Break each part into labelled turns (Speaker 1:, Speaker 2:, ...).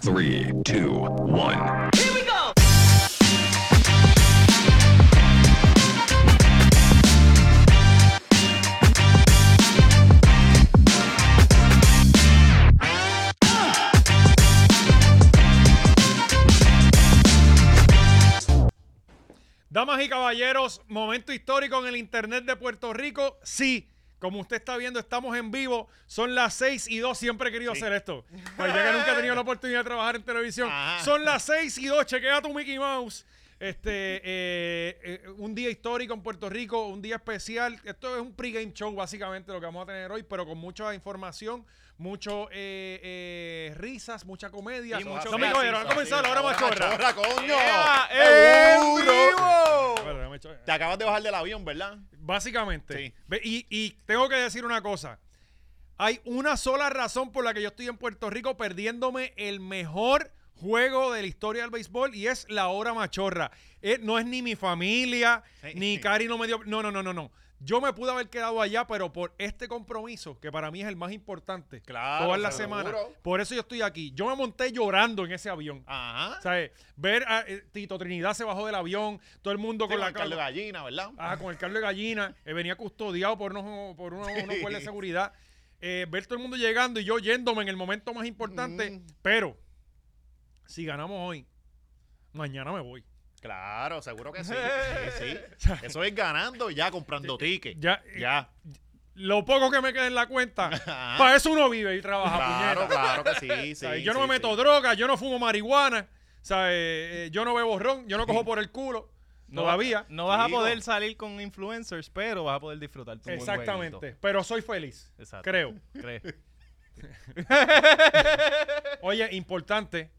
Speaker 1: Three, two, one.
Speaker 2: Damas y caballeros, momento histórico en el Internet de Puerto Rico. Sí, como usted está viendo, estamos en vivo. Son las 6 y 2. Siempre he querido hacer esto. Pues ya que nunca he tenido la oportunidad de trabajar en televisión.
Speaker 3: Ajá.
Speaker 2: Son las 6 y 2. Chequea tu Mickey Mouse. Este, eh, eh, un día histórico en Puerto Rico, un día especial. Esto es un pregame show, básicamente, lo que vamos a tener hoy, pero con mucha información, mucho eh, eh, risas, mucha comedia.
Speaker 3: Y mucho
Speaker 2: no me
Speaker 3: clasismo,
Speaker 2: cogieron, vamos a comenzar, ahora machorra.
Speaker 3: Machorra, coño.
Speaker 2: ¡Ea!
Speaker 3: ¡En
Speaker 2: ¡En
Speaker 3: vivo!
Speaker 2: Espera, déjame echar-
Speaker 3: Te acabas de bajar del avión, ¿verdad?
Speaker 2: Básicamente.
Speaker 3: Sí.
Speaker 2: Ve- Y, y tengo que decir una cosa. Hay una sola razón por la que yo estoy en Puerto Rico perdiéndome el mejor juego de la historia del béisbol y es la hora machorra. Eh, no es ni mi familia,
Speaker 3: Sí.
Speaker 2: ni Cari no me dio... No, no, no, no, no. Yo me pude haber quedado allá, pero por este compromiso, que para mí es el más importante,
Speaker 3: Claro,
Speaker 2: todas las
Speaker 3: seguro. Ah.
Speaker 2: semanas, por eso yo estoy aquí. Yo me monté llorando en ese avión.
Speaker 3: Ajá.
Speaker 2: ¿Sabes? Ver a eh, Tito Trinidad se bajó del avión, todo el mundo
Speaker 3: Con
Speaker 2: con la
Speaker 3: la
Speaker 2: cara...
Speaker 3: de gallina, ¿verdad?
Speaker 2: Ah, con el Carlos de gallina. eh, venía custodiado por unos, por unos, unos guardias de seguridad. Eh, ver todo el mundo llegando y yo yéndome en el momento más importante.
Speaker 3: Mm.
Speaker 2: Pero, si ganamos hoy, mañana me voy.
Speaker 3: Claro, seguro que sí. sí, sí. Eso es ganando y ya comprando tickets.
Speaker 2: Ya, eh,
Speaker 3: Ya.
Speaker 2: Lo poco que me queda en la cuenta,
Speaker 3: Ajá.
Speaker 2: para eso uno vive y trabaja,
Speaker 3: Claro,
Speaker 2: puñeta.
Speaker 3: claro que sí,
Speaker 2: O
Speaker 3: sí.
Speaker 2: sea, yo no
Speaker 3: sí,
Speaker 2: me meto
Speaker 3: sí.
Speaker 2: droga, yo no fumo marihuana, o sea, eh, eh, yo no bebo ron, yo no cojo por el culo
Speaker 4: No
Speaker 2: todavía.
Speaker 4: va- No vas
Speaker 3: Digo.
Speaker 4: a poder salir con influencers, pero vas a poder disfrutar tu buen
Speaker 2: Exactamente,
Speaker 4: jueguito.
Speaker 2: pero soy feliz,
Speaker 4: Exacto.
Speaker 2: creo.
Speaker 4: ¿Crees?
Speaker 2: Oye, importante.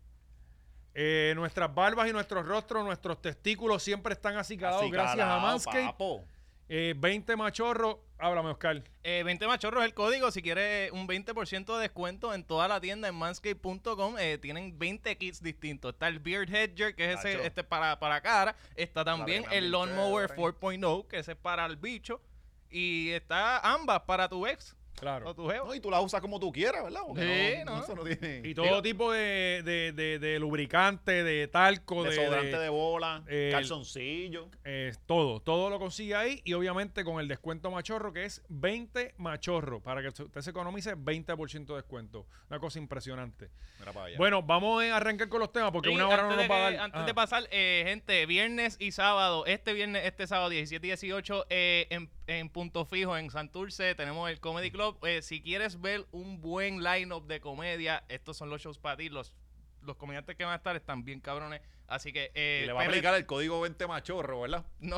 Speaker 2: eh, nuestras barbas y nuestros rostros, nuestros testículos siempre están acicalados
Speaker 3: Así
Speaker 2: gracias a
Speaker 3: calao,
Speaker 2: Manscaped.
Speaker 3: papo.
Speaker 2: Eh, 20 machorros. Háblame, Oscar.
Speaker 4: Eh, 20 machorros es el código. Si quieres un 20% de descuento en toda la tienda en manscape.com, eh, tienen 20 kits distintos. Está el Beard Hedger, que es
Speaker 3: Tacho.
Speaker 4: ese este para, para cara. Está también
Speaker 3: gran
Speaker 4: el Lawnmower
Speaker 3: bichera,
Speaker 4: 4.0, que ese es para el bicho. Y está ambas para tu ex o
Speaker 2: Claro.
Speaker 4: tu jevo.
Speaker 3: No, y tú la usas como tú quieras, ¿verdad? Porque
Speaker 4: Sí,
Speaker 3: no,
Speaker 4: no.
Speaker 3: Eso no tiene.
Speaker 2: Y todo tipo de, de- de- de lubricante, de talco, de,
Speaker 3: Desodorante
Speaker 2: de-
Speaker 3: de bola,
Speaker 2: eh,
Speaker 3: calzoncillo.
Speaker 2: eh, todo. Todo lo consigue ahí y obviamente con el descuento machorro que es 20 machorro para que usted se economice 20% de descuento. Una cosa impresionante.
Speaker 3: Mira para allá.
Speaker 2: Bueno, vamos a arrancar con los temas porque
Speaker 4: Y
Speaker 2: una hora no
Speaker 4: antes
Speaker 2: nos
Speaker 4: de
Speaker 2: va a
Speaker 4: que-
Speaker 2: dar.
Speaker 4: Antes
Speaker 2: Ajá.
Speaker 4: de pasar, eh, gente, viernes y sábado, este viernes, este sábado 17 y 18, eh, en, en Punto Fijo, en Santurce, tenemos el Comedy Club. Eh, si quieres ver un buen line-up de comedia, estos son los shows para ti. Los, los comediantes que van a estar están bien cabrones. Así que... eh,
Speaker 3: y le va a
Speaker 4: PR
Speaker 3: aplicar el código 20 machorro, ¿verdad?
Speaker 4: no.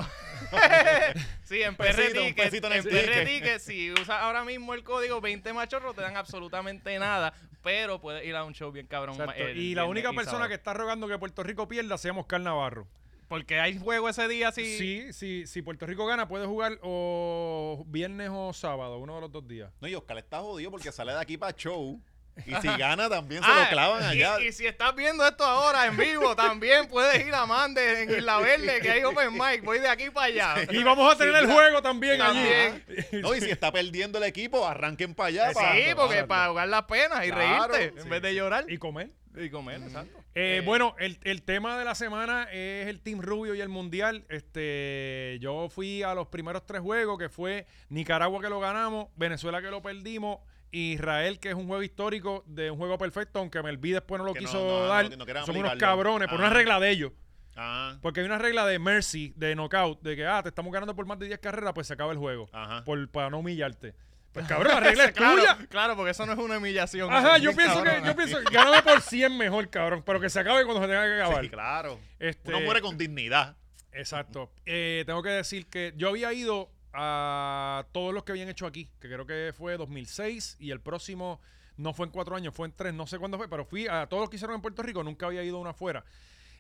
Speaker 4: sí, en PR
Speaker 3: pesito, un
Speaker 4: Tickets,
Speaker 3: pesito en
Speaker 4: en
Speaker 3: el
Speaker 4: PR
Speaker 3: ticket.
Speaker 4: Tickets, si usas ahora mismo el código 20 machorro, te dan absolutamente nada. Pero puedes ir a un show bien cabrón. eh,
Speaker 2: Exacto.
Speaker 4: el
Speaker 2: y la
Speaker 4: viernes
Speaker 2: única persona
Speaker 4: sábado.
Speaker 2: que está rogando que Puerto Rico pierda se llama Oscar Navarro.
Speaker 4: Porque hay juego ese día, sí.
Speaker 2: Sí, sí, si Puerto Rico gana, puede jugar o viernes o sábado, uno de los dos días.
Speaker 3: No, y Oscar está jodido porque sale de aquí para show. Y si gana también se
Speaker 4: Ah,
Speaker 3: lo clavan
Speaker 4: y-
Speaker 3: allá.
Speaker 4: Y, si estás viendo esto ahora en vivo, también puedes ir a Mande en Isla Verde, que hay Open Mic. Voy de aquí para allá.
Speaker 2: Y vamos a tener el juego también
Speaker 4: Ajá.
Speaker 2: allí.
Speaker 3: No, y si está perdiendo el equipo, arranquen para allá. pa-
Speaker 4: Sí, porque
Speaker 2: exacto.
Speaker 4: para ahogar las penas y
Speaker 3: Claro.
Speaker 4: reírte
Speaker 3: Sí,
Speaker 4: en vez de llorar.
Speaker 2: Y comer.
Speaker 4: Y comer, exacto.
Speaker 2: Eh,
Speaker 4: Eh,
Speaker 2: bueno, el, el tema de la semana es el Team Rubio y el Mundial. Este, yo fui a los primeros tres juegos, que fue Nicaragua que lo ganamos, Venezuela que lo perdimos, Israel que es un juego histórico de un juego perfecto, aunque Melví después no lo
Speaker 3: Que no-
Speaker 2: quiso
Speaker 3: no, no,
Speaker 2: dar.
Speaker 3: no querían
Speaker 2: Son unos
Speaker 3: obligarlo.
Speaker 2: cabrones, por
Speaker 3: Ah.
Speaker 2: una regla de ellos.
Speaker 3: Ah,
Speaker 2: Porque hay una regla de mercy, de knockout, de que, ah, te estamos ganando por más de 10 carreras, pues se acaba el juego.
Speaker 3: Ajá.
Speaker 2: Por, para no humillarte. Pues cabrón, la regla es
Speaker 4: claro,
Speaker 2: tuya.
Speaker 4: claro, porque eso no es una humillación.
Speaker 2: Ajá,
Speaker 4: Eso
Speaker 2: yo
Speaker 4: es bien
Speaker 2: pienso que,
Speaker 4: cabrón.
Speaker 2: yo pienso, gáname por 100 mejor, cabrón, pero que se acabe cuando se tenga que acabar.
Speaker 3: sí, claro.
Speaker 2: Este-
Speaker 3: Uno muere con dignidad.
Speaker 2: Exacto. Eh, tengo que decir que yo había ido a todos los que habían hecho aquí, que creo que fue 2006 y el próximo no fue en cuatro años, fue en tres, no sé cuándo fue, pero fui a todos los que hicieron en Puerto Rico, nunca había ido a una afuera.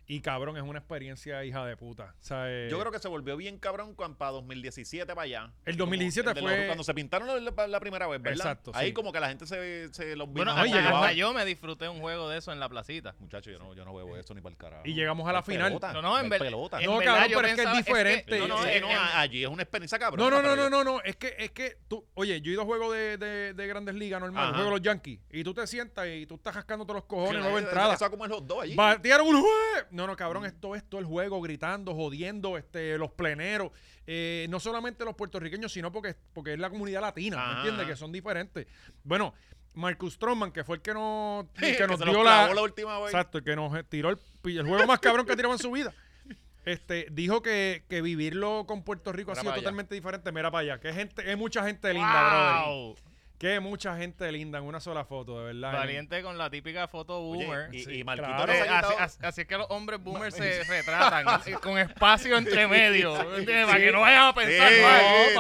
Speaker 2: Y cabrón, es una experiencia hija de puta. O sea, eh,
Speaker 3: Yo creo que se volvió bien cabrón cuando para 2017 para allá.
Speaker 2: El 2017
Speaker 3: Como el de los-
Speaker 2: fue-
Speaker 3: cuando se pintaron la- la, la primera vez, ¿verdad?
Speaker 2: Exacto,
Speaker 3: Ahí
Speaker 2: sí.
Speaker 3: como que la gente se, se los vino
Speaker 4: Bueno, hasta,
Speaker 2: y llegaba-
Speaker 4: hasta yo me disfruté un juego de eso en la placita.
Speaker 3: Muchacho, yo no, yo no veo eso ni para el carajo.
Speaker 2: Y llegamos a la
Speaker 3: No hay
Speaker 2: final.
Speaker 3: pelota,
Speaker 4: No, no, en
Speaker 3: hay
Speaker 4: ver-
Speaker 3: pelota.
Speaker 4: en
Speaker 2: No,
Speaker 4: verdad
Speaker 2: cabrón,
Speaker 4: yo
Speaker 2: pero es que es
Speaker 4: pensaba- que-
Speaker 2: diferente.
Speaker 4: no, no,
Speaker 3: Sí,
Speaker 4: es-
Speaker 3: no,
Speaker 4: es-
Speaker 3: a- allí es una experiencia cabrona.
Speaker 2: No, no, no,
Speaker 3: para
Speaker 2: no,
Speaker 3: ellos.
Speaker 2: no, no. Es que, es que tú, oye, yo he ido a juegos de, de, de grandes ligas normal,
Speaker 3: Ajá.
Speaker 2: juego de los Yankees, y tú te sientas y tú estás jascándote los cojones,
Speaker 3: Eso-
Speaker 2: nueva entrada.
Speaker 3: Eso va como el hot dog allí.
Speaker 2: Batearon un ¡Ué! No, no, cabrón, esto es todo el juego, gritando, jodiendo, este, los pleneros. Eh, no solamente los puertorriqueños, sino porque, porque es la comunidad latina, ¿me
Speaker 3: Ajá.
Speaker 2: entiendes? Que son diferentes. Bueno, Marcus Stroman, que fue el que nos, el que
Speaker 3: Que
Speaker 2: nos
Speaker 3: se
Speaker 2: dio
Speaker 3: los
Speaker 2: la.
Speaker 3: clavó la última vez.
Speaker 2: Exacto, el que nos eh, tiró el, pi- el juego más cabrón que ha tirado en su vida. Este, dijo que, que vivirlo con Puerto Rico ha
Speaker 3: Mira
Speaker 2: sido
Speaker 3: para allá.
Speaker 2: totalmente diferente. Mira para allá, que gente, es mucha gente linda, brother.
Speaker 4: Wow.
Speaker 2: Que mucha gente linda en una sola foto, de verdad.
Speaker 4: Valiente con la típica foto
Speaker 3: Oye,
Speaker 4: boomer.
Speaker 3: y,
Speaker 2: Sí,
Speaker 3: y Marquito
Speaker 2: claro.
Speaker 3: no se
Speaker 4: Eh,
Speaker 3: ha quitado-
Speaker 4: así, así- así es que los hombres boomers se retratan eh, con espacio entre medio. ¿entiendes? Para que no vayas a
Speaker 3: Sí,
Speaker 4: pensar
Speaker 3: no,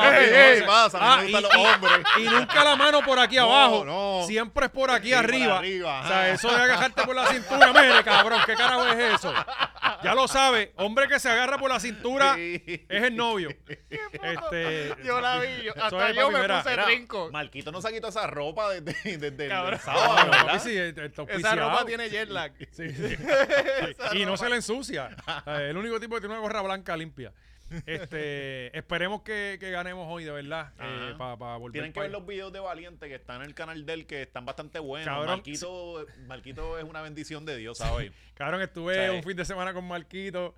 Speaker 4: mal.
Speaker 3: papi,
Speaker 2: ey,
Speaker 3: no,
Speaker 2: ey.
Speaker 3: se pasa, a mí me
Speaker 2: Ah,
Speaker 3: gustan los hombres.
Speaker 2: Y nunca la mano por aquí
Speaker 3: No,
Speaker 2: abajo.
Speaker 3: no.
Speaker 2: Siempre es por aquí
Speaker 3: Sí, por
Speaker 2: arriba.
Speaker 3: arriba,
Speaker 2: o sea,
Speaker 3: ajá.
Speaker 2: eso de agarrarte por la cintura, mire, cabrón, ¿qué carajo es eso? Ya lo sabe, hombre que se agarra por la cintura
Speaker 3: Sí.
Speaker 2: es el novio. Este,
Speaker 4: Yo la vi, yo-
Speaker 2: Eso
Speaker 4: hasta
Speaker 2: es,
Speaker 4: yo
Speaker 2: papi,
Speaker 4: me
Speaker 2: mira,
Speaker 4: puse
Speaker 3: Mira,
Speaker 4: trinco.
Speaker 3: Marquito no se ha quitado esa ropa desde, desde,
Speaker 4: Cabrón.
Speaker 3: el sábado,
Speaker 2: Bueno,
Speaker 3: ¿verdad?
Speaker 2: papi, sí, el- el
Speaker 4: Esa ropa
Speaker 2: auspiciado.
Speaker 4: tiene jet lag.
Speaker 2: Sí, sí. y no se le ensucia. Eh, El único tipo que tiene una gorra blanca limpia. Este, esperemos que, que ganemos hoy, de verdad.
Speaker 3: Ajá.
Speaker 2: para volver
Speaker 3: Tienen que
Speaker 2: pa-
Speaker 3: ver los videos de Valiente que están en el canal del que están bastante buenos.
Speaker 2: Cabrón,
Speaker 3: Marquito, Marquito es una bendición de Dios, ¿sabes?
Speaker 2: Cabrón, estuve
Speaker 3: O sea, eh.
Speaker 2: un fin de semana con Marquito.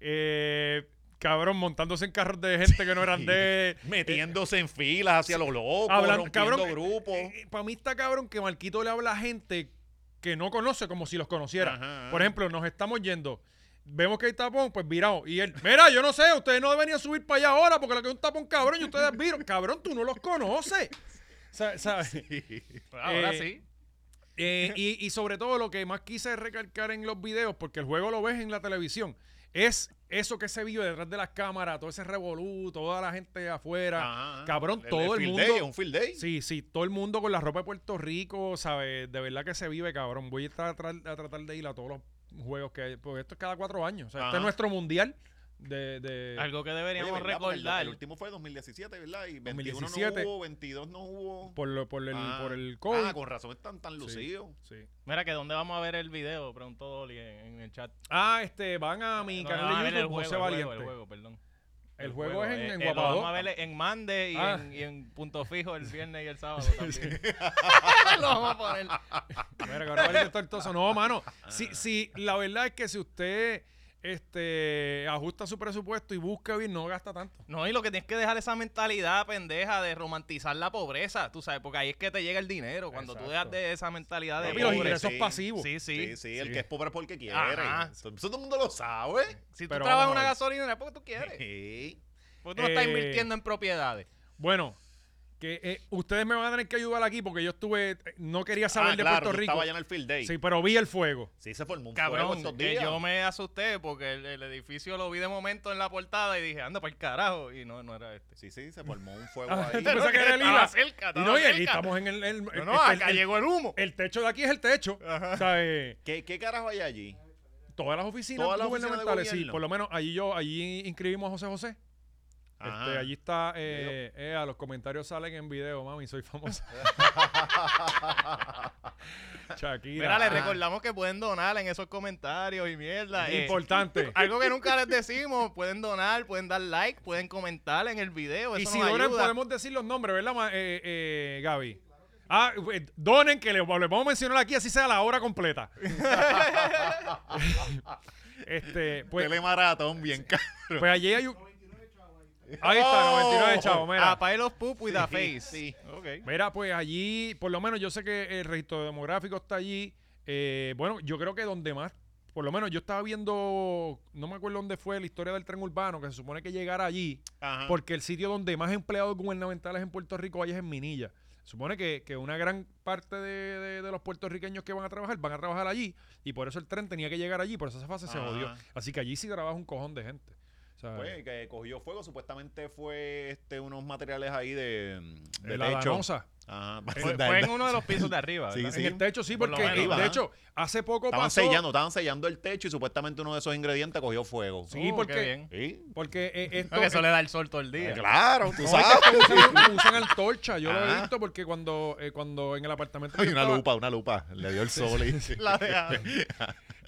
Speaker 2: eh, cabrón, montándose en carros de gente que no eran de. eh,
Speaker 3: Metiéndose en filas hacia los locos,
Speaker 2: Hablando,
Speaker 3: rompiendo
Speaker 2: cabrón. eh,
Speaker 3: grupos.
Speaker 2: Para mí está cabrón que Marquito le habla a gente que no conoce como si los conociera.
Speaker 3: Ajá, ajá.
Speaker 2: Por ejemplo, nos estamos yendo. Vemos que hay tapón, pues virado. Y él, mira, yo no sé, ustedes no deberían subir para allá ahora porque lo que es un tapón cabrón y ustedes viron. Cabrón, tú no los conoces. Sa- ¿Sabes?
Speaker 4: Ahora
Speaker 2: Eh,
Speaker 4: sí.
Speaker 2: Eh, y, y sobre todo lo que más quise recalcar en los videos, porque el juego lo ves en la televisión, es eso que se vio detrás de las cámaras, todo ese revolú, toda la gente
Speaker 4: Ah.
Speaker 2: afuera.
Speaker 3: Ajá.
Speaker 2: Cabrón,
Speaker 3: El-
Speaker 2: todo el,
Speaker 3: field
Speaker 2: mundo.
Speaker 3: Day, un field day.
Speaker 2: Sí, sí, todo el mundo con la ropa de Puerto Rico, ¿sabes? De verdad que se vive, cabrón. Voy a tra- tra- a tratar de ir a todos los juegos que hay, porque esto es cada cuatro años. O sea, este
Speaker 3: Ajá.
Speaker 2: es nuestro mundial de. de-
Speaker 4: Algo que
Speaker 3: Oye,
Speaker 4: deberíamos
Speaker 3: ¿verdad? Porque el-
Speaker 4: recordar.
Speaker 3: El, último fue 2017, ¿verdad? Y 21
Speaker 2: 2017.
Speaker 3: no hubo, 22 no hubo.
Speaker 2: por, lo- por el,
Speaker 3: Ah.
Speaker 2: por el COVID.
Speaker 3: Ah, con razón están tan lucidos.
Speaker 2: Sí.
Speaker 4: Mira, que dónde vamos a ver el video, preguntó Dolly en, en el chat.
Speaker 2: Ah, este, van a mi
Speaker 4: No, no,
Speaker 2: canal
Speaker 4: a
Speaker 2: de
Speaker 4: ver el
Speaker 2: YouTube,
Speaker 4: juego,
Speaker 2: José
Speaker 4: el juego,
Speaker 2: Valiente.
Speaker 4: El juego, perdón.
Speaker 2: El juego es en-
Speaker 4: eh,
Speaker 2: en
Speaker 4: eh, lo Vamos
Speaker 2: Guapadó.
Speaker 4: a ver en Mande y,
Speaker 2: Ah.
Speaker 4: en, y en Punto Fijo el viernes y el sábado también. lo vamos a poner.
Speaker 2: Mira, que ahora vale que todo el toso. No, mano. Si, si, la verdad es que si usted este, ajusta su presupuesto y busca bien, no gasta tanto.
Speaker 4: No, y lo que tienes que dejar esa mentalidad pendeja de romantizar la pobreza, tú sabes, porque ahí es que te llega el dinero. Cuando tú dejas
Speaker 2: Exacto.
Speaker 4: de esa mentalidad de
Speaker 2: Papi,
Speaker 3: Papi,
Speaker 2: los
Speaker 3: pobre,
Speaker 4: pobre.
Speaker 2: ingresos
Speaker 3: sí.
Speaker 2: pasivos.
Speaker 4: Sí, sí.
Speaker 3: Sí, sí, el
Speaker 2: Sí.
Speaker 3: que es pobre porque quiere.
Speaker 4: Ajá.
Speaker 3: Eso, eso todo el mundo lo sabe.
Speaker 4: Si tú
Speaker 2: Pero
Speaker 4: trabajas
Speaker 2: vamos
Speaker 4: en
Speaker 2: a
Speaker 4: una
Speaker 2: ver.
Speaker 4: gasolinera, es porque tú quieres.
Speaker 3: Sí.
Speaker 4: Porque tú no estás
Speaker 2: Eh,
Speaker 4: invirtiendo en propiedades.
Speaker 2: Bueno, que eh, ustedes me van a tener que ayudar aquí porque yo estuve. eh, No quería saber
Speaker 3: Ah,
Speaker 2: de
Speaker 3: claro,
Speaker 2: Puerto
Speaker 3: yo
Speaker 2: Rico.
Speaker 3: Estaba allá en el field day.
Speaker 2: Sí,
Speaker 3: Sí,
Speaker 2: pero vi el fuego.
Speaker 3: se formó un fuego
Speaker 4: Cabrón,
Speaker 3: estos
Speaker 4: que
Speaker 3: días.
Speaker 4: yo me asusté porque el, el edificio lo vi de momento en la portada y dije, anda para el carajo. Y no, no era este.
Speaker 3: Sí, sí, se formó un fuego
Speaker 2: Ah,
Speaker 3: ahí.
Speaker 2: pensé que era el
Speaker 4: Estaba
Speaker 2: IVA.
Speaker 4: cerca,
Speaker 2: Y
Speaker 4: Ah, estaba
Speaker 2: no, y- y
Speaker 4: cerca.
Speaker 2: estamos en el. el-
Speaker 4: No, no,
Speaker 2: este,
Speaker 4: acá
Speaker 2: el- el-
Speaker 4: llegó el humo.
Speaker 2: el techo de aquí es el techo. O sea, eh,
Speaker 3: ¿Qué, ¿Qué carajo hay allí?
Speaker 2: todas las oficinas
Speaker 3: Todas las oficinas de
Speaker 2: gubernamentales, sí.
Speaker 3: gobierno.
Speaker 2: Por lo menos allí yo, allí inscribimos a José José.
Speaker 3: Ajá.
Speaker 2: Este, allí está, eh, eh, a los comentarios salen en video, mami, soy famosa. Shakira.
Speaker 4: Mira, les recordamos que pueden donar en esos comentarios y mierda. eh,
Speaker 2: Ah, Importante.
Speaker 4: algo que nunca les decimos, pueden donar, pueden dar like, pueden comentar en el video. Eso
Speaker 2: Y si
Speaker 4: nos
Speaker 2: donan,
Speaker 4: ayuda.
Speaker 2: podemos decir los nombres, ¿verdad, ma- eh, eh, Gaby? Ah, eh, donen, que les les vamos a mencionar aquí, así sea la hora completa. este, pues,
Speaker 3: Telemaratón bien caro.
Speaker 2: pues allí hay un... Ahí está,
Speaker 3: Oh.
Speaker 2: 99 chavos, mira.
Speaker 4: A Pile of Poop with a Face.
Speaker 3: sí.
Speaker 4: Ok.
Speaker 2: Mira, pues allí, por lo menos yo sé que el registro demográfico está allí. Eh, bueno, yo creo que donde más, por lo menos yo estaba viendo, no me acuerdo dónde fue la historia del tren urbano, que se supone que llegara allí,
Speaker 3: Ajá.
Speaker 2: porque el sitio donde más empleados gubernamentales en Puerto Rico hay es en Minilla. Supone que, que una gran parte de, de- de los puertorriqueños que van a trabajar van a trabajar allí y por eso el tren tenía que llegar allí, por eso esa fase se
Speaker 3: Ajá.
Speaker 2: jodió. Así que allí sí trabaja un cojón de gente. ¿sabes?
Speaker 3: Pues, que cogió fuego, supuestamente fue este, unos materiales ahí de, mm, de
Speaker 2: En la
Speaker 3: techo.
Speaker 2: danosa.
Speaker 3: Ajá, Pues,
Speaker 4: Fue,
Speaker 3: de-
Speaker 4: fue en uno de los pisos de arriba.
Speaker 3: Sí,
Speaker 4: ¿verdad?
Speaker 2: En el techo sí,
Speaker 4: Por lo
Speaker 2: porque
Speaker 4: menos,
Speaker 2: de
Speaker 3: ajá.
Speaker 2: hecho, hace poco
Speaker 3: Estaban
Speaker 2: pasó...
Speaker 3: sellando, estaban sellando el techo y supuestamente uno de esos ingredientes cogió fuego.
Speaker 2: Sí,
Speaker 4: Uh,
Speaker 2: porque-
Speaker 4: qué bien.
Speaker 3: Sí.
Speaker 2: Porque eh, esto...
Speaker 4: No, que eso le da el sol todo el
Speaker 2: Ah,
Speaker 4: día.
Speaker 3: Claro, tú
Speaker 2: No, es
Speaker 3: sabes.
Speaker 2: que esto usan, usan antorcha, yo lo he
Speaker 3: Ajá.
Speaker 2: visto porque cuando, eh, cuando en el apartamento... que
Speaker 3: Y
Speaker 2: yo
Speaker 3: Ah.
Speaker 2: estaba-
Speaker 3: una lupa, una lupa. Le dio el sol y...
Speaker 4: La dejaron.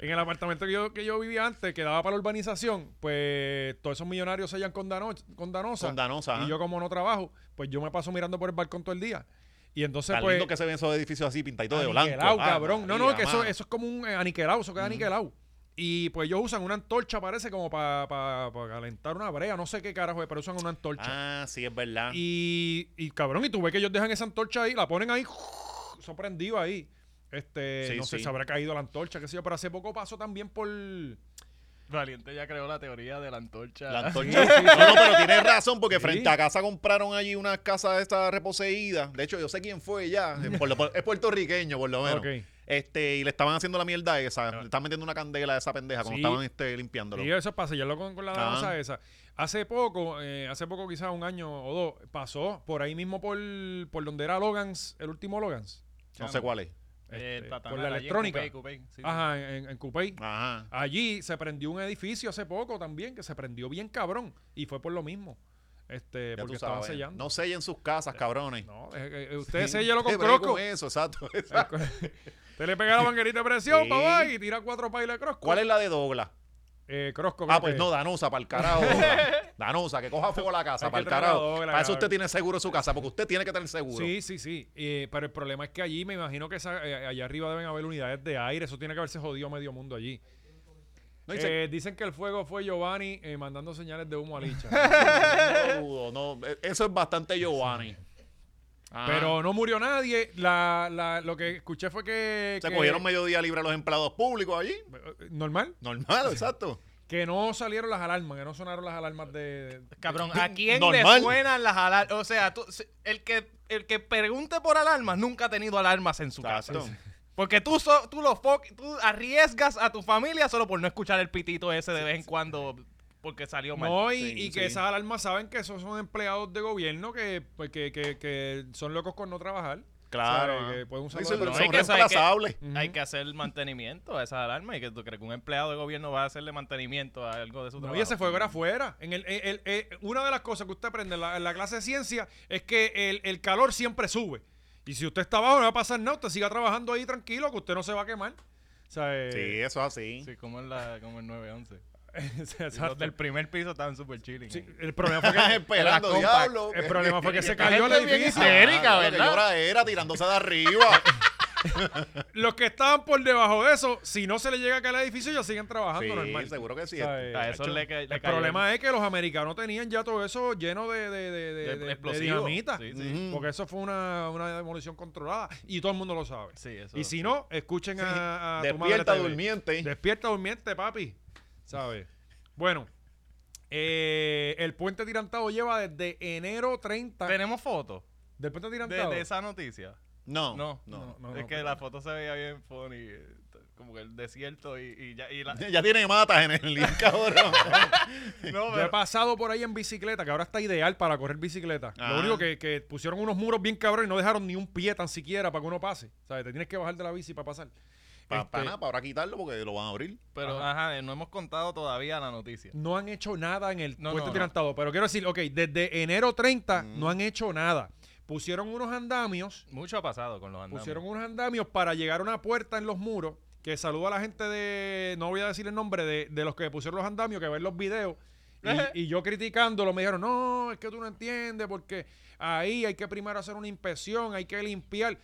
Speaker 2: En el apartamento que yo, que yo vivía antes, que daba para la urbanización, pues todos esos millonarios sellan con, dano- con Danosa.
Speaker 3: Con
Speaker 2: Y
Speaker 3: Danosa, ajá.
Speaker 2: yo como no trabajo, pues yo me paso mirando por el balcón todo el día. Y entonces
Speaker 3: Tan
Speaker 2: pues...
Speaker 3: lindo que se ven esos edificios así pintaditos de blanco.
Speaker 2: aniquilado,
Speaker 3: Ah,
Speaker 2: cabrón. No, no,
Speaker 3: María,
Speaker 2: que eso,
Speaker 3: mano.
Speaker 2: eso es como un eh, aniquilado, eso queda aniquilado. Y pues ellos usan una antorcha, parece, como para calentar una brea, no sé qué carajo, es, pero usan una antorcha.
Speaker 3: Ah, sí, es verdad.
Speaker 2: Y, y cabrón, y tú ves que ellos dejan esa antorcha ahí, la ponen ahí, sorprendido ahí. Este,
Speaker 3: Sí,
Speaker 2: no sé,
Speaker 3: sí.
Speaker 2: se habrá caído la antorcha, qué sé yo, pero hace poco pasó también por...
Speaker 4: Valiente ya creó la teoría de la antorcha.
Speaker 3: La antorcha. No, no, pero tienes razón, porque
Speaker 2: Sí.
Speaker 3: frente a casa compraron allí unas casas estas reposeídas. De hecho, yo sé quién fue ya. Es por lo- por- es puertorriqueño, por lo menos.
Speaker 2: Ok. Ah.
Speaker 3: Este, y le estaban haciendo la mierda esa. Le estaban metiendo una candela a esa pendeja cuando
Speaker 2: Sí.
Speaker 3: estaban este, limpiándolo.
Speaker 2: Y eso es para sellarlo con, con la
Speaker 3: Ajá.
Speaker 2: danza esa. Hace poco, eh, hace poco quizás un año o dos, pasó por ahí mismo por, por donde era Logans, el último Logans.
Speaker 3: No sé cuál es.
Speaker 2: Este,
Speaker 4: Eh, Tatamar,
Speaker 2: por la
Speaker 4: allí en
Speaker 2: electrónica.
Speaker 4: Coupey, Coupey, sí, sí.
Speaker 2: Ajá, en, en Coupey.
Speaker 3: Ajá.
Speaker 2: Allí se prendió un edificio hace poco también, que se prendió bien cabrón. Y fue por lo mismo. Este,
Speaker 3: Ya
Speaker 2: porque
Speaker 3: tú
Speaker 2: estaban
Speaker 3: sabes.
Speaker 2: sellando.
Speaker 3: No sellen sus casas, cabrones.
Speaker 2: No, eh, eh, usted sellelo con
Speaker 3: Te bregué
Speaker 2: croco.
Speaker 3: eso, exacto. exacto.
Speaker 2: Usted le pega la manguerita de presión,
Speaker 3: Sí.
Speaker 2: papá, y tira cuatro pailes de crosco.
Speaker 3: ¿Cuál es la de Douglas?
Speaker 2: Eh, crosco.
Speaker 3: Ah,
Speaker 2: creo
Speaker 3: pues
Speaker 2: que-
Speaker 3: no, Danosa, para el carajo. Douglas. Danosa, que coja fuego la casa,
Speaker 2: Hay que
Speaker 3: para el
Speaker 2: traer a
Speaker 3: carajo.
Speaker 2: Douglas,
Speaker 3: Para eso
Speaker 2: cabrón.
Speaker 3: usted tiene seguro su casa, porque usted tiene que tener seguro.
Speaker 2: Sí, sí, sí. Eh, pero el problema es que allí me imagino que esa- eh, allá arriba deben haber unidades de aire. Eso tiene que haberse jodido medio mundo allí.
Speaker 3: No, y se-
Speaker 2: Eh, dicen que el fuego fue Giovanni eh, mandando señales de humo a Licha.
Speaker 3: no dudo, no, eh, eso es bastante Giovanni. Ah, Ajá.
Speaker 2: pero no murió nadie. La, la- lo que escuché fue que.
Speaker 3: se
Speaker 2: que-
Speaker 3: cogieron mediodía libre los empleados públicos allí.
Speaker 2: eh, Normal.
Speaker 3: Normal, exacto.
Speaker 2: Que no salieron las alarmas, que no sonaron las alarmas de.
Speaker 4: Cabrón, ¿a quién
Speaker 3: Normal.
Speaker 4: le suenan las alarmas? O sea, tú- se- el, que, el que pregunte por alarmas nunca ha tenido alarmas en su casa.
Speaker 3: Exacto.
Speaker 4: Porque tú, so- tú, lo fo- tú arriesgas a tu familia solo por no escuchar el pitito ese de vez en cuando porque salió mal.
Speaker 2: No, y,
Speaker 3: Sí,
Speaker 2: y que
Speaker 3: sí.
Speaker 2: esas alarmas saben que esos son empleados de gobierno que, pues, que, que- que son locos con no trabajar.
Speaker 3: Claro. ah.
Speaker 2: ¿Sabes? Que pueden usar
Speaker 3: Sí,
Speaker 2: las
Speaker 3: sí, pero
Speaker 2: alarmas.
Speaker 4: hay
Speaker 3: son
Speaker 4: que- hay que-
Speaker 3: reemplazables.
Speaker 4: Hay que hacer mantenimiento a esas alarmas. ¿Y que tú crees que un empleado de gobierno va a hacerle mantenimiento a algo de su
Speaker 2: No,
Speaker 4: trabajo?
Speaker 2: y ese fue para afuera. En el, el- el- el- una de las cosas que usted aprende en la, en la clase de ciencia es que el, el calor siempre sube. Y si usted está abajo, no va a pasar nada. Usted siga trabajando ahí tranquilo, que usted no se va a quemar. O sea, eh,
Speaker 3: Sí, eso es así.
Speaker 4: Sí, como, en la, como el 911.
Speaker 2: exacto.
Speaker 4: Los del primer piso estaban súper chilling.
Speaker 2: Sí,
Speaker 4: ahí.
Speaker 2: el problema fue que,
Speaker 3: Esperando,
Speaker 4: la compa-
Speaker 3: diablo. Ah,
Speaker 2: el problema fue que se cayó el
Speaker 4: Gente bien
Speaker 2: edificio.
Speaker 4: histérica,
Speaker 3: claro, que
Speaker 4: ¿verdad?
Speaker 3: llora era tirándose de arriba.
Speaker 2: Los que estaban por debajo de eso, si no se le llega a caer el edificio, ellos siguen trabajando
Speaker 3: Sí,
Speaker 2: Ah, normal.
Speaker 3: seguro que sí.
Speaker 2: O sea, eh,
Speaker 4: A eso le, ca- le
Speaker 2: el
Speaker 4: cayó
Speaker 2: problema es que los americanos tenían ya todo eso lleno de, de, de, de-
Speaker 4: De
Speaker 2: de- de
Speaker 4: explosivo.
Speaker 2: dinamita.
Speaker 4: Sí, sí.
Speaker 3: Ujú.
Speaker 2: Porque eso fue una, una demolición controlada y todo el mundo lo sabe.
Speaker 4: Sí, eso-
Speaker 2: y si no, escuchen a, a tu madre
Speaker 3: Despierta
Speaker 2: TV.
Speaker 3: durmiente.
Speaker 2: Despierta durmiente, papi. ¿Sabes? Bueno, eh, el puente tirantado lleva desde enero 30.
Speaker 4: Tenemos fotos
Speaker 2: ¿Del puente
Speaker 4: de,
Speaker 2: tirantado?
Speaker 4: de esa noticia.
Speaker 3: No,
Speaker 4: No,
Speaker 3: no,
Speaker 2: no, no,
Speaker 4: es
Speaker 2: no,
Speaker 4: que
Speaker 2: pero-
Speaker 4: la foto se veía bien funny. eh, t- Como que el desierto y, y ya. Y la, no,
Speaker 3: Ya tiene matas en el link, cabrón.
Speaker 2: Yo he
Speaker 4: pero,
Speaker 2: pasado por ahí en bicicleta, que ahora está ideal para correr bicicleta.
Speaker 3: Ah.
Speaker 2: Lo único que, que pusieron unos muros bien cabrones y no dejaron ni un pie tan siquiera para que uno pase. O sea, te tienes que bajar de la bici para pasar.
Speaker 3: Para
Speaker 2: Este,
Speaker 3: nada, para ahora quitarlo porque lo van a abrir.
Speaker 4: pero,
Speaker 2: Ajá.
Speaker 4: ajá, eh, no hemos contado todavía la noticia.
Speaker 2: no han hecho nada en el
Speaker 4: No,
Speaker 2: puente
Speaker 4: no, Mm. no.
Speaker 2: tirantado. Pero quiero decir, ok, desde enero 30 no han hecho nada. Pusieron unos andamios,
Speaker 4: Mucho ha pasado con los andamios.
Speaker 2: pusieron unos andamios para llegar a una puerta en los muros. Que saluda a la gente de, no voy a decir el nombre, de, de los que pusieron los andamios, que ven los videos. Y, y yo criticándolo, me dijeron, no, es que tú no entiendes, porque ahí hay que primero hacer una inspección, hay que limpiar.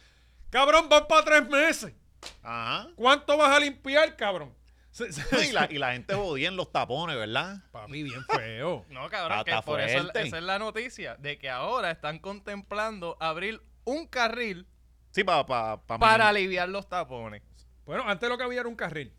Speaker 2: Cabrón, van para tres meses.
Speaker 3: Ajá.
Speaker 2: ¿Cuánto vas a limpiar, cabrón? Se-
Speaker 3: No,
Speaker 2: se-
Speaker 3: Y la, y la gente jodía en los tapones, ¿verdad?
Speaker 2: Papi, bien feo.
Speaker 4: No, cabrón,
Speaker 3: Ah,
Speaker 4: que
Speaker 3: está
Speaker 4: por eso es la-
Speaker 3: fuerte.
Speaker 4: esa es la noticia de que ahora están contemplando abrir un carril
Speaker 3: Sí, para... Pa, pa-
Speaker 4: para aliviar los tapones.
Speaker 2: Bueno, antes lo que había era un carril.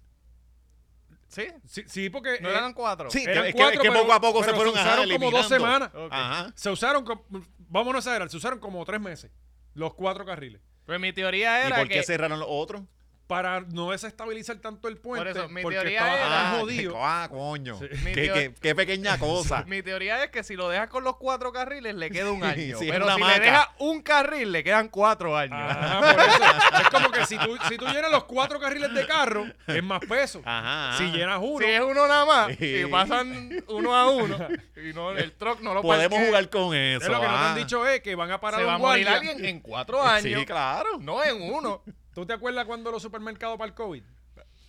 Speaker 4: ¿Sí?
Speaker 2: Sí, sí, porque
Speaker 4: ¿No
Speaker 2: eh,
Speaker 4: eran cuatro?
Speaker 3: Sí, que-
Speaker 2: eran
Speaker 3: es que,
Speaker 2: cuatro,
Speaker 3: es que
Speaker 2: pero-
Speaker 3: poco a poco se
Speaker 2: pero
Speaker 3: fueron
Speaker 2: se
Speaker 3: ajá,
Speaker 2: usaron como dos semanas.
Speaker 3: eliminando.
Speaker 4: Ok.
Speaker 3: Ajá.
Speaker 2: se usaron, com- vámonos a ver, se usaron como tres meses los cuatro carriles.
Speaker 4: Pero Pues mi teoría
Speaker 3: ¿Y
Speaker 4: era
Speaker 3: por qué
Speaker 4: que
Speaker 3: cerraron los otros?
Speaker 2: para no desestabilizar tanto el puente.
Speaker 4: eso, mi
Speaker 2: porque
Speaker 4: teoría
Speaker 2: estaba
Speaker 4: era-
Speaker 2: tan
Speaker 3: Ah,
Speaker 2: jodido.
Speaker 3: ah, coño.
Speaker 4: Mi
Speaker 3: Qué,
Speaker 4: tío-
Speaker 3: qué- qué pequeña cosa.
Speaker 4: Mi teoría es que si lo dejas con los cuatro carriles, le queda un año.
Speaker 3: Sí, es
Speaker 4: pero
Speaker 3: una
Speaker 4: si
Speaker 3: hamaca.
Speaker 4: le dejas un carril, le quedan cuatro años.
Speaker 2: Ajá, por eso. es como que si tú, si tú llenas los cuatro carriles de carro, es más peso.
Speaker 3: Ajá, ajá.
Speaker 2: Si llenas uno,
Speaker 4: Si es uno nada más,
Speaker 3: Sí.
Speaker 4: y pasan uno a uno, y no, el truck no lo
Speaker 3: Podemos
Speaker 4: parquea,
Speaker 3: jugar con eso.
Speaker 2: es lo que no te han
Speaker 3: ah.
Speaker 2: dicho es que van a parar
Speaker 4: Se
Speaker 2: un
Speaker 4: va a morir
Speaker 2: guardia.
Speaker 4: alguien en cuatro años.
Speaker 3: Sí, claro.
Speaker 4: No en uno.
Speaker 2: ¿Tú te acuerdas cuando los supermercados para el COVID?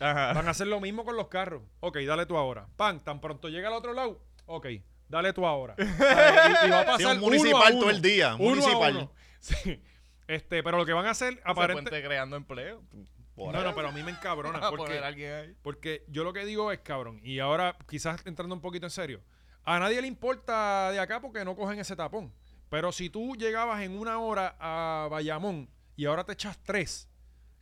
Speaker 4: Ajá.
Speaker 2: Van a hacer lo mismo con los carros. Ok, dale tú ahora. Pan, tan pronto llega al otro lado. Ok, dale tú ahora. Y, y va a pasar
Speaker 3: Sí, un
Speaker 2: uno a
Speaker 3: municipal
Speaker 2: uno.
Speaker 3: todo el día, un
Speaker 2: Uno a
Speaker 3: municipal.
Speaker 2: uno. Sí. Este, pero lo que van a hacer,
Speaker 4: Se
Speaker 2: aparentemente.
Speaker 4: puente creando empleo.
Speaker 3: Ah, Por
Speaker 2: No,
Speaker 3: ahí.
Speaker 2: no, pero a mí me encabrona.
Speaker 4: A
Speaker 2: porque
Speaker 4: poner a alguien ahí.
Speaker 2: Porque yo lo que digo es, cabrón, y ahora quizás entrando un poquito en serio, a nadie le importa de acá porque no cogen ese tapón. Pero si tú llegabas en una hora a Bayamón y ahora te echas tres,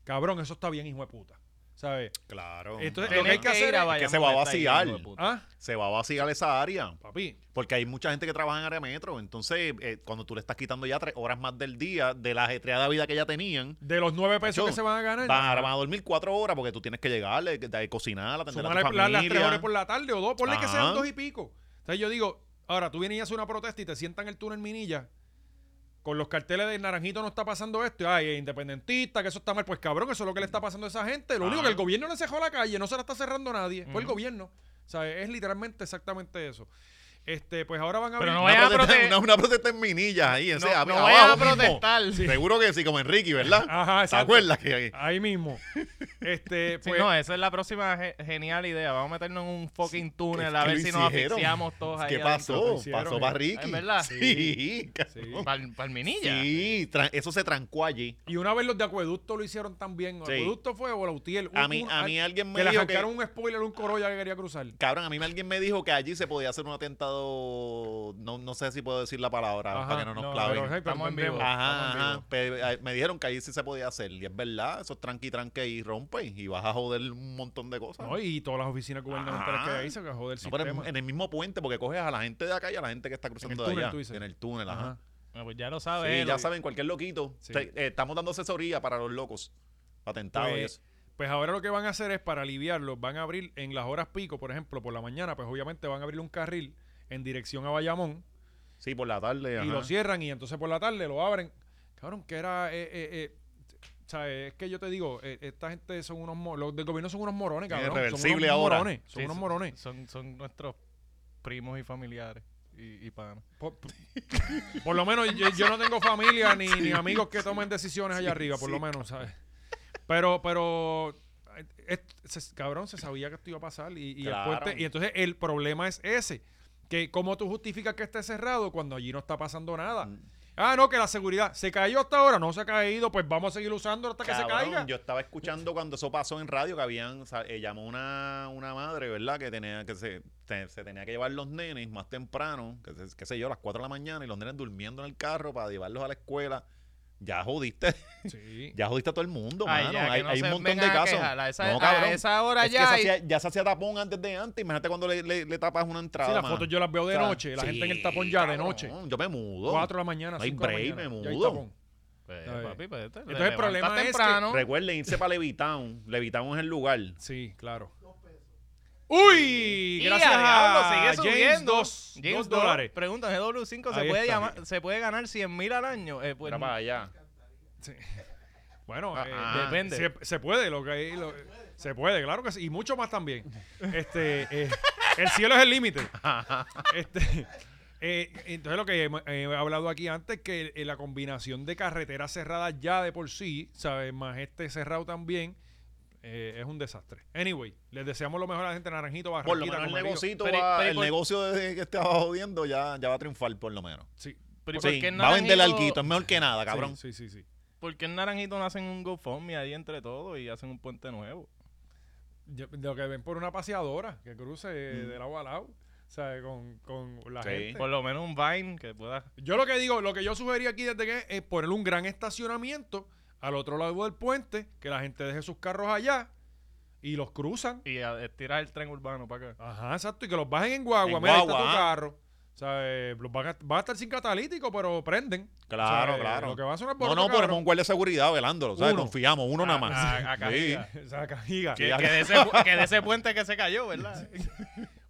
Speaker 2: cabrón, eso está bien, hijo de puta. ¿Sabes?
Speaker 3: Claro.
Speaker 2: Entonces,
Speaker 3: claro.
Speaker 2: lo que hay que hacer es-
Speaker 3: que se va a vaciar.
Speaker 2: Ah,
Speaker 3: Se va a vaciar esa área.
Speaker 2: papi.
Speaker 3: Porque hay mucha gente que trabaja en área metro. Entonces, eh, cuando tú le estás quitando ya tres horas más del día de la ajetreada vida que ya tenían,
Speaker 2: De los nueve pesos
Speaker 3: Macho,
Speaker 2: que se van a ganar.
Speaker 3: van a, van a dormir cuatro horas porque tú tienes que llegarle, que- de- cocinar, atender a
Speaker 2: Sumarle
Speaker 3: tu
Speaker 2: la- las tres
Speaker 3: familia.
Speaker 2: horas por la tarde o dos, ponle que sean
Speaker 3: Ajá.
Speaker 2: dos y pico. O sea, yo digo, ahora tú vienes y haces una protesta y te sientan el túnel Minilla con los carteles de Naranjito no está pasando esto. Ay, es independentista, que eso está mal. Pues cabrón, eso es lo que le está pasando a esa gente. Lo único que el gobierno le cerró la calle, no se la está cerrando nadie. Fue el gobierno. O sea, es literalmente exactamente eso. Este, pues ahora van a
Speaker 4: Pero
Speaker 2: abrir-
Speaker 4: no
Speaker 3: Una,
Speaker 4: vayan a
Speaker 3: protesta,
Speaker 4: protestar.
Speaker 3: una- una protesta en minillas ahí. En
Speaker 4: No,
Speaker 3: ese-
Speaker 4: no
Speaker 3: abajo
Speaker 4: vayan a
Speaker 3: mismo.
Speaker 4: protestar. Sí.
Speaker 3: Seguro que sí, como Enrique, ¿verdad?
Speaker 2: Ajá,
Speaker 3: ¿Te
Speaker 2: Ah, exacto.
Speaker 3: acuerdas que
Speaker 2: Ahí mismo. Este,
Speaker 4: Sí,
Speaker 2: pues,
Speaker 4: no, esa es la próxima ge- genial idea. Vamos a meternos en un fucking túnel
Speaker 3: que-
Speaker 4: a
Speaker 3: que
Speaker 4: ver
Speaker 3: lo
Speaker 4: si nos
Speaker 3: hicieron.
Speaker 4: asfixiamos todos ahí.
Speaker 3: ¿Qué
Speaker 2: lo
Speaker 3: pasó?
Speaker 2: hicieron,
Speaker 3: Pasó para
Speaker 2: eh.
Speaker 3: Ricky.
Speaker 4: ¿Es verdad?
Speaker 3: Sí.
Speaker 2: sí.
Speaker 4: Para el minilla.
Speaker 3: Sí, tra- eso se trancó allí.
Speaker 2: Y una vez los de Acueducto lo hicieron también.
Speaker 3: Sí.
Speaker 2: Acueducto fue o Lautiel.
Speaker 3: A
Speaker 2: Un-
Speaker 3: mí-
Speaker 2: un-
Speaker 3: a mí alguien me
Speaker 2: que
Speaker 3: dijo
Speaker 2: le
Speaker 3: que-
Speaker 2: arrancaron un spoiler, un corolla que quería cruzar.
Speaker 3: Cabrón, a mí alguien me dijo que allí se podía hacer un atentado. No, no sé si puedo decir la palabra
Speaker 2: Ajá,
Speaker 3: para que no nos
Speaker 2: no,
Speaker 3: claven.
Speaker 2: pero, hey, pero
Speaker 4: Estamos en
Speaker 2: entendemos.
Speaker 4: vivo.
Speaker 3: Ajá,
Speaker 4: estamos en
Speaker 3: ajá.
Speaker 4: vivo.
Speaker 3: Pe- eh, Me dijeron que allí sí se podía hacer. Y es verdad, esos tranqui tranque y rompen. Y vas a joder un montón de cosas.
Speaker 2: No, y todas las oficinas gubernamentales
Speaker 3: Ajá.
Speaker 2: que hay se cagó del
Speaker 3: No, pero en-
Speaker 2: sistema.
Speaker 3: en el mismo puente, porque coges a la gente de acá y a la gente que está cruzando
Speaker 2: túnel, tú
Speaker 3: de
Speaker 2: dices.
Speaker 3: allá. En el túnel, ajá.
Speaker 2: Ajá.
Speaker 4: Ah, Pues ya lo sabes.
Speaker 3: Sí, ya
Speaker 4: Eloy.
Speaker 3: saben, cualquier loquito.
Speaker 2: Sí.
Speaker 3: Te- eh, estamos dando asesoría para los locos. Atentados y
Speaker 2: Pues,
Speaker 3: eso.
Speaker 2: pues ahora lo que van a hacer es para aliviarlos, van a abrir en las horas pico, por ejemplo, por la mañana, pues obviamente van a abrir un carril en dirección a Bayamón
Speaker 3: Sí, por la tarde.
Speaker 2: y
Speaker 3: ajá.
Speaker 2: lo cierran y entonces por la tarde lo abren. Cabrón, que era... eh, eh, eh, o sea, es que yo te digo, eh, esta gente son unos... mo- Los del gobierno son unos morones,
Speaker 3: Es
Speaker 2: cabrón. son
Speaker 3: irreversible
Speaker 2: unos
Speaker 3: ahora.
Speaker 2: morones, son
Speaker 4: Sí,
Speaker 2: unos
Speaker 4: son-
Speaker 2: morones.
Speaker 4: Son, son nuestros primos y familiares y, y panas.
Speaker 2: Por, por- por lo menos yo, yo no tengo familia ni, ni amigos que tomen decisiones allá arriba, por lo menos, ¿sabes? Pero, pero, eh, eh, se- cabrón, se sabía que esto iba a pasar y, y el
Speaker 3: Claro.
Speaker 2: puente- y entonces el problema es ese, que cómo tú justificas que esté cerrado cuando allí no está pasando nada.
Speaker 3: Mm.
Speaker 2: Ah, no, que la seguridad se cayó hasta ahora, no se ha caído, pues vamos a seguir usando hasta que
Speaker 3: Cabrón,
Speaker 2: se caiga.
Speaker 3: Yo estaba escuchando cuando eso pasó en radio que habían, o sea, eh, llamó una, una madre, ¿verdad? Que tenía que se, te- se tenía que llevar los nenes más temprano, que se- qué sé yo, a las 4 de la mañana y los nenes durmiendo en el carro para llevarlos a la escuela. Ya jodiste,
Speaker 2: Sí.
Speaker 3: ya jodiste a todo el mundo,
Speaker 4: Ay,
Speaker 3: mano.
Speaker 4: ya, que
Speaker 3: Hay,
Speaker 4: no
Speaker 3: hay
Speaker 4: se
Speaker 3: un montón de
Speaker 4: vengan a
Speaker 3: casos.
Speaker 4: quejar. A esa-
Speaker 3: No,
Speaker 4: a
Speaker 3: cabrón.
Speaker 4: esa hora
Speaker 3: Es que
Speaker 4: ya
Speaker 3: se
Speaker 4: hay-
Speaker 3: hacía- ya se hacía tapón antes de antes. Imagínate cuando le, le- le tapas una entrada.
Speaker 2: Sí, las
Speaker 3: mano.
Speaker 2: fotos yo las veo de
Speaker 3: O sea,
Speaker 2: noche, la
Speaker 3: sí,
Speaker 2: gente en el tapón ya de
Speaker 3: cabrón,
Speaker 2: noche.
Speaker 3: Yo me mudo.
Speaker 2: 4 de la mañana,
Speaker 3: No hay
Speaker 2: 5 de la
Speaker 3: break,
Speaker 2: mañana.
Speaker 3: me
Speaker 2: ya hay
Speaker 3: mudo.
Speaker 2: tapón.
Speaker 4: Pues,
Speaker 2: Ay.
Speaker 4: papi, pues, te- te
Speaker 2: Entonces, el problema
Speaker 4: levantas
Speaker 2: es que-
Speaker 4: temprano.
Speaker 3: Recuerden irse para Levitown. Levitown es el lugar.
Speaker 2: Sí, claro. ¡Uy!
Speaker 4: Y
Speaker 2: Gracias
Speaker 4: a
Speaker 2: a,
Speaker 4: diablo, sigue
Speaker 2: James
Speaker 4: subiendo.
Speaker 2: 2
Speaker 4: James dos.
Speaker 2: dólares.
Speaker 4: Preguntan, GW5, ¿se
Speaker 2: Ahí
Speaker 4: puede,
Speaker 2: está.
Speaker 4: llamar- ¿se puede ganar 100 mil al año? Eh, pues,
Speaker 3: Mira para allá.
Speaker 2: Sí. Bueno,
Speaker 3: Ah,
Speaker 2: eh,
Speaker 3: ah.
Speaker 2: depende. Se, se puede, lo que hay, lo- se puede, claro que sí. Y mucho más también. Este, eh, el cielo es el límite. Este, eh, entonces, lo que hemos- eh, he hablado aquí antes, que eh, la combinación de carreteras cerradas ya de por sí, ¿sabes? Más este cerrado también, eh, es un desastre. Anyway, les deseamos lo mejor a la gente de Naranjito,
Speaker 3: Por lo
Speaker 2: Barranquita,
Speaker 3: menos el
Speaker 2: Comerío.
Speaker 3: negocito
Speaker 4: Pero-
Speaker 3: va-
Speaker 4: pero-
Speaker 3: el
Speaker 4: por-
Speaker 3: negocio de- que estaba jodiendo ya, ya va a triunfar por lo menos.
Speaker 2: Sí.
Speaker 4: pero ¿y por
Speaker 3: Sí,
Speaker 4: qué en
Speaker 3: va a vender
Speaker 4: Naranjito-
Speaker 3: alquito, es mejor que nada, cabrón.
Speaker 2: Sí, sí, sí. sí.
Speaker 4: ¿Por qué en Naranjito no hacen un GoFundMe ahí entre todos y hacen un puente nuevo?
Speaker 2: Yo- lo que ven por una paseadora que cruce de lado a lado, o sea, con, con la
Speaker 3: Mm. Sí.
Speaker 2: gente.
Speaker 4: Por lo menos un Vine que pueda...
Speaker 2: Yo lo que digo, lo que yo sugería aquí desde que es poner un gran estacionamiento al otro lado del puente, que la gente deje sus carros allá y los cruzan.
Speaker 4: Y a- estirar el tren urbano para acá.
Speaker 2: Ajá, exacto, y que los bajen en guagua.
Speaker 3: En
Speaker 2: Mira, ahí está
Speaker 3: guagua,
Speaker 2: tu
Speaker 3: ah.
Speaker 2: carro. O sea, eh, los van a, van a estar sin catalítico, pero prenden. O
Speaker 3: Claro,
Speaker 2: sea, eh,
Speaker 3: claro.
Speaker 2: Lo que va a ser un
Speaker 3: No, no, ponemos un guardia de seguridad velándolo, ¿sabes?
Speaker 2: Uno.
Speaker 3: Confiamos, uno nada más.
Speaker 4: a- a
Speaker 3: Sí.
Speaker 4: Cajiga.
Speaker 2: O sea, cajiga.
Speaker 3: Que-
Speaker 4: Que de, ese, pu- que de ese puente que se cayó, ¿verdad?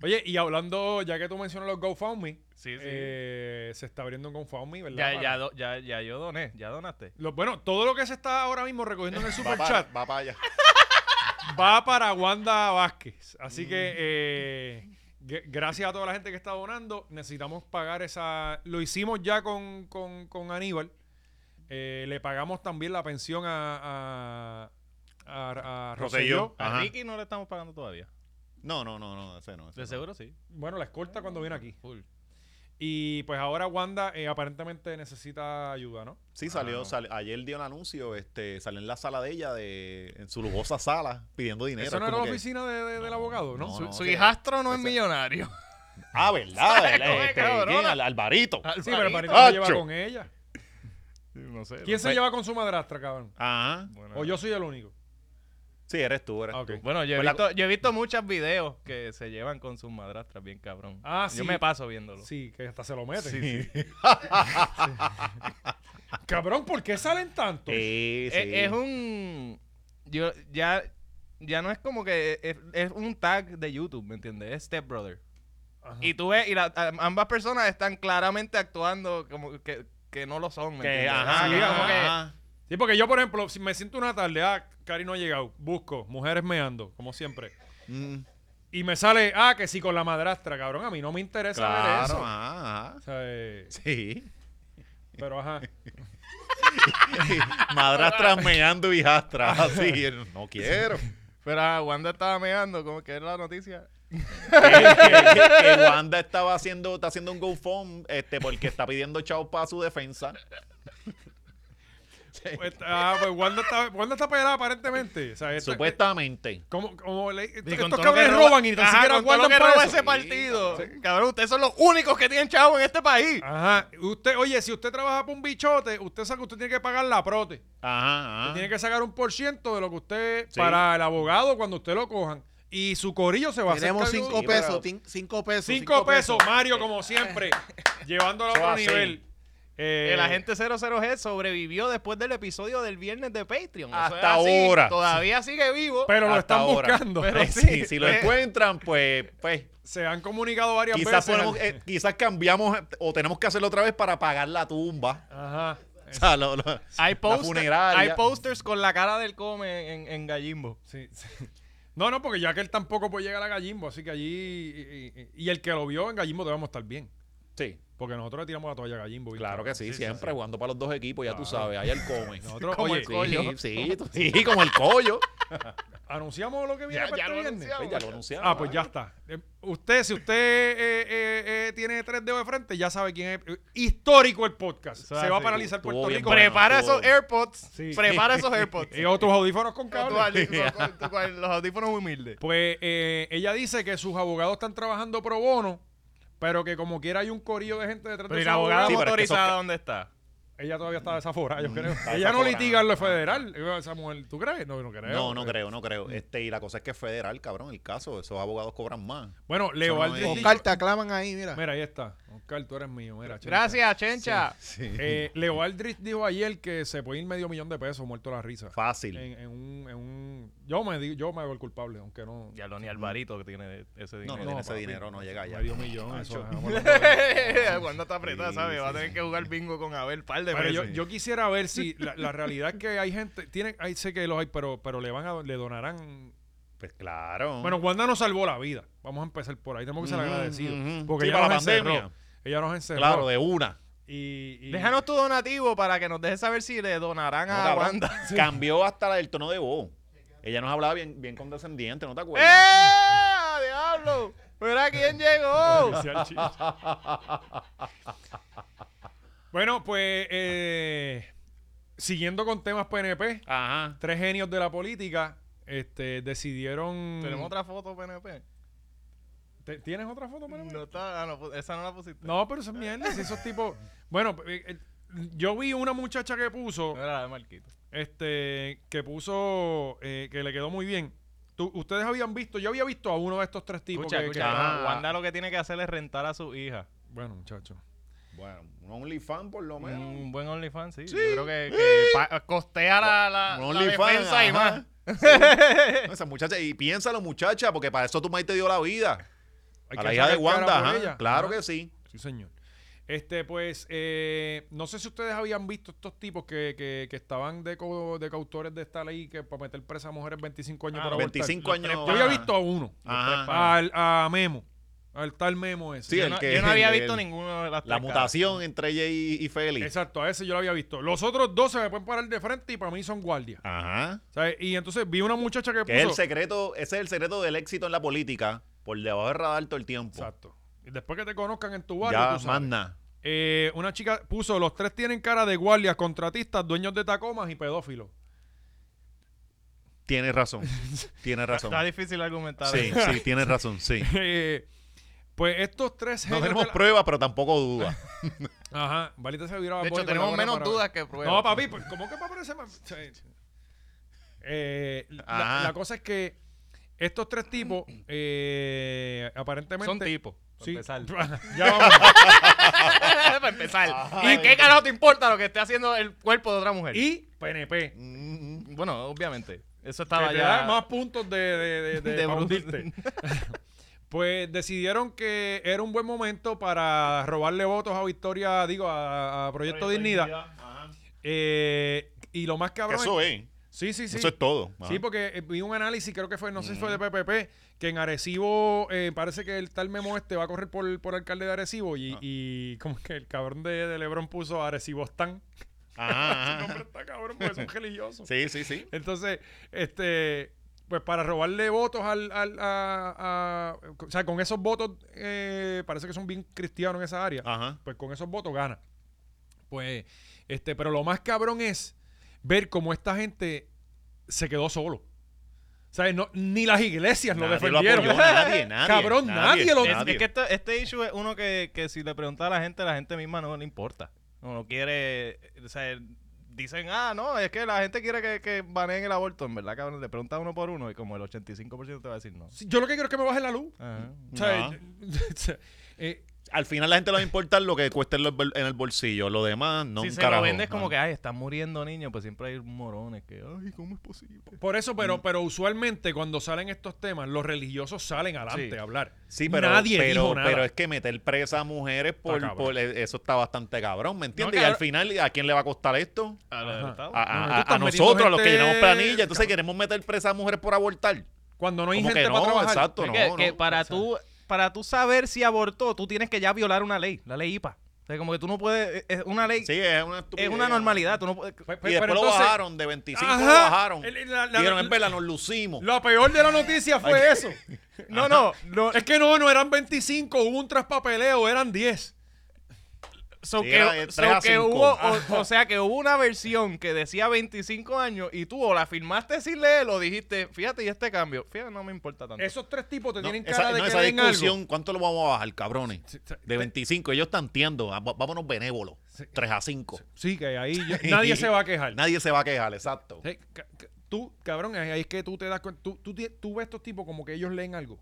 Speaker 2: Oye, y hablando, ya que tú mencionas los GoFundMe,
Speaker 4: Sí, sí.
Speaker 2: eh, se está abriendo un GoFundMe, ¿verdad?
Speaker 4: Ya,
Speaker 2: Para-
Speaker 4: ya, do- ya, ya yo doné, ya donaste.
Speaker 2: Lo- bueno, todo lo que se está ahora mismo recogiendo en el
Speaker 3: Va
Speaker 2: super
Speaker 3: para,
Speaker 2: chat
Speaker 3: va para allá.
Speaker 2: va para Wanda Vázquez. Así que
Speaker 3: Mm.
Speaker 2: eh, g- gracias a toda la gente que está donando. Necesitamos pagar esa. Lo hicimos ya con, con- con Aníbal. Eh, le pagamos también la pensión a, a, a- a Rosselló.
Speaker 3: Rosselló.
Speaker 4: A
Speaker 3: Ajá.
Speaker 4: Ricky no le estamos pagando todavía.
Speaker 3: No, no, no, no, ese no. ese
Speaker 4: De
Speaker 3: no.
Speaker 4: seguro sí.
Speaker 2: Bueno, la escolta cuando viene aquí.
Speaker 4: Full.
Speaker 2: Y pues ahora Wanda eh, aparentemente necesita ayuda, ¿no?
Speaker 3: Sí, salió,
Speaker 4: no.
Speaker 3: sal- ayer dio el anuncio, este, salió en la sala de ella, de, en su lujosa sala, pidiendo dinero.
Speaker 2: Eso no
Speaker 3: es
Speaker 2: era la
Speaker 3: como que-
Speaker 2: oficina de- de- del abogado, ¿no?
Speaker 3: No,
Speaker 4: su
Speaker 3: no,
Speaker 4: su
Speaker 3: que-
Speaker 4: hijastro no es
Speaker 3: ese-
Speaker 4: millonario.
Speaker 3: Ah, ¿verdad?
Speaker 4: Sale,
Speaker 3: ¿verdad?
Speaker 4: coge,
Speaker 3: Este,
Speaker 4: cabrona.
Speaker 3: ¿quién? Al- Alvarito.
Speaker 2: Sí, pero Marito
Speaker 4: Alvarito.
Speaker 2: se lleva
Speaker 3: Acho.
Speaker 2: con ella.
Speaker 4: No sé.
Speaker 2: ¿Quién se
Speaker 3: Pues-
Speaker 2: lleva con su madrastra, cabrón?
Speaker 3: Ajá.
Speaker 4: Bueno,
Speaker 2: O yo soy el único.
Speaker 3: Sí, eres tú, eres
Speaker 2: Ah, ok.
Speaker 3: tú.
Speaker 4: Bueno, yo he,
Speaker 3: Pues la-
Speaker 4: visto, yo he visto muchos videos que se llevan con sus madrastras bien cabrón.
Speaker 2: Ah,
Speaker 4: Yo
Speaker 2: sí.
Speaker 4: me paso viéndolo.
Speaker 2: Sí, que hasta se lo mete.
Speaker 4: Sí, sí.
Speaker 2: Cabrón, ¿por qué salen tanto?
Speaker 4: Eh.
Speaker 3: Sí, sí.
Speaker 4: Es, es un... Yo ya... Ya no es como que... Es, es un tag de YouTube, ¿me entiendes? Es Step Brother.
Speaker 2: Ajá.
Speaker 4: Y tú ves... Y la- a- ambas personas están claramente actuando como que, que no lo son, ¿me
Speaker 3: Que,
Speaker 4: entiendes?
Speaker 3: ajá,
Speaker 4: Sí,
Speaker 3: que-
Speaker 4: como que-
Speaker 3: ajá.
Speaker 2: Sí, porque yo, por ejemplo, si me siento una tarde, ah, Cari no ha llegado, busco, mujeres meando, como siempre.
Speaker 3: Mm,
Speaker 2: Y me sale, ah, que sí, con la madrastra, cabrón, a mí no me interesa ver
Speaker 3: claro,
Speaker 2: eso.
Speaker 3: ajá, ajá.
Speaker 2: O sea, eh,
Speaker 3: Sí.
Speaker 2: pero ajá.
Speaker 3: Madrastra meando hijastra. Así, él, no quiero.
Speaker 4: Pero ah, Wanda estaba meando, como que era la noticia.
Speaker 3: que, que- que Wanda estaba haciendo, está haciendo un GoFundMe este, porque está pidiendo chao para su defensa.
Speaker 2: Pues, ah, pues Wanda está, Wanda está pelada aparentemente. O sea, esta-
Speaker 3: Supuestamente.
Speaker 2: como, como le- estos
Speaker 4: Y con todo lo que
Speaker 2: cabrones
Speaker 4: roba-
Speaker 2: roban y ni tan
Speaker 4: Ajá,
Speaker 2: siquiera
Speaker 4: con todo lo
Speaker 2: guardan
Speaker 4: que
Speaker 2: para
Speaker 4: roba
Speaker 2: eso.
Speaker 4: ese partido. Cabrón, ustedes son los únicos que tienen chavo en este país.
Speaker 2: Ajá. Usted, oye, si usted trabaja para un bichote, usted sabe que usted tiene que pagar la prote.
Speaker 3: Ajá,
Speaker 2: Tiene
Speaker 3: ajá.
Speaker 2: que sacar un por ciento de lo que usted
Speaker 3: Sí.
Speaker 2: para el abogado cuando usted lo cojan. Y su corillo se va a
Speaker 5: Tenemos
Speaker 2: hacer. cargo-
Speaker 5: cinco
Speaker 3: Sí,
Speaker 5: pesos,
Speaker 3: pero-
Speaker 5: tin- cinco pesos.
Speaker 2: Cinco pesos, Mario, como siempre. llevándolo a
Speaker 3: Eso
Speaker 2: otro
Speaker 3: así.
Speaker 2: nivel. Eh,
Speaker 4: El agente 00G sobrevivió después del episodio del viernes de Patreon. Eso es
Speaker 3: Hasta
Speaker 4: así,
Speaker 3: ahora.
Speaker 4: Todavía sigue vivo.
Speaker 2: Pero lo
Speaker 3: Hasta
Speaker 2: están
Speaker 3: ahora.
Speaker 2: buscando.
Speaker 4: Pero
Speaker 3: Eh,
Speaker 4: sí,
Speaker 3: sí, si lo
Speaker 4: eh.
Speaker 3: encuentran, pues, pues
Speaker 2: Se han comunicado varias veces.
Speaker 3: quizás, ponemos-
Speaker 2: al-
Speaker 3: eh, quizás cambiamos eh, o tenemos que hacerlo otra vez para pagar la tumba.
Speaker 2: Ajá. Ah.
Speaker 3: O sea, lo- lo-
Speaker 4: hay,
Speaker 3: la
Speaker 4: poster- hay
Speaker 3: funeraria.
Speaker 4: posters con la cara del come en, en gallimbo.
Speaker 2: Sí, sí. No, no, porque ya que él tampoco puede llegar a Gallimbo, así que allí. Y, y- y el que lo vio en Gallimbo debemos estar bien.
Speaker 3: Sí,
Speaker 2: Porque nosotros le tiramos la toalla a Gallimbo. bien
Speaker 3: claro que sí, siempre jugando para los dos equipos, ya tú sabes, ahí el come.
Speaker 2: Nosotros,
Speaker 4: Como
Speaker 2: oye,
Speaker 4: el co-
Speaker 3: Sí,
Speaker 4: Collo.
Speaker 3: sí, tú- sí, como el collo.
Speaker 2: anunciamos lo que viene
Speaker 4: Ya-
Speaker 2: para
Speaker 4: ya
Speaker 2: este
Speaker 4: lo
Speaker 2: viernes.
Speaker 4: anunciamos.
Speaker 3: Pues ya lo anunciaron.
Speaker 2: Ah, pues ya está. Eh, Usted, si usted eh, eh, eh, tiene tres dedos de frente, ya sabe quién es. Eh, Histórico el podcast.
Speaker 4: es
Speaker 2: Se va a
Speaker 4: así.
Speaker 2: paralizar
Speaker 3: Estuvo
Speaker 2: Puerto
Speaker 3: bien
Speaker 2: Rico.
Speaker 3: bueno.
Speaker 4: Prepara
Speaker 3: todo.
Speaker 4: esos AirPods.
Speaker 2: Sí.
Speaker 4: Prepara esos AirPods.
Speaker 2: Y otros audífonos con
Speaker 4: Con tu
Speaker 2: cable.
Speaker 4: audí- con- con- con los audífonos humildes.
Speaker 2: Pues eh, ella dice que sus abogados están trabajando pro bono, pero que como quiera hay un corillo de gente detrás
Speaker 4: Pero
Speaker 2: de
Speaker 4: ¿y
Speaker 2: sus
Speaker 4: la abogada
Speaker 2: abogados.
Speaker 3: Sí, pero es que
Speaker 4: motorizada
Speaker 3: esos-
Speaker 4: dónde está?
Speaker 2: Ella todavía está desaforada, yo creo.
Speaker 3: Mm, está
Speaker 2: ella no
Speaker 3: desaforada.
Speaker 2: litiga en lo federal. Eh, Samuel, ¿tú crees? No, no creo.
Speaker 3: No, no creo, no creo. Este, y la cosa es que es federal, cabrón, el caso. Esos abogados cobran más.
Speaker 2: Bueno, Leo
Speaker 3: no
Speaker 2: Aldrich
Speaker 3: es.
Speaker 2: dijo-
Speaker 5: Oscar, te aclaman ahí, mira.
Speaker 2: Mira, ahí está. Oscar, tú eres mío. Mira, chinga.
Speaker 4: Gracias, Chencha.
Speaker 2: Eh, Leo Aldrich dijo ayer que se puede ir medio millón de pesos muerto la risa.
Speaker 3: Fácil.
Speaker 2: En, en un, en un- yo me di- yo me hago el culpable, aunque no.
Speaker 4: Ya lo ni Alvarito que tiene ese
Speaker 3: No,
Speaker 4: dinero.
Speaker 3: no, tiene ese
Speaker 2: papi,
Speaker 3: dinero, no llega allá. Ah,
Speaker 2: medio millón, eso
Speaker 3: Acho.
Speaker 2: es amor.
Speaker 4: Cuando está apretada,
Speaker 3: Sí,
Speaker 4: ¿sabes? Va a
Speaker 3: sí,
Speaker 4: tener que jugar bingo con Abel par de
Speaker 2: Pero yo,
Speaker 4: veces.
Speaker 2: yo quisiera ver si la, la realidad es que hay gente, tienen, ahí sé que los hay, pero, pero le van a le donarán.
Speaker 3: Pues claro.
Speaker 2: Bueno, Wanda nos salvó la vida. Vamos a empezar por ahí. Tenemos que ser
Speaker 3: Ujú,
Speaker 2: agradecidos.
Speaker 3: ujú.
Speaker 2: Porque
Speaker 3: Sí,
Speaker 2: ella
Speaker 3: para
Speaker 2: nos
Speaker 3: la
Speaker 2: encerró.
Speaker 3: pandemia.
Speaker 2: Ella nos encerró.
Speaker 3: claro, de una.
Speaker 2: y, y-
Speaker 4: Déjanos tu donativo para que nos dejes saber si le donarán
Speaker 3: No,
Speaker 4: a
Speaker 3: cabrón,
Speaker 4: Wanda.
Speaker 3: Cambió hasta la- el tono de voz. Ella nos hablaba bien, bien condescendiente, ¿no te
Speaker 4: ¡Eh!
Speaker 3: acuerdas?
Speaker 4: ¡Diablo! ¡Mira quién llegó!
Speaker 2: Decía el chiste. bueno, pues eh, siguiendo con temas PNP,
Speaker 3: Ajá.
Speaker 2: tres genios de la política este, decidieron.
Speaker 4: ¿Tenemos otra foto, PNP?
Speaker 2: ¿Te- ¿Tienes otra foto, PNP?
Speaker 4: No está, ah, no, pu- esa no la pusiste.
Speaker 2: No, pero eso es mierda. si esos tipos. Bueno, eh, eh, yo vi una muchacha que puso,
Speaker 3: Ah.
Speaker 4: No era la de Marquito.
Speaker 2: este, que puso, eh, que le quedó muy bien. Tú- ustedes habían visto, yo había visto a uno de estos tres tipos.
Speaker 4: Escucha,
Speaker 2: que- que-
Speaker 4: escucha.
Speaker 3: Ajá.
Speaker 4: Wanda lo que tiene que hacer es rentar a su hija.
Speaker 2: Bueno, muchachos.
Speaker 3: Bueno, un OnlyFans por lo menos.
Speaker 4: Un buen OnlyFans, sí. Yo creo que, que pa- costea la, la,
Speaker 3: Un
Speaker 4: la
Speaker 3: OnlyFans,
Speaker 4: defensa y
Speaker 3: ajá.
Speaker 4: más.
Speaker 3: No, esa muchacha, y piénsalo, muchacha, porque para eso tu madre te dio la vida.
Speaker 2: Hay
Speaker 3: a
Speaker 2: que
Speaker 3: la hija de
Speaker 2: sacar cara
Speaker 3: Wanda,
Speaker 2: por
Speaker 3: ajá,
Speaker 2: ella.
Speaker 3: claro
Speaker 2: Ajá.
Speaker 3: que sí.
Speaker 2: Sí, señor. Este, pues, eh, no sé si ustedes habían visto estos tipos que, que, que estaban de, co- de cautores de esta ley que para meter presa a mujeres 25 años
Speaker 4: Ah,
Speaker 2: por
Speaker 4: los
Speaker 2: abortar.
Speaker 3: 25
Speaker 4: los tres
Speaker 3: años. ah.
Speaker 2: Yo había visto a uno.
Speaker 3: Ajá.
Speaker 2: Al, a Memo. Al tal Memo ese.
Speaker 3: Sí,
Speaker 4: Yo
Speaker 3: el
Speaker 4: no,
Speaker 3: que-
Speaker 4: yo no había
Speaker 3: el-
Speaker 4: visto
Speaker 3: el-
Speaker 4: ninguno de las
Speaker 3: La
Speaker 4: tres
Speaker 3: mutación entre ella y, y Félix.
Speaker 2: Exacto, a ese yo lo había visto. Los otros dos se me pueden parar de frente y para mí son guardias.
Speaker 3: Ajá.
Speaker 2: ¿Sabes? Y entonces vi una muchacha que
Speaker 3: Que es el
Speaker 2: Pues puso...
Speaker 3: secreto, ese es el secreto del éxito en la política, por debajo del radar todo el tiempo.
Speaker 2: Exacto. Y después que te conozcan en tu barrio,
Speaker 3: Ya,
Speaker 2: tú sabes.
Speaker 3: manda.
Speaker 2: Eh, una chica puso, los tres tienen cara de guardias, contratistas, dueños de tacomas y pedófilos.
Speaker 3: Tienes razón. Tienes
Speaker 4: caras.
Speaker 3: razón.
Speaker 4: Está difícil argumentar.
Speaker 3: Sí,
Speaker 4: eso.
Speaker 3: sí, tienes razón, sí.
Speaker 2: Eh, pues estos tres
Speaker 3: No
Speaker 2: genios
Speaker 3: tenemos
Speaker 2: de la-
Speaker 3: pruebas, pero tampoco dudas.
Speaker 2: Ajá, Valita se viraba
Speaker 4: De
Speaker 2: por ahí con
Speaker 4: hecho,
Speaker 2: la
Speaker 4: tenemos
Speaker 2: hora
Speaker 4: menos
Speaker 2: para-
Speaker 4: dudas que pruebas.
Speaker 2: No, papi, pues, ¿cómo que para parecer más? Eh, la,
Speaker 3: Ajá.
Speaker 2: la cosa es que estos tres tipos, eh, aparentemente.
Speaker 4: Son tipos. para
Speaker 2: Sí.
Speaker 4: empezar.
Speaker 2: ya vamos.
Speaker 4: para empezar. ¿Y qué carajo te importa lo que esté haciendo el cuerpo de otra mujer?
Speaker 2: Y PNP.
Speaker 3: Mm,
Speaker 4: Bueno, obviamente.
Speaker 2: Que
Speaker 4: Eso estaba
Speaker 2: te
Speaker 4: ya.
Speaker 2: da más puntos de, de, de, de-
Speaker 4: De
Speaker 2: para
Speaker 4: bu-
Speaker 2: hundirte. Pues decidieron que era un buen momento para robarle votos a Victoria, digo, a, a Proyecto, Dignidad.
Speaker 3: ajá.
Speaker 2: Eh, y lo más
Speaker 3: Que
Speaker 2: cabrón.
Speaker 3: Eso es.
Speaker 2: Sí, sí, sí.
Speaker 3: Eso es todo. Ajá.
Speaker 2: Sí, porque eh, vi un análisis, creo que fue, no sé si fue de PPP, que en Arecibo eh, parece que el tal Memo este va a correr por, por alcalde de Arecibo y,
Speaker 3: Ah.
Speaker 2: y como que el cabrón de, de Lebron puso Arecibo Stan.
Speaker 3: Ajá,
Speaker 2: El
Speaker 3: ajá.
Speaker 2: nombre está cabrón porque es un religioso.
Speaker 3: Sí, sí, sí.
Speaker 2: Entonces, este, pues para robarle votos al, al- a, a- o sea, con esos votos eh, parece que son bien cristianos en esa área
Speaker 3: Ajá.
Speaker 2: pues con esos votos gana. Pues, este, pero lo más cabrón es ver cómo esta gente se quedó solo. O sea, no, ni las iglesias lo
Speaker 3: Nadie
Speaker 2: defendieron.
Speaker 3: apoyó, nadie, nadie,
Speaker 2: Cabrón, nadie lo-
Speaker 4: Es-
Speaker 3: nadie.
Speaker 4: Es, que esto- este issue es uno que, que si le pregunta a la gente, la gente misma no le importa. No lo quiere. O sea, dicen, ah, no, es que la gente quiere que, que baneen el aborto. En verdad, cabrón, le pregunta uno por uno y como el 85% te va a decir no.
Speaker 2: Sí, Yo lo que quiero es que me bajen la luz.
Speaker 4: Ajá.
Speaker 2: O sea,
Speaker 3: No.
Speaker 2: eh, eh,
Speaker 3: Al final la gente le va a importar lo que cueste en los bol- en el bolsillo. Lo demás, no
Speaker 4: si
Speaker 3: un
Speaker 4: se
Speaker 3: carajo.
Speaker 4: lo vendes como
Speaker 3: Ajá.
Speaker 4: que, ay, están muriendo niños, pues siempre hay morones que, ay, ¿cómo es posible?
Speaker 2: por eso,
Speaker 3: Mm.
Speaker 2: pero, pero usualmente cuando salen estos temas, los religiosos salen adelante
Speaker 4: Sí.
Speaker 2: a hablar.
Speaker 3: Sí, pero,
Speaker 2: nadie
Speaker 3: pero,
Speaker 2: dijo nada.
Speaker 3: pero es que meter presa a mujeres por,
Speaker 2: cabrón.
Speaker 3: por- eh, eso está bastante cabrón, ¿me entiendes?
Speaker 4: No,
Speaker 3: y al
Speaker 4: cabrón.
Speaker 3: final, ¿a quién le va a costar esto?
Speaker 4: A la del
Speaker 2: Ajá.
Speaker 4: Estado.
Speaker 3: A, a-
Speaker 2: No, tú
Speaker 3: a-
Speaker 2: estás
Speaker 3: a
Speaker 2: metiendo
Speaker 3: nosotros, los que
Speaker 2: gente-
Speaker 3: llenamos planilla. Entonces queremos meter presa a mujeres por abortar.
Speaker 2: Cuando no hay
Speaker 3: Como
Speaker 2: gente
Speaker 3: que no,
Speaker 2: para trabajar.
Speaker 3: exacto,
Speaker 4: Es
Speaker 3: no,
Speaker 4: que,
Speaker 3: no.
Speaker 4: que para tú para tú saber si abortó, tú tienes que ya violar una ley, la ley IPA. O sea, como que tú no puedes, eh, es una ley,
Speaker 3: Sí, eh, es una
Speaker 4: es
Speaker 3: estupidez.
Speaker 4: una normalidad, tú no puedes-
Speaker 2: Pues-
Speaker 3: Y
Speaker 2: pues-
Speaker 3: después
Speaker 2: pero
Speaker 3: lo
Speaker 2: entonces,
Speaker 3: bajaron, de 25 lo
Speaker 2: Ajá.
Speaker 3: bajaron.
Speaker 2: El- el- la- la-
Speaker 3: Dijeron, en verdad, nos lucimos.
Speaker 2: Lo peor de la noticia fue eso.
Speaker 4: No, no, no,
Speaker 2: Es que no, no eran 25, hubo un traspapeleo, eran 10.
Speaker 4: so
Speaker 3: Sí,
Speaker 4: que,
Speaker 3: era de
Speaker 4: so
Speaker 3: tres a
Speaker 4: que
Speaker 3: cinco.
Speaker 4: hubo, o, o sea que hubo una versión que decía 25 años y tú o la firmaste sin leer o dijiste, fíjate y este cambio, fíjate, no me importa tanto.
Speaker 2: Esos tres tipos te
Speaker 3: No,
Speaker 2: tienen cara
Speaker 3: esa,
Speaker 2: de
Speaker 3: no,
Speaker 2: que
Speaker 3: esa
Speaker 2: ven
Speaker 3: discusión,
Speaker 2: algo.
Speaker 3: ¿cuánto lo vamos a bajar, cabrones?
Speaker 2: Sí, sí,
Speaker 3: De
Speaker 2: sí.
Speaker 3: 25, ellos están entiendo. Ah, va- Vámonos benévolos.
Speaker 2: Sí.
Speaker 3: 3 a 5.
Speaker 2: Sí, que ahí yo- nadie se va a quejar.
Speaker 3: Nadie se va a quejar, exacto.
Speaker 2: Sí, ca- ca- tú, cabrón, ahí ahí es que tú te das cuenta. Tú, tú, ti- tú ves estos tipos como que ellos leen algo.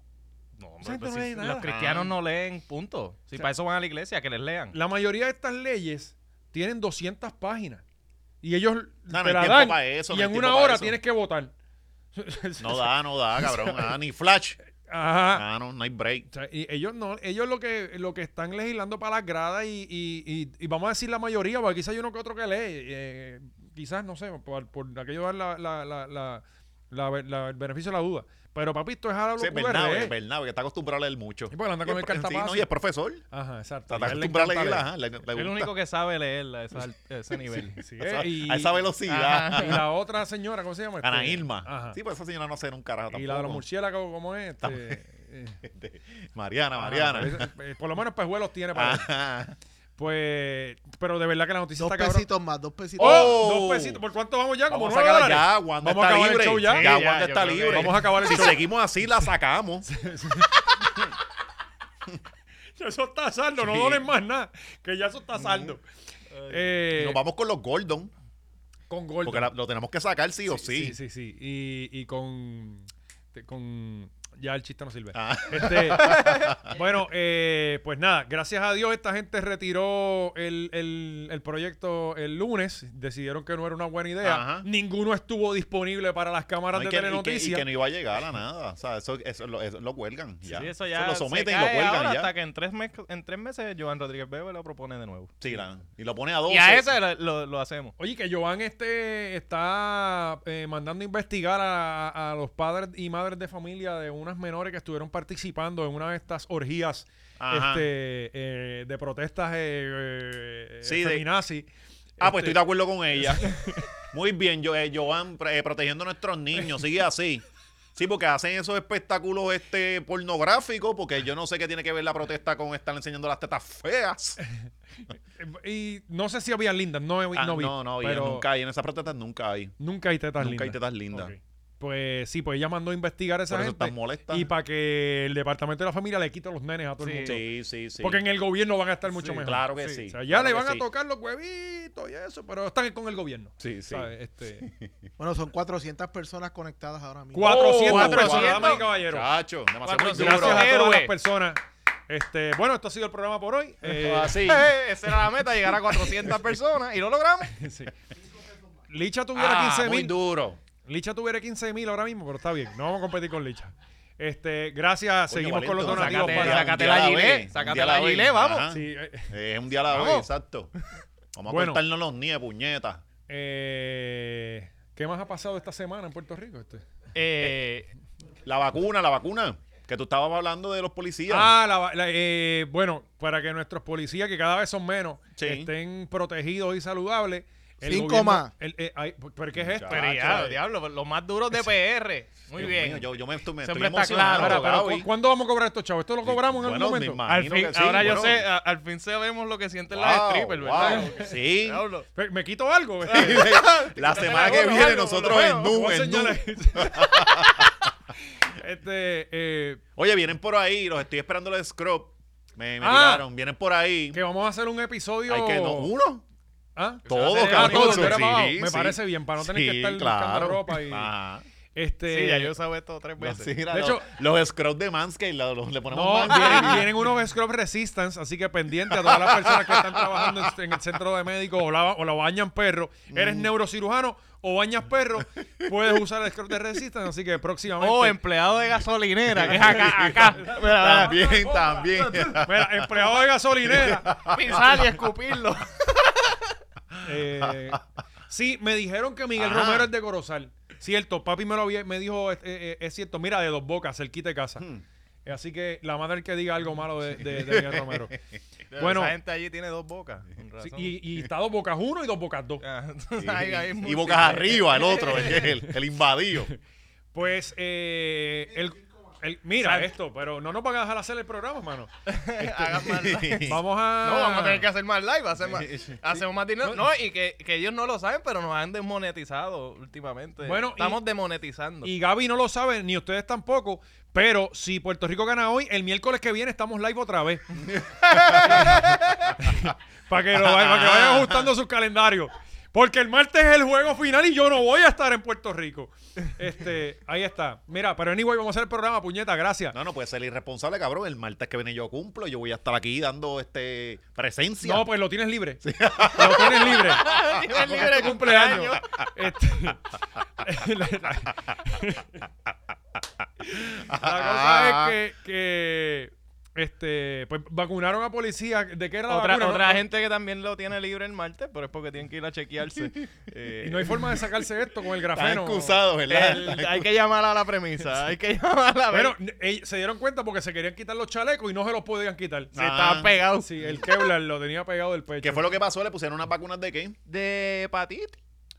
Speaker 4: No, hombre,
Speaker 2: Esa gente
Speaker 4: pues
Speaker 2: no
Speaker 4: si-
Speaker 2: lee nada.
Speaker 4: los cristianos no leen, punto. Si para eso van a la iglesia, que les lean.
Speaker 2: La mayoría de estas leyes tienen 200 páginas. Y ellos
Speaker 3: No, no
Speaker 2: te
Speaker 3: hay
Speaker 2: la
Speaker 3: tiempo
Speaker 2: dan.
Speaker 3: pa' eso,
Speaker 2: y
Speaker 3: no hay
Speaker 2: en
Speaker 3: tiempo
Speaker 2: una
Speaker 3: pa'
Speaker 2: hora
Speaker 3: eso.
Speaker 2: tienes que votar.
Speaker 3: No da, no da, cabrón. Ah, ni flash.
Speaker 2: Ajá.
Speaker 3: Ah, no, no hay break.
Speaker 2: O sea, y ellos no, ellos lo que lo que están legislando para las gradas y, y- y- y vamos a decir la mayoría, porque quizás hay uno que otro que lee, eh, quizás, no sé, por, por aquello dar la, la, la, la- la- la- el beneficio de la duda. Pero papito, es a la
Speaker 3: Sí,
Speaker 2: locura.
Speaker 3: es Bernabe,
Speaker 2: leer.
Speaker 3: es Bernabe, que está acostumbrado a leer mucho.
Speaker 2: Y pues, anda con
Speaker 3: Y
Speaker 2: el
Speaker 3: pro- sí,
Speaker 2: cartapacio.
Speaker 3: no, y es profesor. Está-
Speaker 2: Ajá, exacto. A él le
Speaker 3: Está acostumbrado a
Speaker 2: encanta
Speaker 3: leer,
Speaker 2: leer.
Speaker 3: ajá, le- le
Speaker 4: el
Speaker 3: gusta.
Speaker 4: único que sabe leer a, esa- a ese nivel.
Speaker 2: Sí,
Speaker 3: a esa-
Speaker 2: eh, y-
Speaker 3: a esa
Speaker 4: Ajá.
Speaker 3: velocidad.
Speaker 2: Y la otra señora, ¿cómo se llama? Este,
Speaker 3: Ana Irma.
Speaker 2: Ajá.
Speaker 3: Sí, pues esa señora no sé era un carajo tampoco.
Speaker 2: y la de los murciélagos, ¿cómo es? Este, eh,
Speaker 3: Este, Mariana,
Speaker 2: ajá,
Speaker 3: Mariana. Ah,
Speaker 2: pero es- eh, por lo menos pejuelos tiene para él.
Speaker 3: Ajá.
Speaker 2: Pues, pero de verdad que la noticia
Speaker 5: Dos
Speaker 2: está cabrón.
Speaker 5: pesitos más, dos pesitos más.
Speaker 2: ¡Oh!
Speaker 3: ¡Oh!
Speaker 2: Dos pesitos. ¿Por cuánto vamos ya? Como
Speaker 3: Vamos a
Speaker 2: nueve
Speaker 3: sacarla
Speaker 2: dólares.
Speaker 3: ya, Wanda
Speaker 2: Vamos a
Speaker 3: está
Speaker 2: acabar el
Speaker 3: libre.
Speaker 2: show ya.
Speaker 4: Sí,
Speaker 3: Ya,
Speaker 4: ya,
Speaker 3: Wanda
Speaker 4: yo
Speaker 3: está
Speaker 4: creo que-
Speaker 3: libre.
Speaker 2: Vamos a acabar el
Speaker 3: Si
Speaker 2: show.
Speaker 3: seguimos así, la sacamos.
Speaker 2: Eso está saldo, no
Speaker 3: Sí.
Speaker 2: donen más nada. Que ya eso está saldo. Eh,
Speaker 3: Nos vamos con los Gordon.
Speaker 2: con Gordon.
Speaker 3: Porque la- lo tenemos que sacar sí o
Speaker 2: sí,
Speaker 3: sí.
Speaker 2: sí, sí. Y, y con. te- con Ya el chiste no sirve.
Speaker 3: Ah.
Speaker 2: Este, bueno, eh, pues nada, gracias a Dios esta gente retiró el, el- el proyecto el lunes. Decidieron que no era una buena idea.
Speaker 3: Ajá.
Speaker 2: Ninguno estuvo disponible para las cámaras
Speaker 3: No, y
Speaker 2: de
Speaker 3: que- y que- y
Speaker 2: Telenoticias.
Speaker 3: que no iba a llegar a nada. O sea, eso, eso lo, eso lo huelgan. Ya.
Speaker 4: Sí, eso
Speaker 3: Eso
Speaker 4: ya
Speaker 3: lo
Speaker 4: se
Speaker 3: someten y lo
Speaker 4: cae
Speaker 3: huelgan
Speaker 4: ahora
Speaker 3: ya.
Speaker 4: Hasta que en tres, mes- en tres meses Joan Rodríguez Bebe lo propone de nuevo.
Speaker 3: Sí, la- y lo pone a 12.
Speaker 4: Y a ese lo, lo- lo hacemos.
Speaker 2: Oye, que Joan este está eh, mandando investigar a, a los padres y madres de familia de unas menores que estuvieron participando en una de estas orgías
Speaker 3: Ajá.
Speaker 2: este, eh, de protestas eh, eh,
Speaker 3: Sí, de-
Speaker 2: feminazis.
Speaker 3: Ah, pues
Speaker 2: Este,
Speaker 3: estoy de acuerdo con ella. Muy bien, yo, eh, Joan, pre- eh, protegiendo a nuestros niños, sigue así. Sí, porque hacen esos espectáculos este pornográficos, porque yo no sé qué tiene que ver la protesta con estar enseñando las tetas feas.
Speaker 2: eh, Y no sé si había lindas, no, he-
Speaker 3: Ah,
Speaker 2: no vi.
Speaker 3: no, no, y
Speaker 2: pero
Speaker 3: nunca hay. En esas protestas nunca hay.
Speaker 2: nunca hay tetas
Speaker 3: nunca hay
Speaker 2: lindas.
Speaker 3: tetas lindas.
Speaker 2: Ok. Pues sí, pues ella mandó a investigar a esa
Speaker 3: Por eso
Speaker 2: gente.
Speaker 3: están molestas.
Speaker 2: y para que el departamento de la familia le quite los nenes a todo el
Speaker 4: Sí.
Speaker 2: mundo.
Speaker 3: Sí, sí, sí.
Speaker 2: Porque en el gobierno van a estar mucho
Speaker 4: Sí,
Speaker 2: mejor.
Speaker 3: Claro que
Speaker 4: Sí.
Speaker 3: sí.
Speaker 2: O sea, ya
Speaker 3: claro
Speaker 2: le
Speaker 3: que
Speaker 2: van a
Speaker 3: sí.
Speaker 2: tocar los huevitos y eso, pero están con el gobierno.
Speaker 3: Sí, sí.
Speaker 2: ¿sabes? Este,
Speaker 5: Bueno, son 400 personas conectadas ahora mismo.
Speaker 2: 400 personas,
Speaker 4: 400.
Speaker 2: damas y caballeros.
Speaker 3: Oh, Chacho, demasiado muy
Speaker 4: 400.
Speaker 2: Gracias
Speaker 3: duro.
Speaker 2: a todas las
Speaker 4: Héroe.
Speaker 2: personas. Este, bueno, esto ha sido el programa por hoy. Eh,
Speaker 3: Esto así.
Speaker 4: Eh, esa era la meta, llegar a 400 personas y lo logramos.
Speaker 2: sí. Licha tuviera
Speaker 3: Ah,
Speaker 2: 15
Speaker 3: muy
Speaker 2: mil.
Speaker 3: duro.
Speaker 2: Licha tuviera 15 mil ahora mismo, pero está bien. No vamos a competir con Licha. Este, gracias.
Speaker 3: Coño,
Speaker 2: Seguimos con los
Speaker 3: Valento,
Speaker 2: donativos pues,
Speaker 4: sácate-
Speaker 2: para.
Speaker 3: Un
Speaker 4: sácate
Speaker 3: día
Speaker 4: la
Speaker 3: a la
Speaker 4: gilet,
Speaker 3: vez, un
Speaker 4: sácate
Speaker 3: día a
Speaker 4: la
Speaker 3: vez.
Speaker 4: gilet, vamos.
Speaker 3: Ajá.
Speaker 2: Sí, eh,
Speaker 3: Es un día a la vez,
Speaker 4: Vamos.
Speaker 3: exacto. Vamos a
Speaker 2: Bueno.
Speaker 3: cortarnos los nie, puñetas.
Speaker 2: eh, ¿Qué más ha pasado esta semana en Puerto Rico? Este?
Speaker 4: Eh,
Speaker 3: La vacuna, la vacuna. Que tú estabas hablando de los policías.
Speaker 2: Ah, la va- la- eh, bueno, para que nuestros policías, que cada vez son menos,
Speaker 3: Sí.
Speaker 2: estén protegidos y saludables.
Speaker 5: Cinco más.
Speaker 2: el- eh, ay, ¿Pero qué es esto?
Speaker 4: pero
Speaker 3: Chacho,
Speaker 4: ya,
Speaker 3: eh.
Speaker 4: diablo, los más duros de PR. Muy
Speaker 3: Dios
Speaker 4: bien.
Speaker 3: mío, yo, yo me, estu- me
Speaker 4: Ese
Speaker 3: estoy
Speaker 4: hombre está claro.
Speaker 3: emocionando.
Speaker 2: Ahora, pero
Speaker 3: Gaby.
Speaker 2: ¿cu- ¿Cuándo vamos a cobrar estos chavos? ¿Esto lo cobramos en
Speaker 3: Bueno,
Speaker 2: algún
Speaker 3: me
Speaker 2: momento?
Speaker 3: imagino
Speaker 4: Al fin-
Speaker 3: que sí,
Speaker 4: ahora yo
Speaker 3: bueno.
Speaker 4: sé, a- al fin sabemos lo que sienten
Speaker 3: Wow,
Speaker 4: las strippers, ¿verdad?
Speaker 3: wow, Sí.
Speaker 4: Diablo.
Speaker 2: Pe- ¿Me quito algo?
Speaker 3: La semana Ah, que
Speaker 4: Bueno,
Speaker 3: viene
Speaker 4: bueno,
Speaker 3: nosotros
Speaker 4: bueno,
Speaker 3: en nu,
Speaker 2: Voy a
Speaker 3: en nu.
Speaker 2: señalar- este, eh,
Speaker 3: Oye, vienen por ahí, los estoy esperando los scrub. Me, me
Speaker 2: Ah.
Speaker 3: tiraron, vienen por ahí.
Speaker 2: que vamos a hacer un episodio...
Speaker 3: Hay que no, uno.
Speaker 2: ¿Ah?
Speaker 3: Todo,
Speaker 4: Ah,
Speaker 3: cabrón.
Speaker 4: todo,
Speaker 3: sí,
Speaker 2: tú eres más bajo.
Speaker 3: sí,
Speaker 2: Me
Speaker 3: sí.
Speaker 2: parece bien, para no tener que
Speaker 3: Sí,
Speaker 2: estar buscando ropa y-
Speaker 3: Ah.
Speaker 2: Este,
Speaker 4: Sí, ya yo he usado esto tres
Speaker 3: No,
Speaker 4: veces.
Speaker 3: sí, mira,
Speaker 2: De
Speaker 3: los-
Speaker 2: hecho-
Speaker 3: los scrubs de Manscaped la- los- le ponemos
Speaker 2: No,
Speaker 3: Manscaped.
Speaker 2: vienen, vienen unos scrub resistance, así que pendiente a todas las personas que están trabajando en- en el centro de médicos o, la- o lo bañan perro.
Speaker 3: Mm.
Speaker 2: Eres neurocirujano o bañas perro, puedes usar el scrub de resistance, así que próximamente.
Speaker 3: Oh,
Speaker 4: O oh, empleado de gasolinera, que es acá, acá. Mira, mira,
Speaker 3: También, también.
Speaker 2: Mira, empleado de gasolinera.
Speaker 4: pisar y escupirlo.
Speaker 2: Eh, sí, me dijeron que Miguel
Speaker 3: Ajá.
Speaker 2: Romero es de Corozal. Cierto, papi me lo había- me dijo, eh, eh, es cierto, mira, de dos bocas, cerquita de casa.
Speaker 4: Hmm.
Speaker 2: Eh, Así que la madre que diga algo malo de, de- de Miguel Romero. Bueno.
Speaker 4: Esa gente allí tiene dos bocas. con
Speaker 2: Sí,
Speaker 4: razón.
Speaker 2: y, y está dos bocas uno y dos bocas dos.
Speaker 4: Ah,
Speaker 3: Sí.
Speaker 4: ahí- ahí es
Speaker 3: y
Speaker 4: múltiple.
Speaker 3: bocas arriba el otro, el, el, el invadido.
Speaker 2: Pues, eh, el, el- mira esto, pero no nos van a dejar hacer el programa, hermano.
Speaker 4: Hagan más live.
Speaker 2: Vamos a.
Speaker 4: No, vamos a tener que hacer más live, hacer más- hacemos más dinero. No, y que, que ellos no lo saben, pero nos han desmonetizado últimamente.
Speaker 2: Bueno, y-
Speaker 4: Estamos demonetizando.
Speaker 2: Y Gaby no lo sabe, ni ustedes tampoco. Pero si Puerto Rico gana hoy, el miércoles que viene estamos live otra vez. para que, lo vayan- para que vayan ajustando sus calendarios. Porque el martes es el juego final y yo no voy a estar en Puerto Rico. Este, ahí está. Mira, pero anyway, vamos a hacer el programa, puñeta, gracias.
Speaker 3: No, no puede ser irresponsable, cabrón. El martes que viene yo cumplo. Yo voy a estar aquí dando este presencia.
Speaker 2: No, pues lo tienes libre. Lo tienes libre.
Speaker 4: Tienes
Speaker 2: Porque
Speaker 4: libre
Speaker 2: es tu cumpleaños. Este, la, la- la
Speaker 3: Ah.
Speaker 2: cosa es que, que, este, pues vacunaron a policía. ¿De qué era la
Speaker 4: Otra,
Speaker 2: vacuna?
Speaker 4: otra
Speaker 2: No-
Speaker 4: gente que también lo tiene libre el martes, pero es porque tienen que ir a chequearse. Eh,
Speaker 2: Y no hay forma de sacarse esto con el
Speaker 3: Están
Speaker 2: grafeno.
Speaker 3: excusados, ¿verdad?
Speaker 4: el-
Speaker 3: Están
Speaker 4: hay que llamar a la premisa, hay que llamar a la
Speaker 2: Bueno, n- eh, se dieron cuenta porque se querían quitar los chalecos y no se los podían quitar.
Speaker 4: Se está
Speaker 3: Ah.
Speaker 4: pegado.
Speaker 2: Sí, el Kevlar lo tenía pegado del pecho.
Speaker 3: ¿Qué fue lo que pasó? ¿Le pusieron unas vacunas de qué?
Speaker 4: De hepatitis.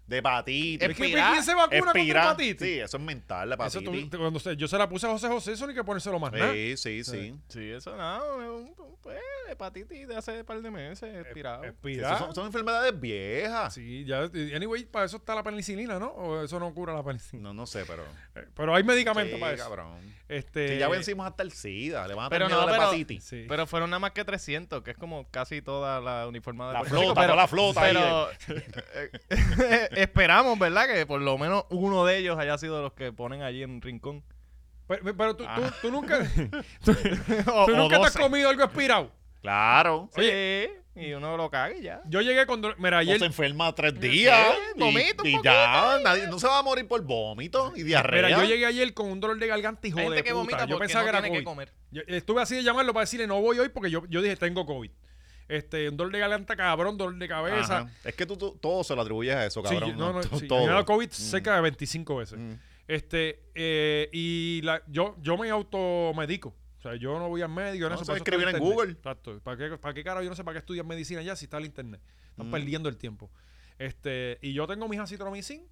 Speaker 3: De hepatitis.
Speaker 2: Es que pues,
Speaker 4: Espirá-
Speaker 2: ¿quién se vacuna contra
Speaker 3: Espirá.
Speaker 2: hepatitis?
Speaker 3: Sí, eso es mental, la
Speaker 2: Eso tú-
Speaker 3: hepatitis.
Speaker 2: cuando se- yo se la puse a José José, eso ni que ponérselo más nada.
Speaker 3: Sí, sí, sí.
Speaker 4: Sí, eso no, es un- un- pues, hepatitis de hace un par de meses, expirado.
Speaker 2: Espirá.
Speaker 3: Eso son, son enfermedades viejas.
Speaker 2: Sí, ya. Anyway, para eso está la penicilina, ¿no? O eso no cura la penicilina.
Speaker 3: No, no sé, pero.
Speaker 2: Eh, Pero hay medicamentos
Speaker 3: Sí,
Speaker 2: para eso.
Speaker 3: cabrón.
Speaker 2: Este,
Speaker 3: Si ya vencimos hasta el SIDA, le van a
Speaker 4: Pero
Speaker 3: tener
Speaker 4: no,
Speaker 3: miedo a la
Speaker 4: pero-
Speaker 3: hepatitis.
Speaker 2: Sí.
Speaker 4: Pero fueron nada más que 300, que es como casi toda la uniformada de
Speaker 3: La
Speaker 4: Puerto
Speaker 3: flota,
Speaker 4: pero-
Speaker 3: toda la flota ahí
Speaker 4: Pero eh, esperamos, ¿verdad? Que por lo menos uno de ellos haya sido los que ponen allí en rincón.
Speaker 2: Pero, pero tú, tú-
Speaker 3: Ah.
Speaker 2: tú nunca,
Speaker 4: O-
Speaker 2: tú
Speaker 4: o
Speaker 2: nunca te has
Speaker 4: 12.
Speaker 2: comido algo expirado.
Speaker 3: Claro.
Speaker 4: Sí, y uno lo caga y ya.
Speaker 2: Yo llegué con dolor- Mira,
Speaker 3: O
Speaker 2: ayer.
Speaker 3: se enferma tres días. y-
Speaker 4: vomita un
Speaker 3: y,
Speaker 4: poquito,
Speaker 3: ya, nadie, no se va a morir por vómito y diarrea.
Speaker 2: Mira, yo llegué ayer con un dolor de garganta, hijo
Speaker 4: Hay
Speaker 2: de
Speaker 4: gente que
Speaker 2: puta.
Speaker 4: vomita
Speaker 2: Yo
Speaker 4: porque
Speaker 2: pensaba
Speaker 4: no
Speaker 2: que era
Speaker 4: tiene que
Speaker 2: COVID.
Speaker 4: comer.
Speaker 2: Yo- estuve así de llamarlo para decirle no voy hoy porque yo, yo dije tengo COVID. Este, un dolor de garganta cabrón, dolor de
Speaker 3: Ajá.
Speaker 2: cabeza.
Speaker 3: Es que tú, tú- todo se lo atribuyes a eso,
Speaker 2: Sí,
Speaker 3: cabrón.
Speaker 2: yo- no, no,
Speaker 3: To-
Speaker 2: sí, yo
Speaker 3: todo.
Speaker 2: he dado COVID cerca de 25 veces.
Speaker 3: Mm.
Speaker 2: Este, eh, y la, yo, yo me automedico. O sea, yo no voy al médico.
Speaker 3: No,
Speaker 2: no, eso,
Speaker 3: se
Speaker 2: para eso está
Speaker 3: escribir
Speaker 2: el
Speaker 3: en
Speaker 2: internet.
Speaker 3: Google.
Speaker 2: Exacto. ¿Para qué, ¿Para qué carajo? Yo no sé para qué estudiar medicina ya si está el internet. Están
Speaker 3: Mm.
Speaker 2: perdiendo el tiempo. Este, y yo tengo mis acitromicin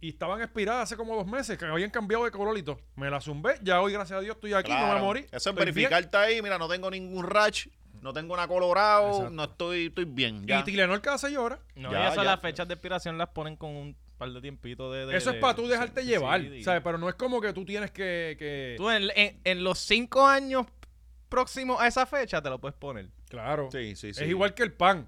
Speaker 2: y estaban expiradas hace como dos meses, que habían cambiado de color y todo. Me la zumbé, ya hoy, gracias a Dios, estoy aquí, no me
Speaker 3: Claro.
Speaker 2: morí.
Speaker 3: Eso
Speaker 2: estoy
Speaker 3: es
Speaker 2: bien.
Speaker 3: verificarte ahí. Mira, no tengo ningún rash, no tengo nada colorado,
Speaker 2: Exacto.
Speaker 3: no estoy, estoy bien. Ya.
Speaker 2: Y Tilenol cada seis horas.
Speaker 4: No,
Speaker 3: Ya,
Speaker 4: ya, son
Speaker 3: ya.
Speaker 4: las fechas de expiración las ponen con un par de tiempito de... de-
Speaker 2: Eso es
Speaker 4: de-
Speaker 2: para tú dejarte
Speaker 4: sí,
Speaker 2: llevar,
Speaker 4: sí,
Speaker 2: ¿sabes? Pero no es como que tú tienes que... que-
Speaker 4: Tú en, en- en los cinco años próximos a esa fecha te lo puedes poner.
Speaker 2: Claro.
Speaker 3: Sí, sí, sí.
Speaker 2: Es igual que el pan.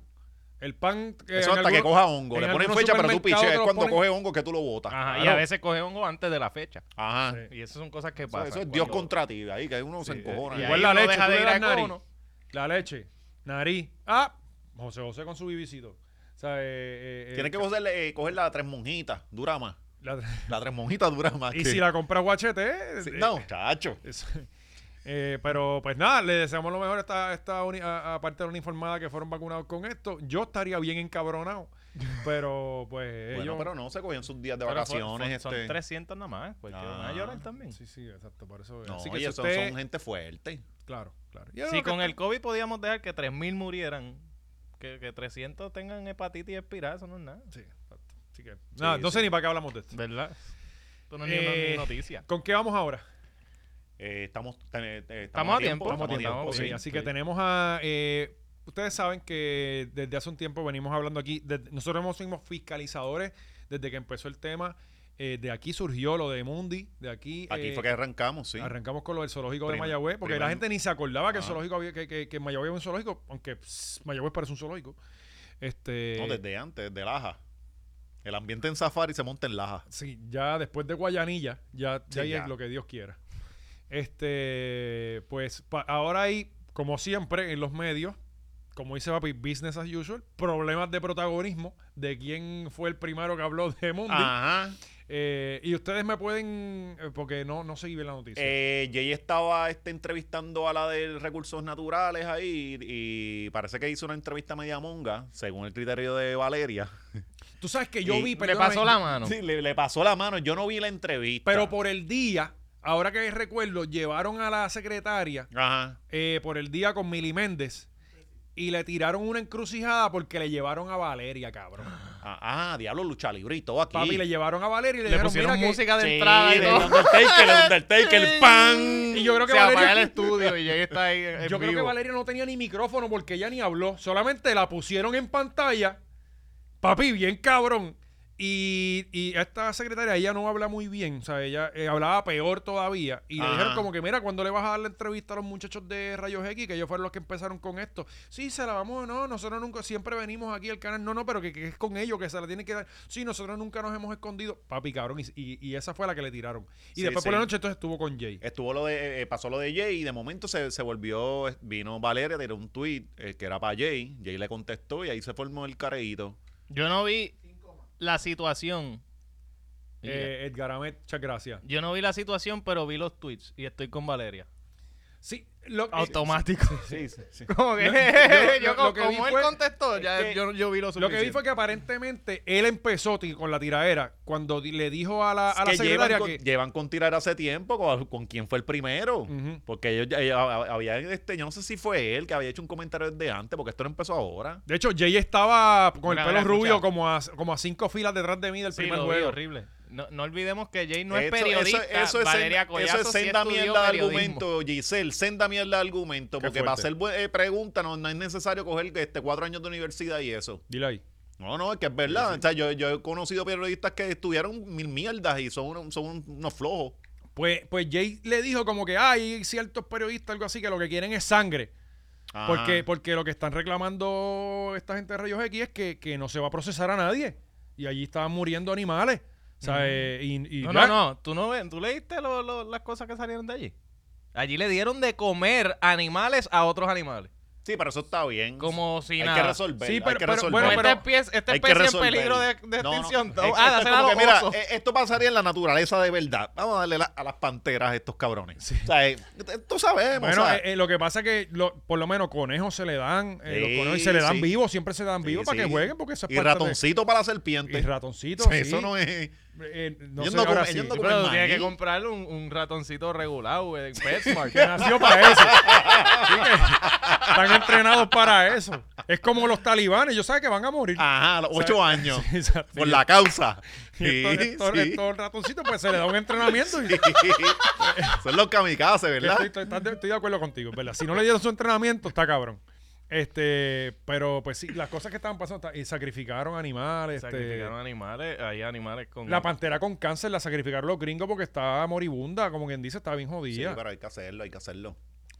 Speaker 2: El pan... eh,
Speaker 3: Eso
Speaker 2: en
Speaker 3: hasta que
Speaker 2: algunos-
Speaker 3: coja hongo.
Speaker 2: en
Speaker 3: Le ponen
Speaker 2: algunos
Speaker 3: fecha, pero tú
Speaker 2: supermercados
Speaker 3: piches.
Speaker 2: te
Speaker 3: Es
Speaker 2: lo
Speaker 3: cuando
Speaker 2: ponen-
Speaker 3: coge hongo que tú lo botas.
Speaker 4: Ajá, y a
Speaker 3: Claro.
Speaker 4: veces coge hongo antes de la fecha.
Speaker 3: Ajá.
Speaker 2: Sí. eh,
Speaker 4: Y esas son cosas que
Speaker 3: Eso,
Speaker 4: pasan.
Speaker 3: eso es Dios
Speaker 4: cuando-
Speaker 3: contra ti. Ahí que uno se
Speaker 4: Sí,
Speaker 3: encojona.
Speaker 4: y
Speaker 3: ahí.
Speaker 2: Igual la
Speaker 4: uno
Speaker 2: leche,
Speaker 4: deja
Speaker 2: tú
Speaker 4: de
Speaker 2: le
Speaker 4: ir
Speaker 2: das
Speaker 4: al
Speaker 2: nariz.
Speaker 4: cono.
Speaker 2: La leche, nariz. Ah, José José con su bibicito. O sea, eh, eh, eh,
Speaker 3: Tienes que cogerle, eh, coger la tres monjitas. Dura más.
Speaker 2: la-
Speaker 3: La tres monjitas dura más.
Speaker 2: y
Speaker 3: que-
Speaker 2: si la compras guachete, eh,
Speaker 3: Sí,
Speaker 2: eh,
Speaker 3: No, chacho.
Speaker 2: es- eh, pero pues nada, le deseamos lo mejor a esta, a esta uni- a- a parte de la uniformada que fueron vacunados con esto. Yo estaría bien encabronado, pero pues
Speaker 3: Bueno,
Speaker 2: ellos...
Speaker 3: pero no, se cogían sus días de
Speaker 4: Pero fue-
Speaker 3: vacaciones.
Speaker 4: fue- Son
Speaker 3: este.
Speaker 4: 300 nada más. Pues que van a
Speaker 3: Ah.
Speaker 4: llorar también.
Speaker 2: Sí, sí, exacto, por eso...
Speaker 3: No,
Speaker 2: pues, así que
Speaker 3: y
Speaker 2: si
Speaker 3: eso-
Speaker 2: usted-
Speaker 3: son gente fuerte.
Speaker 2: Claro, claro.
Speaker 4: Si con el COVID podíamos dejar que 3.000 murieran, que, que 300 tengan hepatitis expirada, eso no es nada.
Speaker 2: Sí, exacto. Así que... nada, no sé ni para qué hablamos de esto.
Speaker 4: ¿Verdad? Esto no es ni
Speaker 2: Eh,
Speaker 4: una- ni noticia.
Speaker 2: ¿Con qué vamos ahora?
Speaker 3: Eh, estamos, eh, eh,
Speaker 4: Estamos a tiempo,
Speaker 3: Estamos a
Speaker 4: estamos a
Speaker 3: tiempo.
Speaker 4: tiempo,
Speaker 2: Ok,
Speaker 3: sí.
Speaker 2: así que tenemos a... eh, ustedes saben que desde hace un tiempo venimos hablando aquí, de- nosotros hemos somos fiscalizadores desde que empezó el tema, eh, de aquí surgió lo de Mundi, de aquí...
Speaker 3: Aquí
Speaker 2: eh,
Speaker 3: fue que arrancamos, sí.
Speaker 2: Arrancamos con lo del zoológico
Speaker 3: Primer-
Speaker 2: de Mayagüez, porque la
Speaker 3: primer-
Speaker 2: gente ni se acordaba que, el
Speaker 3: Ajá.
Speaker 2: zoológico había- que, que- que en Mayagüez había un zoológico, aunque pss, Mayagüez parece un zoológico. Este,
Speaker 3: No, desde antes, desde Laja. El ambiente en Safari se monta en Laja.
Speaker 2: Sí, ya después de Guayanilla, ya, ya
Speaker 3: Sí,
Speaker 2: ahí
Speaker 3: ya.
Speaker 2: es lo que Dios quiera. Este, pues pa- ahora hay, como siempre, en los medios, como dice Papi, business as usual, problemas de protagonismo, de quién fue el primero que habló de Mundi.
Speaker 3: Ajá.
Speaker 2: Eh, y ustedes me pueden, eh, porque no, no seguí bien la noticia.
Speaker 3: Eh, Jay estaba este, entrevistando a la de recursos naturales ahí y parece que hizo una entrevista media monga, según el criterio de Valeria.
Speaker 2: Tú sabes que yo
Speaker 3: y
Speaker 2: vi,
Speaker 4: Le
Speaker 2: perdóname,
Speaker 4: pasó la mano.
Speaker 3: Sí, le, le pasó la mano. Yo no vi la entrevista.
Speaker 2: pero por el día, ahora que recuerdo, llevaron a la secretaria
Speaker 3: Ajá.
Speaker 2: eh, por el día con Mili Méndez y le tiraron una encrucijada porque le llevaron a Valeria, cabrón.
Speaker 3: Ah, ah, diablo, lucha librito aquí.
Speaker 2: Papi, le llevaron a Valeria y le,
Speaker 4: Le
Speaker 2: dijeron,
Speaker 4: pusieron
Speaker 2: "Mira que-".
Speaker 4: música de
Speaker 3: Sí,
Speaker 4: entrada y
Speaker 3: del
Speaker 4: todo.
Speaker 3: Undertaker, el Undertaker, el pan.
Speaker 2: Y yo creo que
Speaker 4: se
Speaker 2: Valeria-
Speaker 4: apaga el estudio y Jay está ahí en
Speaker 2: Yo creo que
Speaker 4: vivo.
Speaker 2: Valeria no tenía ni micrófono porque ella ni habló. Solamente la pusieron en pantalla. Papi, bien cabrón. Y, y esta secretaria, ella no habla muy bien. O sea, ella eh, hablaba peor todavía. Y le
Speaker 3: Ajá.
Speaker 2: dijeron como que, mira, cuando le vas a dar la entrevista a los muchachos de Rayos X, que ellos fueron los que empezaron con esto. Sí, se la vamos, no, nosotros nunca, siempre venimos aquí al canal. No, no, pero que, que es con ellos que se la tienen que dar. Sí, nosotros nunca nos hemos escondido. Papi, cabrón. Y, y- y esa fue la que le tiraron. Y
Speaker 3: Sí,
Speaker 2: después por la
Speaker 3: sí.
Speaker 2: noche entonces estuvo con Jay.
Speaker 3: Estuvo lo de, eh, pasó lo de Jay y de momento se, se volvió, vino Valeria, tiró un tweet eh, que era para Jay, Jay le contestó y ahí se formó el careíto.
Speaker 4: Yo no vi la situación.
Speaker 2: Eh, Edgar Ahmed, muchas gracias.
Speaker 4: Yo no vi la situación, pero vi los tweets y estoy con Valeria.
Speaker 2: Sí, lo,
Speaker 4: Automático.
Speaker 3: Sí, sí, sí.
Speaker 4: Como que,
Speaker 2: Lo- yo-
Speaker 4: yo
Speaker 2: lo-
Speaker 4: como-
Speaker 2: lo que vi
Speaker 4: como él
Speaker 2: fue-
Speaker 4: contestó, ya
Speaker 2: es que-
Speaker 4: yo, yo vi lo
Speaker 2: Lo que vi
Speaker 4: suficiente.
Speaker 2: fue que aparentemente él empezó ti- con la tiraera cuando di- le dijo a la, a la
Speaker 3: que llevan,
Speaker 2: secretaria
Speaker 3: con,
Speaker 2: que...
Speaker 3: llevan con tirar hace tiempo con, con quién fue el primero.
Speaker 2: Ujú.
Speaker 3: Porque ellos, ya- ya- había, este, yo no sé si fue él que había hecho un comentario desde antes, porque esto no empezó ahora.
Speaker 2: De hecho, Jay estaba con
Speaker 4: Mira,
Speaker 2: el pelo
Speaker 4: mira,
Speaker 2: rubio
Speaker 4: escucha.
Speaker 2: como a, como a cinco filas detrás de mí del
Speaker 4: Sí,
Speaker 2: primer
Speaker 4: lo vi,
Speaker 2: juego.
Speaker 4: horrible. No, no olvidemos que Jay no es
Speaker 3: Eso-
Speaker 4: periodista.
Speaker 3: Eso, eso es
Speaker 4: Valeria
Speaker 3: senda-
Speaker 4: Collazo
Speaker 3: eso es
Speaker 4: sí
Speaker 3: senda
Speaker 4: estudió
Speaker 3: mierda de
Speaker 4: periodismo.
Speaker 3: argumento, Giselle. Senda mierda de argumento.
Speaker 2: Qué
Speaker 3: Porque para
Speaker 2: fuerte.
Speaker 3: hacer bu- eh, preguntas no, no es necesario coger este, cuatro años de universidad y eso.
Speaker 2: Dile ahí.
Speaker 3: No, no, es que es verdad. O sea, yo, yo he conocido periodistas que estudiaron mil mierdas y son, unos- son un- unos flojos.
Speaker 2: Pues, pues Jay le dijo como que "Ah, hay ciertos periodistas, algo así, que lo que quieren es sangre.
Speaker 3: Ajá.
Speaker 4: Ah.
Speaker 2: Porque, porque lo que están reclamando esta gente de Rayos X es que, que no se va a procesar a nadie. Y allí estaban muriendo animales. O sea, eh, y, y
Speaker 4: No, no,
Speaker 2: Black-
Speaker 4: no. ¿Tú, no ves- ¿tú leíste lo- lo- las cosas que salieron de allí? Allí le dieron de comer animales a otros animales.
Speaker 3: Sí, pero eso está bien.
Speaker 4: Como Este si
Speaker 3: hay
Speaker 4: nada.
Speaker 3: que resolver.
Speaker 2: Sí,
Speaker 3: hay
Speaker 2: pero-
Speaker 3: que
Speaker 2: pero-
Speaker 3: resolver.
Speaker 2: bueno,
Speaker 4: Como
Speaker 2: pero-
Speaker 4: esta especie, esta
Speaker 3: Hay que
Speaker 4: especie en
Speaker 3: resolver.
Speaker 4: peligro de, de
Speaker 3: No, no.
Speaker 4: extinción.
Speaker 3: Ex-
Speaker 4: Ah,
Speaker 3: esto es
Speaker 4: dásela a
Speaker 3: como
Speaker 4: los
Speaker 3: que, mira,
Speaker 4: osos.
Speaker 3: eh, esto pasaría en la naturaleza de verdad. Vamos a darle la- a las panteras a estos cabrones. O sea, eh, esto sabemos.
Speaker 2: Bueno,
Speaker 3: o sea,
Speaker 2: eh, eh, lo que pasa es que lo- por lo menos conejos se le dan, eh, los
Speaker 3: Sí,
Speaker 2: conejos y se le dan
Speaker 3: sí.
Speaker 2: vivos, siempre se le dan
Speaker 3: Sí,
Speaker 2: vivos para
Speaker 3: sí.
Speaker 2: que jueguen, porque eso es
Speaker 3: y
Speaker 2: parte de-
Speaker 3: ratoncito para la
Speaker 2: Y
Speaker 3: serpiente.
Speaker 2: ratoncitos,
Speaker 3: O sea,
Speaker 2: sí.
Speaker 3: Eso no es.
Speaker 2: Eh, no
Speaker 3: Ellos
Speaker 2: sé,
Speaker 3: no
Speaker 2: ahora
Speaker 3: comen- ellos
Speaker 2: sí.
Speaker 3: no
Speaker 4: Sí,
Speaker 3: comen
Speaker 4: pero tienes
Speaker 3: maíz.
Speaker 4: que comprar un, un ratoncito regular, güey, en PetSmart.
Speaker 2: que nació para eso. Sí que Están entrenados para eso. Es como los talibanes, yo saben que van a morir.
Speaker 3: Ajá, a los
Speaker 2: O sea,
Speaker 3: ocho años.
Speaker 2: sí, exacto.
Speaker 3: Ah, Por la causa.
Speaker 2: Y
Speaker 3: Sí,
Speaker 2: esto, esto-
Speaker 3: sí.
Speaker 2: esto, el ratoncito, pues se le da un entrenamiento. y-
Speaker 3: Son los kamikazes, ¿verdad?
Speaker 2: Estoy, estoy- estás de- estoy de acuerdo contigo, es ¿verdad? Si no le dieron su entrenamiento, está cabrón. Este, pero pues sí, las cosas que estaban pasando, y sacrificaron animales, este,
Speaker 4: Sacrificaron animales, hay animales con...
Speaker 2: la pantera con cáncer la sacrificaron los gringos porque estaba moribunda, como quien dice, estaba bien
Speaker 3: Sí,
Speaker 2: jodida.
Speaker 3: pero hay que hacerlo, hay que hacerlo.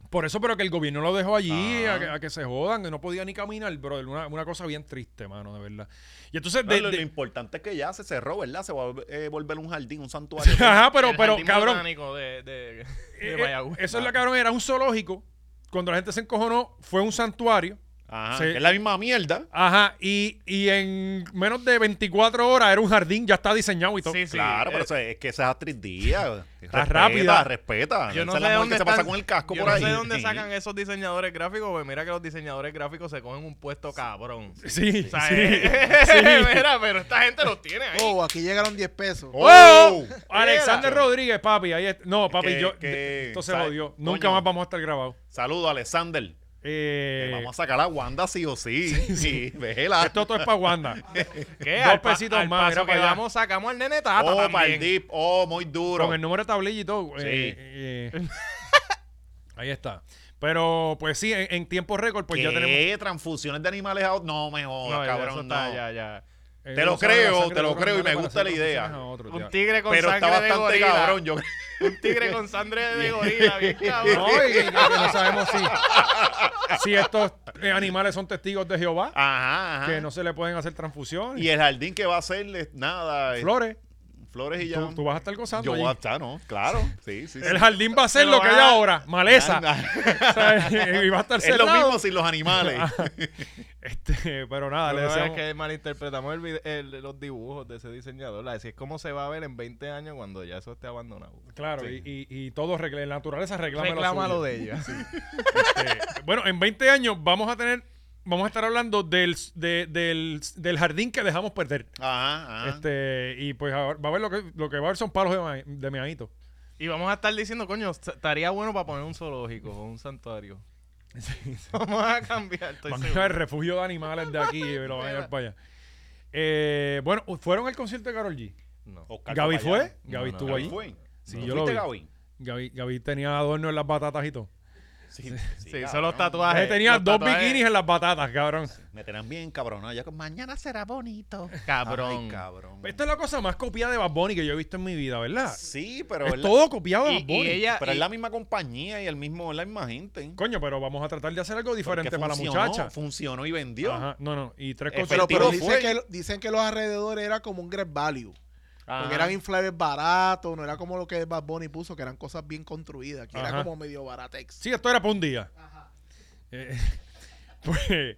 Speaker 2: Por eso, pero que el gobierno lo dejó allí
Speaker 3: Ah.
Speaker 2: a, que, a que se jodan, que no podía ni caminar, brother. Una, una cosa bien triste, mano, de verdad. Y entonces,
Speaker 3: No,
Speaker 2: de-
Speaker 3: lo,
Speaker 2: de-
Speaker 3: lo importante es que ya se cerró, ¿verdad? Se va a eh, volver un jardín, un santuario.
Speaker 2: ajá, pero,
Speaker 4: el
Speaker 2: pero
Speaker 4: jardín
Speaker 2: cabrón,
Speaker 4: botánico de, de, de
Speaker 2: eh,
Speaker 4: Mayagüez. Ah.
Speaker 2: eso es la cabrón, era un zoológico. Cuando la gente se encojonó, fue un santuario.
Speaker 3: Ajá,
Speaker 2: Sí.
Speaker 3: que es la misma mierda.
Speaker 2: Ajá, y, y en menos de 24 horas era un jardín, ya está diseñado y todo.
Speaker 4: Sí, sí.
Speaker 3: claro,
Speaker 4: eh,
Speaker 3: pero eso es, es que esa es actriz Díaz.
Speaker 2: Está
Speaker 3: Respeta,
Speaker 2: rápida.
Speaker 3: Respeta.
Speaker 4: Yo no
Speaker 3: Esa es la
Speaker 4: sé de
Speaker 3: mujer
Speaker 4: dónde
Speaker 3: que se
Speaker 4: están-
Speaker 3: pasa con el casco
Speaker 4: yo
Speaker 3: por ahí.
Speaker 4: no sé de dónde sacan esos diseñadores gráficos, pues mira que los diseñadores gráficos se cogen un puesto cabrón. O
Speaker 2: Sí,
Speaker 4: sea,
Speaker 2: sí,
Speaker 4: eh,
Speaker 2: sí.
Speaker 4: mira, pero esta gente los tiene ahí.
Speaker 5: Oh, aquí llegaron 10 pesos.
Speaker 3: ¡Oh!
Speaker 2: Alexander Rodríguez, papi, ahí está. No, papi,
Speaker 3: Que-
Speaker 2: yo.
Speaker 3: que-
Speaker 2: esto se
Speaker 3: ¿sabes?
Speaker 2: jodió.
Speaker 3: Coño.
Speaker 2: Nunca más vamos a estar grabados.
Speaker 3: Saludos, Alexander. Te
Speaker 2: Eh,
Speaker 3: vamos a sacar a Wanda sí o sí. Sí, vejela.
Speaker 2: esto todo es para Wanda.
Speaker 4: ¿Qué?
Speaker 2: Dos
Speaker 4: Al pa-
Speaker 2: pesitos
Speaker 4: al
Speaker 2: más, mira
Speaker 4: paso que
Speaker 2: para allá.
Speaker 4: vamos, sacamos al nene Tata
Speaker 3: Oh,
Speaker 4: también.
Speaker 3: pa'l dip. Oh, muy duro.
Speaker 2: Con el número de tablilla y todo. eh,
Speaker 3: Sí.
Speaker 2: eh, ahí está. Pero, pues sí, en, en tiempo récord, pues
Speaker 3: ¿Qué?
Speaker 2: ya tenemos.
Speaker 3: Transfusiones de animales a otros. No me jodas,
Speaker 4: No, eso
Speaker 3: cabrón.
Speaker 4: está
Speaker 3: no.
Speaker 4: ya, ya.
Speaker 2: eh,
Speaker 3: Te lo
Speaker 2: gozar de la
Speaker 3: creo,
Speaker 2: sangre
Speaker 3: te
Speaker 2: de
Speaker 3: lo
Speaker 2: otro
Speaker 3: creo y me
Speaker 2: animal para
Speaker 3: gusta
Speaker 2: hacer
Speaker 3: la idea.
Speaker 2: transfusiones a otro,
Speaker 4: Un
Speaker 2: ya.
Speaker 4: tigre con
Speaker 3: Pero
Speaker 4: sangre
Speaker 3: está
Speaker 4: de
Speaker 3: bastante
Speaker 4: gorila.
Speaker 3: cabrón. Yo
Speaker 4: Un tigre con sangre de gorila, bien
Speaker 2: No,
Speaker 4: cabrón.
Speaker 2: y, y que no sabemos si, si estos eh, animales son testigos de Jehová,
Speaker 3: Ajá, ajá.
Speaker 2: que no se le pueden hacer transfusiones.
Speaker 3: Y el jardín que va a hacerle nada. eh,
Speaker 2: Flores,
Speaker 3: Flores y ya.
Speaker 2: tú, tú vas a estar gozando.
Speaker 3: Yo
Speaker 2: allí.
Speaker 3: voy a estar, ¿no? Claro. Sí, sí. sí.
Speaker 2: El jardín va a ser
Speaker 4: Pero
Speaker 2: lo que hay
Speaker 4: va-
Speaker 2: ahora, maleza.
Speaker 3: Anda.
Speaker 2: O sea, y va a estar
Speaker 3: Es lo
Speaker 2: cerrado.
Speaker 3: mismo sin los animales.
Speaker 2: Este, pero nada, le
Speaker 4: Pero es
Speaker 2: deseamos.
Speaker 4: que malinterpretamos el vide- el- los dibujos de ese diseñador. la- Así es como se va a ver en 20 años cuando ya eso esté abandonado.
Speaker 2: Claro, y, y, y todo regla, la naturaleza reclama,
Speaker 4: Reclámalo
Speaker 2: lo suyo.
Speaker 4: de ella.
Speaker 2: Este, bueno, en 20 años vamos a tener, vamos a estar hablando del, de- del, del jardín que dejamos perder.
Speaker 3: Ajá,
Speaker 4: Ah.
Speaker 3: ajá.
Speaker 2: Este, y pues ahora va a ver lo que, lo que va a haber son palos de, ma- de meadito.
Speaker 4: Y vamos a estar diciendo, coño, est- estaría bueno para poner un zoológico o un santuario. Vamos a cambiar. Estoy
Speaker 2: Van a
Speaker 4: seguro.
Speaker 2: haber refugio de animales de aquí y lo van a llevar para allá. Eh, bueno, ¿fueron al concierto de Carol G?
Speaker 4: No.
Speaker 3: Oscar
Speaker 2: ¿Gaby
Speaker 3: Capayán.
Speaker 2: fue?
Speaker 4: No,
Speaker 2: ¿Gaby
Speaker 4: no,
Speaker 2: estuvo
Speaker 4: Gaby
Speaker 2: allí?
Speaker 3: fue?
Speaker 2: Sí,
Speaker 3: ¿No
Speaker 2: yo lo
Speaker 3: fuiste,
Speaker 2: vi.
Speaker 3: Gaby?
Speaker 2: Gaby, Gaby tenía adorno en las batatas y todo.
Speaker 3: Sí,
Speaker 4: Sí,
Speaker 3: cabrón.
Speaker 4: son los tatuajes.
Speaker 2: tenía
Speaker 4: los
Speaker 2: dos
Speaker 4: tatuajes.
Speaker 2: bikinis en las batatas, cabrón.
Speaker 3: Me tenían bien cabrón. ¿no? Ya que mañana será bonito.
Speaker 4: Cabrón.
Speaker 3: Ay, cabrón.
Speaker 2: Esta es la cosa más copiada de Bad Bunny que yo he visto en mi vida, ¿verdad?
Speaker 3: Sí, pero
Speaker 2: es
Speaker 3: es la-
Speaker 2: todo copiado de
Speaker 4: Y-
Speaker 2: Bad Bunny.
Speaker 4: y ella-
Speaker 3: pero es la misma compañía y el mismo, la misma gente.
Speaker 2: Coño, pero vamos a tratar de hacer algo diferente
Speaker 3: Porque
Speaker 2: para
Speaker 3: funcionó,
Speaker 2: la muchacha.
Speaker 3: Funcionó y vendió.
Speaker 2: Ajá, no, no. Y tres
Speaker 5: Pero,
Speaker 3: Efectivo.
Speaker 2: conciertos.
Speaker 5: pero
Speaker 3: Efectivo
Speaker 5: dicen,
Speaker 3: fue.
Speaker 5: que, lo- dicen que los alrededores era como un great value.
Speaker 3: Ajá.
Speaker 5: Porque eran inflables baratos, no era como lo que Bad Bunny puso, que eran cosas bien construidas, que
Speaker 2: Ajá.
Speaker 5: era como medio baratex.
Speaker 2: Sí, esto era para un día. Eh, pues,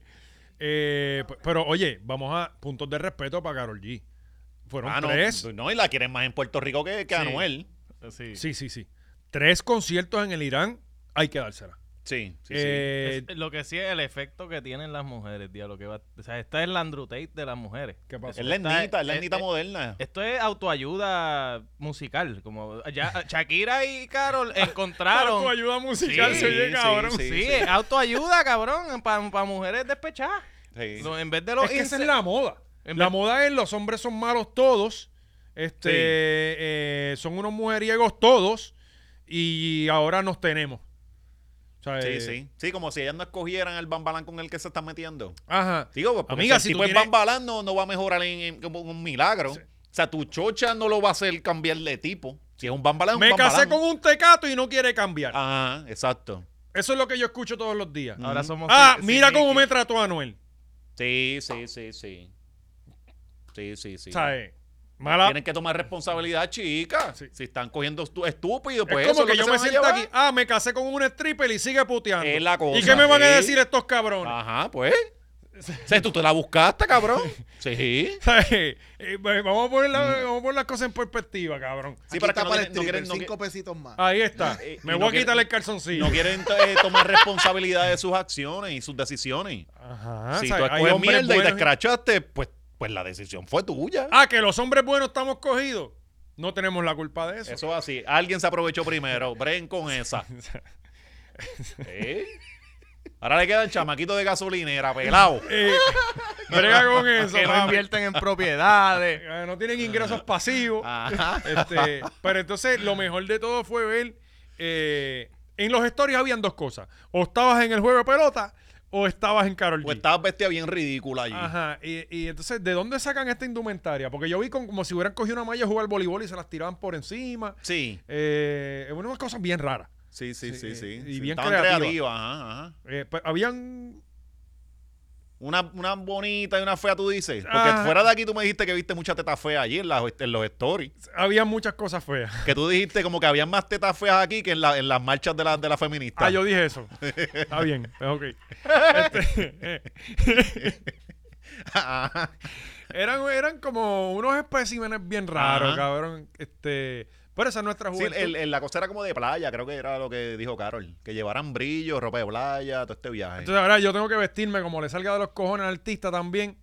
Speaker 2: eh, p- pero oye, vamos a puntos de respeto para Carol G. Fueron
Speaker 3: Ah, no,
Speaker 2: tres.
Speaker 3: no, y la quieren más en Puerto Rico que, que
Speaker 4: Sí.
Speaker 3: Anuel.
Speaker 4: Sí.
Speaker 2: Sí, sí, sí. Tres conciertos en el Irán, hay que dársela.
Speaker 3: Sí, sí, sí.
Speaker 2: Eh,
Speaker 4: Es- lo que sí es el efecto que tienen las mujeres, diablo. Que va, o sea, esta es la Andrew Tate de las mujeres.
Speaker 2: ¿Qué pasó?
Speaker 3: es la
Speaker 4: está-
Speaker 3: etnita, es la
Speaker 4: eh,
Speaker 3: etnita
Speaker 4: eh,
Speaker 3: moderna.
Speaker 4: Esto es autoayuda musical. Como ya Shakira y Carol encontraron.
Speaker 2: Tu ayuda musical
Speaker 4: Sí,
Speaker 2: se oye,
Speaker 3: sí,
Speaker 2: cabrón.
Speaker 4: Sí,
Speaker 3: Sí,
Speaker 4: es autoayuda, cabrón, para mujeres despechadas.
Speaker 3: Sí.
Speaker 4: Lo- En vez de los
Speaker 2: Es que esa
Speaker 4: inse-
Speaker 2: es la moda.
Speaker 4: En
Speaker 2: La
Speaker 4: vez-
Speaker 2: moda es los hombres son malos todos, este,
Speaker 3: Sí.
Speaker 2: eh, son unos mujeriegos todos y ahora nos tenemos. O sea, eh,
Speaker 3: Sí, sí. Sí, como si ellas no escogieran el bambalán con el que se están metiendo.
Speaker 2: Ajá.
Speaker 3: Digo, pues, porque
Speaker 2: Amiga,
Speaker 3: si
Speaker 2: si tú
Speaker 3: el tipo es
Speaker 2: tienes-
Speaker 3: bambalán, no, no va a mejorar en, en- como un milagro. O sea, tu chocha no lo va a hacer cambiar de tipo. Si es un bambalán, es
Speaker 2: Me
Speaker 3: un Ah.
Speaker 2: casé
Speaker 3: bambalán.
Speaker 2: con un tecato y no quiere cambiar.
Speaker 3: Ajá, exacto.
Speaker 2: Eso es lo que yo escucho todos los días.
Speaker 4: Ahora somos.
Speaker 2: Ah,
Speaker 4: sin-
Speaker 2: mira
Speaker 4: sin
Speaker 2: cómo me
Speaker 4: Mickey.
Speaker 2: trató Anuel.
Speaker 3: Sí, sí, sí, sí. Sí, sí, sí.
Speaker 2: O sea, eh, Mala.
Speaker 3: Tienen que tomar responsabilidad, chicas.
Speaker 2: Sí.
Speaker 3: Si están cogiendo estu- estúpidos,
Speaker 2: Es
Speaker 3: pues
Speaker 2: como
Speaker 3: eso
Speaker 2: que
Speaker 3: es
Speaker 2: yo
Speaker 3: lo
Speaker 2: me
Speaker 3: se van a
Speaker 2: siento aquí.
Speaker 3: llevar.
Speaker 2: Ah, me casé con un stripper y sigue puteando.
Speaker 3: Es la cosa,
Speaker 2: ¿Y qué me van a
Speaker 3: sí.
Speaker 2: decir estos cabrones?
Speaker 3: Ajá, pues. O sea, tú te la buscaste, cabrón. Sí.
Speaker 2: Eh, eh, vamos, a poner la-
Speaker 3: Mm.
Speaker 2: vamos a poner las cosas en perspectiva, cabrón.
Speaker 3: Sí,
Speaker 5: Aquí
Speaker 3: pero es
Speaker 5: está
Speaker 3: que no
Speaker 5: para el
Speaker 3: quieren- no quieren-
Speaker 5: stripper,
Speaker 3: no
Speaker 5: cinco pesitos más.
Speaker 2: Ahí está.
Speaker 3: Eh,
Speaker 2: Me
Speaker 3: y
Speaker 2: voy
Speaker 3: no
Speaker 2: a
Speaker 3: quiere-
Speaker 2: quitarle el calzoncillo.
Speaker 3: No quieren eh, tomar responsabilidad de sus acciones y sus decisiones.
Speaker 2: Ajá,
Speaker 3: si
Speaker 2: Ah, o sea,
Speaker 3: tú
Speaker 2: hay
Speaker 3: escoges
Speaker 2: hombres
Speaker 3: mierda y te
Speaker 2: buenos
Speaker 3: escrachaste, pues, pues la decisión fue tuya.
Speaker 2: Ah, que los hombres buenos estamos cogidos. No tenemos la culpa de eso.
Speaker 3: Eso es así. Alguien se aprovechó primero. Bren con esa. Sí. Ahora le quedan chamaquitos de gasolinera, pelado.
Speaker 2: Eh, brega con eso.
Speaker 4: que no
Speaker 2: papi.
Speaker 4: invierten en propiedades.
Speaker 2: Ah, no tienen ingresos pasivos.
Speaker 3: Ah. Ajá.
Speaker 2: Este, pero entonces lo mejor de todo fue ver. eh, en los stories habían dos cosas. O estabas en el juego de pelota o estabas en Carol
Speaker 3: Pues
Speaker 2: G.
Speaker 3: estabas bestia bien ridícula allí.
Speaker 2: Ajá. Y, y entonces, ¿de dónde sacan esta indumentaria? Porque yo vi con- como si hubieran cogido una malla a jugar voleibol y se las tiraban por encima.
Speaker 3: Sí.
Speaker 2: Eh, es una cosa bien rara.
Speaker 3: Sí, sí,
Speaker 2: Sí,
Speaker 3: sí, sí.
Speaker 2: y
Speaker 3: Sí,
Speaker 2: bien
Speaker 3: Estaban
Speaker 2: creativa.
Speaker 3: creativas, ajá, ajá.
Speaker 2: Eh, pues, habían.
Speaker 3: Una, una bonita y una fea, tú dices. Porque
Speaker 2: Ajá.
Speaker 3: fuera de aquí tú me dijiste que viste mucha teta fea allí en, las- en los stories.
Speaker 2: Había muchas cosas feas.
Speaker 3: Que tú dijiste como que habían más tetas feas aquí que en, la- en las marchas de, la, de las feministas.
Speaker 2: Ah, yo dije eso. Está bien, pues, ok. Este, eh,
Speaker 3: Ajá.
Speaker 2: Ah, eran, eran como unos especímenes bien raros,
Speaker 3: Ajá.
Speaker 2: cabrón. Este, pero esa es nuestra
Speaker 3: Sí,
Speaker 2: juventud.
Speaker 3: el- el- la cosa era como de playa, creo que era lo que dijo Carol. Que llevaran brillo, ropa de playa, todo este viaje.
Speaker 2: Entonces ahora yo tengo que vestirme como le salga de los cojones al artista también.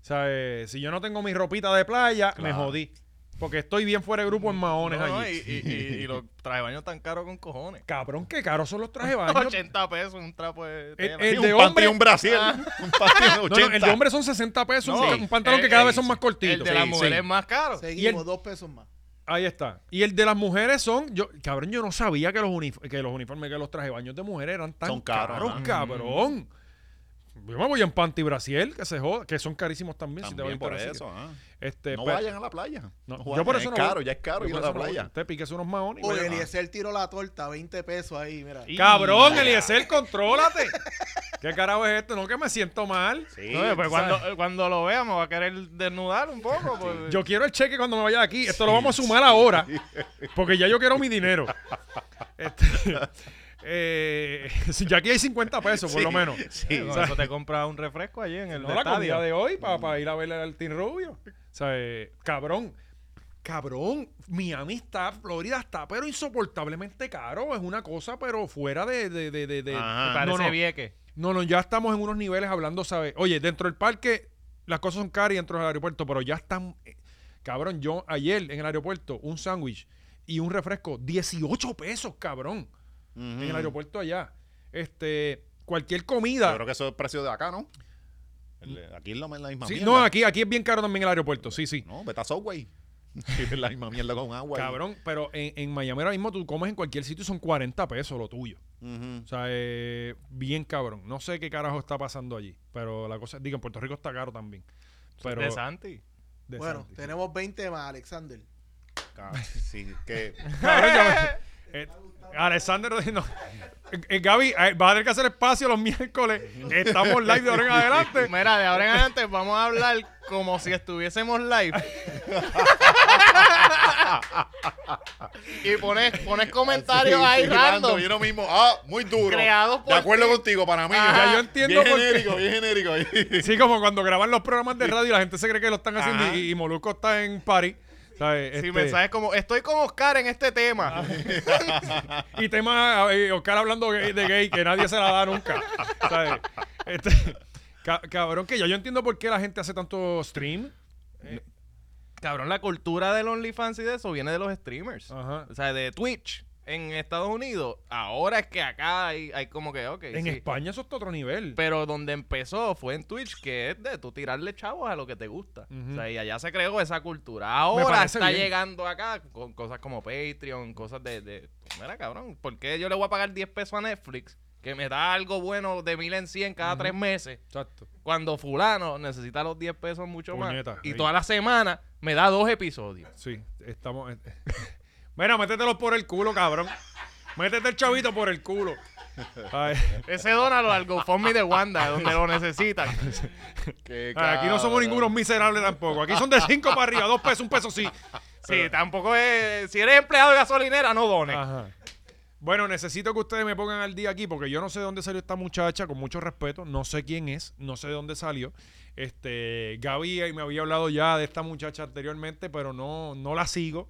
Speaker 2: O sea, eh, si yo no tengo mi ropita de playa, me
Speaker 3: Claro.
Speaker 2: jodí. Porque estoy bien fuera de grupo en maones
Speaker 4: No, no,
Speaker 2: allí.
Speaker 4: y, y- y- y los trajes baños tan caros con cojones.
Speaker 2: Cabrón, qué caros son los trajes de baño.
Speaker 4: 80 pesos un trapo de
Speaker 2: El-
Speaker 4: tela.
Speaker 2: el
Speaker 3: Sí,
Speaker 2: de
Speaker 3: un
Speaker 2: hombre- Ah.
Speaker 3: panty y un brasier. Un panty de
Speaker 2: No,
Speaker 3: 80.
Speaker 2: no, el de hombre son 60 pesos,
Speaker 4: No,
Speaker 2: un,
Speaker 4: sí.
Speaker 2: un pantalón que
Speaker 4: Eh,
Speaker 2: cada
Speaker 4: eh,
Speaker 2: vez son más cortitos.
Speaker 4: El de las
Speaker 3: Sí,
Speaker 4: mujeres
Speaker 3: sí.
Speaker 4: más caro.
Speaker 5: Seguimos, dos pesos más.
Speaker 2: Ahí está. Y el de las mujeres son. Yo, cabrón, yo no sabía que los, unif- que los uniformes, que los trajes de baños de mujeres eran tan
Speaker 3: Son caros, ajá.
Speaker 2: cabrón. Yo me voy en panty brasiel, que se joda, que son carísimos también, si te voy
Speaker 3: También
Speaker 2: a
Speaker 3: por
Speaker 2: interesar.
Speaker 3: eso. ajá.
Speaker 2: Este,
Speaker 3: No
Speaker 2: pero-
Speaker 3: vayan a la playa.
Speaker 2: no,
Speaker 3: No
Speaker 2: yo
Speaker 3: vayan,
Speaker 2: por eso
Speaker 3: es
Speaker 2: no
Speaker 3: caro,
Speaker 2: voy.
Speaker 3: ya es
Speaker 2: Yo
Speaker 3: caro ir
Speaker 2: por
Speaker 3: a
Speaker 2: eso
Speaker 3: la
Speaker 2: no voy.
Speaker 3: playa.
Speaker 2: Te piques unos maones. y
Speaker 5: Oye,
Speaker 2: vaya.
Speaker 5: Eliezer tiró la torta, 20 pesos ahí, mira.
Speaker 4: Y-
Speaker 2: Cabrón, Eliezer, contrólate. ¿Qué carajo es esto? No, que me siento mal.
Speaker 3: Sí,
Speaker 4: No, pues
Speaker 3: tú
Speaker 4: cuando,
Speaker 3: sabes.
Speaker 4: cuando lo vea me va a querer desnudar un poco. pues.
Speaker 2: Yo quiero el cheque cuando me vaya de aquí. Esto lo vamos a sumar ahora. Porque ya yo quiero mi dinero. Este, eh, si ya aquí hay 50 pesos, por lo
Speaker 3: Sí,
Speaker 2: menos.
Speaker 3: Sí,
Speaker 4: Con
Speaker 3: o sea,
Speaker 4: eso te compras un refresco allí en el
Speaker 2: No la comida
Speaker 4: estadio.
Speaker 2: de hoy para ir a ver al Team Rubio. O sea, eh, cabrón. Cabrón, Miami está, Florida está, pero insoportablemente caro. Es una cosa, pero fuera de... de, de, de- de-
Speaker 3: Ajá.
Speaker 4: Parece
Speaker 2: no, no.
Speaker 4: vieque.
Speaker 2: No, no, ya estamos en unos niveles hablando, ¿sabes? Oye, dentro del parque las cosas son caras y dentro del aeropuerto, pero ya están... eh, Cabrón, yo ayer en el aeropuerto un sándwich y un refresco, 18 pesos, cabrón, en el
Speaker 3: ujú.
Speaker 2: aeropuerto allá. Este, cualquier
Speaker 3: Yo
Speaker 2: comida...
Speaker 3: creo que eso es el precio de acá, ¿no? El de- Aquí es lo- la misma
Speaker 2: Sí,
Speaker 3: mierda.
Speaker 2: no, aquí, aquí es bien caro también el aeropuerto, sí, sí.
Speaker 3: No, pues vete a Subway. Es la misma mierda con agua. y-
Speaker 2: Cabrón, pero en, en Miami ahora mismo tú comes en cualquier sitio y son 40 pesos lo tuyo.
Speaker 3: Ujú.
Speaker 2: O sea, eh, bien cabrón. No sé qué carajo está pasando allí, pero la cosa... Digo, en Puerto Rico está caro también. Pero,
Speaker 4: De Santi.
Speaker 2: de
Speaker 5: bueno,
Speaker 2: Santi, sí.
Speaker 5: tenemos 20 más, Alexander.
Speaker 3: Ca- Ah, Sí, que...
Speaker 2: Cabrón, ya me- Eh, Alexander, no. Eh, eh, Gaby, eh, va a tener que hacer espacio los miércoles. Estamos live de ahora en adelante.
Speaker 4: Mira, de ahora en adelante vamos a hablar como si estuviésemos live. y pones, pones comentarios ahí
Speaker 3: Sí,
Speaker 4: random.
Speaker 3: Y uno mismo, ah, muy duro.
Speaker 4: Creado por
Speaker 3: De acuerdo
Speaker 4: ti.
Speaker 3: contigo, para mí.
Speaker 4: Ajá.
Speaker 2: Ya yo entiendo
Speaker 3: bien
Speaker 2: por qué.
Speaker 3: genérico, bien genérico. ahí.
Speaker 2: Sí, como cuando graban los programas de radio y la gente se cree que lo están haciendo
Speaker 3: Ajá.
Speaker 2: y, y Molusco está en París. ¿sabes?
Speaker 4: Sí,
Speaker 2: Este,
Speaker 4: mensajes como, estoy con Oscar en este tema.
Speaker 2: y temas, eh, Oscar hablando gay- de gay que nadie se la da nunca. ¿sabes? Este, ca- cabrón, que ya yo entiendo por qué la gente hace tanto stream.
Speaker 4: Cabrón, la cultura del OnlyFans y de eso viene de los streamers.
Speaker 2: Ajá.
Speaker 4: O sea, de Twitch en Estados Unidos. Ahora es que acá hay, hay como que, ok,
Speaker 2: En
Speaker 4: sí.
Speaker 2: España eso está a otro nivel.
Speaker 4: Pero donde empezó fue en Twitch, que es de tú tirarle chavos a lo que te gusta.
Speaker 2: Ujú.
Speaker 4: O sea, y allá se creó esa cultura.
Speaker 2: Me
Speaker 4: Ahora
Speaker 2: parece
Speaker 4: está
Speaker 2: bien.
Speaker 4: llegando acá con cosas como Patreon, cosas de, de- Mira, cabrón, ¿por qué yo le voy a pagar 10 pesos a Netflix? Que me da algo bueno de mil en 100 cada tres meses.
Speaker 2: Exacto.
Speaker 4: Cuando fulano necesita los 10 pesos mucho
Speaker 2: Puñeta,
Speaker 4: más. Y
Speaker 2: ahí.
Speaker 4: toda la semana me da dos episodios.
Speaker 2: Sí, estamos. Mira, métetelo por el culo, cabrón. Métete el chavito por el culo. Ay,
Speaker 4: Ese dónalo al GoFundMe de Wanda, donde lo necesitan.
Speaker 3: Qué
Speaker 2: ay, Ah, aquí no somos
Speaker 3: cabrón.
Speaker 2: ningunos miserables tampoco. Aquí son de 5 para arriba, 2 pesos, un peso sí.
Speaker 4: Sí, tampoco es... Si eres empleado de gasolinera, no dones.
Speaker 2: Ajá. Bueno, necesito que ustedes me pongan al día aquí porque yo no sé de dónde salió esta muchacha, con mucho respeto, no sé quién es, no sé de dónde salió. Este, Gaby eh, me había hablado ya de esta muchacha anteriormente, pero no, no la sigo.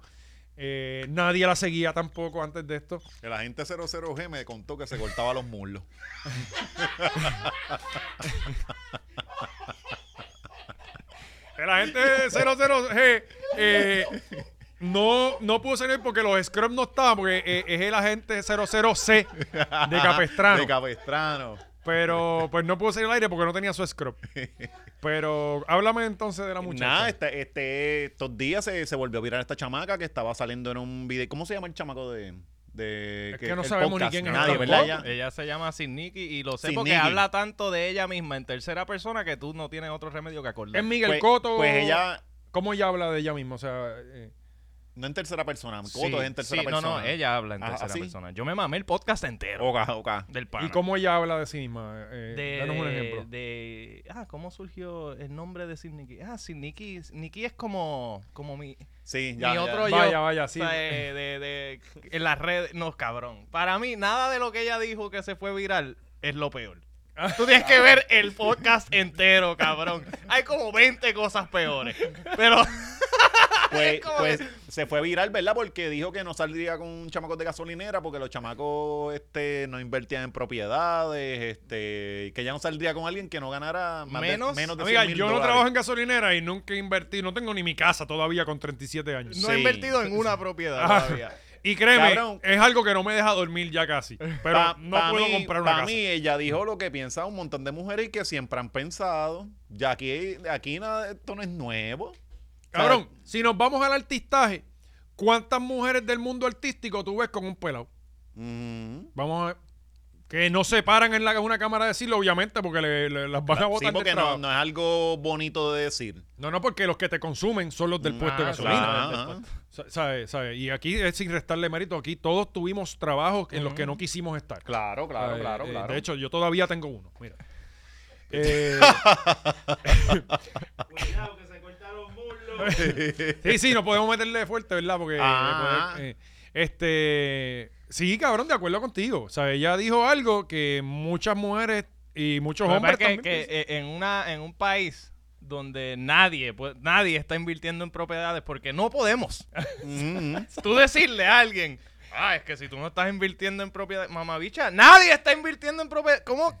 Speaker 2: Eh, nadie la seguía tampoco antes de esto.
Speaker 3: El agente 00G me contó que se cortaba los muslos.
Speaker 2: Eh, La gente de 00G eh, no, no pudo salir porque los Scrum no estaban, porque eh, es el agente 00C de Capestrano.
Speaker 3: De Capestrano.
Speaker 2: Pero pues no pudo salir al aire porque no tenía su scrub. Pero háblame entonces de la muchacha.
Speaker 3: Nada, este, este, estos días se, se volvió a virar esta chamaca que estaba saliendo en un video. ¿Cómo se llama el chamaco de.? de
Speaker 2: Es que no sabemos ni quién es
Speaker 3: Nadie,
Speaker 2: tampoco.
Speaker 3: ¿verdad? Ya-
Speaker 4: Ella se llama Sinniki y lo sé
Speaker 3: Sin
Speaker 4: porque
Speaker 3: Nicky.
Speaker 4: habla tanto de ella misma en tercera persona que tú no tienes otro remedio que acordar.
Speaker 2: es Miguel
Speaker 3: pues-
Speaker 2: Coto.
Speaker 3: Pues ella.
Speaker 2: ¿Cómo ella habla de ella misma? O sea, eh,
Speaker 3: No en tercera persona, Coto
Speaker 4: Sí,
Speaker 3: es en tercera
Speaker 4: sí,
Speaker 3: persona.
Speaker 4: No, no, ella habla en
Speaker 3: Ah,
Speaker 4: tercera
Speaker 3: ¿sí?
Speaker 4: persona. Yo me mamé el podcast entero
Speaker 3: Ok, ok.
Speaker 4: del pana.
Speaker 2: ¿Y cómo ella habla de sí misma? Eh,
Speaker 4: de,
Speaker 2: danos un ejemplo.
Speaker 4: de- ah, ¿cómo surgió el nombre de Sin Nicky? Ah, Sin Nicky, Nicky es como, como mi,
Speaker 3: Sí, ya.
Speaker 4: Mi
Speaker 3: ya.
Speaker 4: otro yo-
Speaker 2: vaya, vaya,
Speaker 4: o
Speaker 2: sí.
Speaker 4: sea, de, de- de- en las redes, no, cabrón. Para mí, nada de lo que ella dijo que se fue viral es lo peor. Tú tienes que ver el podcast entero, cabrón. Hay como 20 cosas peores. Pero
Speaker 3: Pues,
Speaker 4: como
Speaker 3: pues, se fue viral, ¿verdad? Porque dijo que no saldría con chamacos de gasolinera porque los chamacos este, no invertían en propiedades, este, que ya no saldría con alguien que no ganara más de-
Speaker 4: Menos-
Speaker 3: menos de
Speaker 2: Amiga,
Speaker 3: 100 mil
Speaker 2: yo no
Speaker 3: dólares.
Speaker 2: trabajo en gasolinera y nunca invertí. No tengo ni mi casa todavía con 37 años.
Speaker 4: no
Speaker 3: Sí.
Speaker 4: he invertido en una propiedad
Speaker 2: Ah.
Speaker 4: todavía.
Speaker 2: Y créeme,
Speaker 3: Cabrón.
Speaker 2: es algo que no me deja dormir ya casi. Pero
Speaker 3: Pa-
Speaker 2: no
Speaker 3: pa'
Speaker 2: puedo
Speaker 3: mí-
Speaker 2: comprar una
Speaker 3: pa'
Speaker 2: casa.
Speaker 3: mí ella dijo lo que piensa un montón de mujeres y que siempre han pensado. Ya aquí, aquí nada, esto no es nuevo.
Speaker 2: Cabrón, si nos vamos al artistaje, ¿cuántas mujeres del mundo artístico tú ves con un pelado?
Speaker 3: Mm.
Speaker 2: Vamos a ver. Que no se paran en la, una cámara a decirlo, obviamente, porque le- le- las van a
Speaker 3: Sí,
Speaker 2: botar del
Speaker 3: porque no,
Speaker 2: trabajo.
Speaker 3: no es algo bonito de decir.
Speaker 2: No, no, porque los que te consumen son los del puesto de
Speaker 4: Ah,
Speaker 2: gasolina.
Speaker 4: claro.
Speaker 3: Ajá.
Speaker 2: Sa- sabe, sabe. Y aquí es sin restarle mérito, aquí todos tuvimos trabajos en los que no quisimos estar.
Speaker 3: Claro, claro,
Speaker 2: Eh,
Speaker 3: claro,
Speaker 2: eh,
Speaker 3: claro.
Speaker 2: De hecho, yo todavía tengo uno. Mira. Eh,
Speaker 6: Cuidado que se cortaron muslos.
Speaker 2: sí, sí, no podemos meterle fuerte, ¿verdad? Porque eh,
Speaker 3: Ah.
Speaker 2: poder, eh, este sí, cabrón, de acuerdo contigo. O sea, ella dijo algo que muchas mujeres y muchos
Speaker 4: Lo que
Speaker 2: hombres
Speaker 4: pasa es que,
Speaker 2: también
Speaker 4: que,
Speaker 2: piensan.
Speaker 4: eh, en, una, en un país donde nadie, pues, nadie está invirtiendo en propiedades porque no podemos.
Speaker 3: Mm.
Speaker 5: Mm-hmm.
Speaker 4: Tú decirle a alguien, ah, es que si tú no estás invirtiendo en propiedades, mamabicha, nadie está invirtiendo en propiedades. ¿Cómo?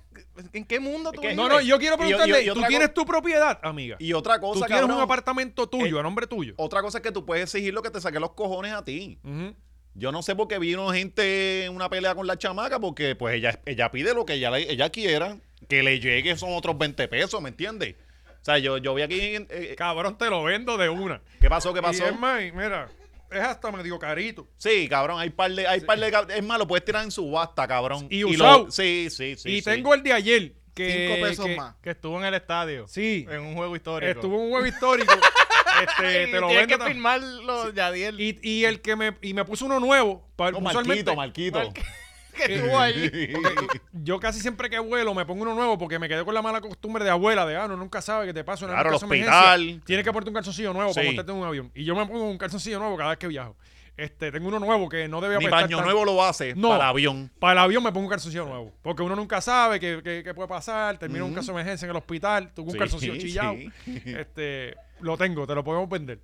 Speaker 4: ¿En qué mundo tú
Speaker 3: Es que-
Speaker 4: vives?
Speaker 2: No, no, yo quiero
Speaker 3: Y- y- y
Speaker 2: preguntarle, ¿tú
Speaker 3: otra
Speaker 2: tienes tu propiedad, amiga?
Speaker 3: Y otra
Speaker 2: ¿Tú
Speaker 3: cosa,
Speaker 2: tienes
Speaker 3: cabrón, Eh,
Speaker 2: un apartamento tuyo, a nombre tuyo?
Speaker 3: Otra cosa es que tú puedes exigir lo que te saque los cojones a ti.
Speaker 2: Ujú.
Speaker 3: Yo no sé por qué vino gente en una pelea con la chamaca, porque pues ella, ella pide lo que ella, le- ella quiera, que le llegue son otros 20 pesos, ¿me entiendes? O sea, yo, yo vi aquí... eh, eh,
Speaker 2: Cabrón, te lo vendo de una.
Speaker 3: ¿Qué pasó? ¿Qué pasó?
Speaker 2: Y es más, y mira, es hasta medio carito.
Speaker 3: Sí, cabrón, hay par de... Hay par de cab- es más, lo puedes tirar en subasta, cabrón.
Speaker 2: Y
Speaker 3: lo-
Speaker 2: usado.
Speaker 3: sí, sí, sí.
Speaker 2: y
Speaker 3: sí.
Speaker 2: tengo el de ayer. Que,
Speaker 5: Cinco pesos
Speaker 2: que-
Speaker 5: más.
Speaker 4: Que estuvo en el estadio.
Speaker 2: Sí,
Speaker 4: En un juego histórico.
Speaker 2: estuvo en un huevo histórico. este,
Speaker 4: Y
Speaker 2: te lo
Speaker 4: tienes
Speaker 2: vendo
Speaker 4: que
Speaker 2: tam-
Speaker 4: firmarlo, Yadiel.
Speaker 2: y, y el que me, y me puso uno nuevo. Para,
Speaker 3: No,
Speaker 2: usualmente,
Speaker 3: Marquito, Marquito.
Speaker 4: que estuvo allí.
Speaker 2: yo casi siempre que vuelo me pongo uno nuevo porque me quedé con la mala costumbre de abuela de, ah, no, nunca sabe que te pasa una
Speaker 3: Claro,
Speaker 2: caso
Speaker 3: el
Speaker 2: de emergencia,
Speaker 3: hospital.
Speaker 2: Tienes que ponerte un calzoncillo nuevo para
Speaker 3: Sí.
Speaker 2: montarte en un avión. Y yo me pongo un calzoncillo nuevo cada vez que viajo. Este, tengo uno nuevo que no debe
Speaker 3: Mi
Speaker 2: apestar
Speaker 3: baño
Speaker 2: tanto.
Speaker 3: nuevo lo hace
Speaker 2: No.
Speaker 3: para avión.
Speaker 2: Para el avión me pongo un calzoncillo nuevo. Porque uno nunca sabe qué, qué- qué puede pasar. Termina un caso de emergencia en el hospital. Tuvo un
Speaker 3: Sí,
Speaker 2: calzoncillo
Speaker 3: sí.
Speaker 2: chillado. Este, lo tengo, te lo podemos vender.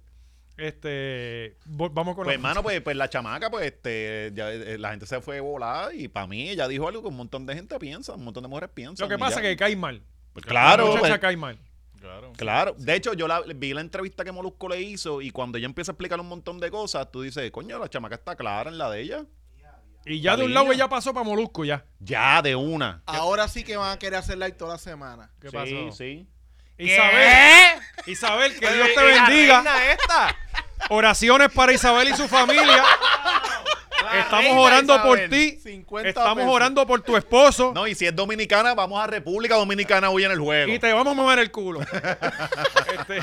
Speaker 2: Este, vo- vamos con
Speaker 3: Pues,
Speaker 2: la-
Speaker 3: hermano, pues, pues la chamaca, pues, este, ya, eh, la gente se fue volada y para mí ella dijo algo que un montón de gente piensa, un montón de mujeres piensan.
Speaker 2: Lo que
Speaker 3: y
Speaker 2: pasa es
Speaker 3: ya.
Speaker 2: que cae mal.
Speaker 3: Pues, claro,
Speaker 2: La muchacha
Speaker 3: pues,
Speaker 2: cae mal.
Speaker 4: Claro.
Speaker 3: claro. De hecho, yo la, vi la entrevista que Molusco le hizo y cuando ella empieza a explicar un montón de cosas, tú dices, coño, la chamaca está clara en la de ella.
Speaker 2: Y ya de un
Speaker 3: Alina.
Speaker 2: lado ella pasó para Molusco ya.
Speaker 3: Ya, de una.
Speaker 5: Ahora sí que van a querer hacer live toda la semana.
Speaker 2: ¿Qué
Speaker 3: sí,
Speaker 2: pasó?
Speaker 3: sí. Pues,
Speaker 2: Isabel, Isabel, que Dios te bendiga.
Speaker 4: esta.
Speaker 2: Oraciones para Isabel y su familia. Estamos
Speaker 4: reina
Speaker 2: orando por
Speaker 4: Isabel.
Speaker 2: ti.
Speaker 5: 50
Speaker 2: Estamos
Speaker 5: pesos.
Speaker 2: orando por tu esposo.
Speaker 3: No, y si es dominicana, vamos a República Dominicana hoy en el juego.
Speaker 2: Y te vamos a mover el culo. Este,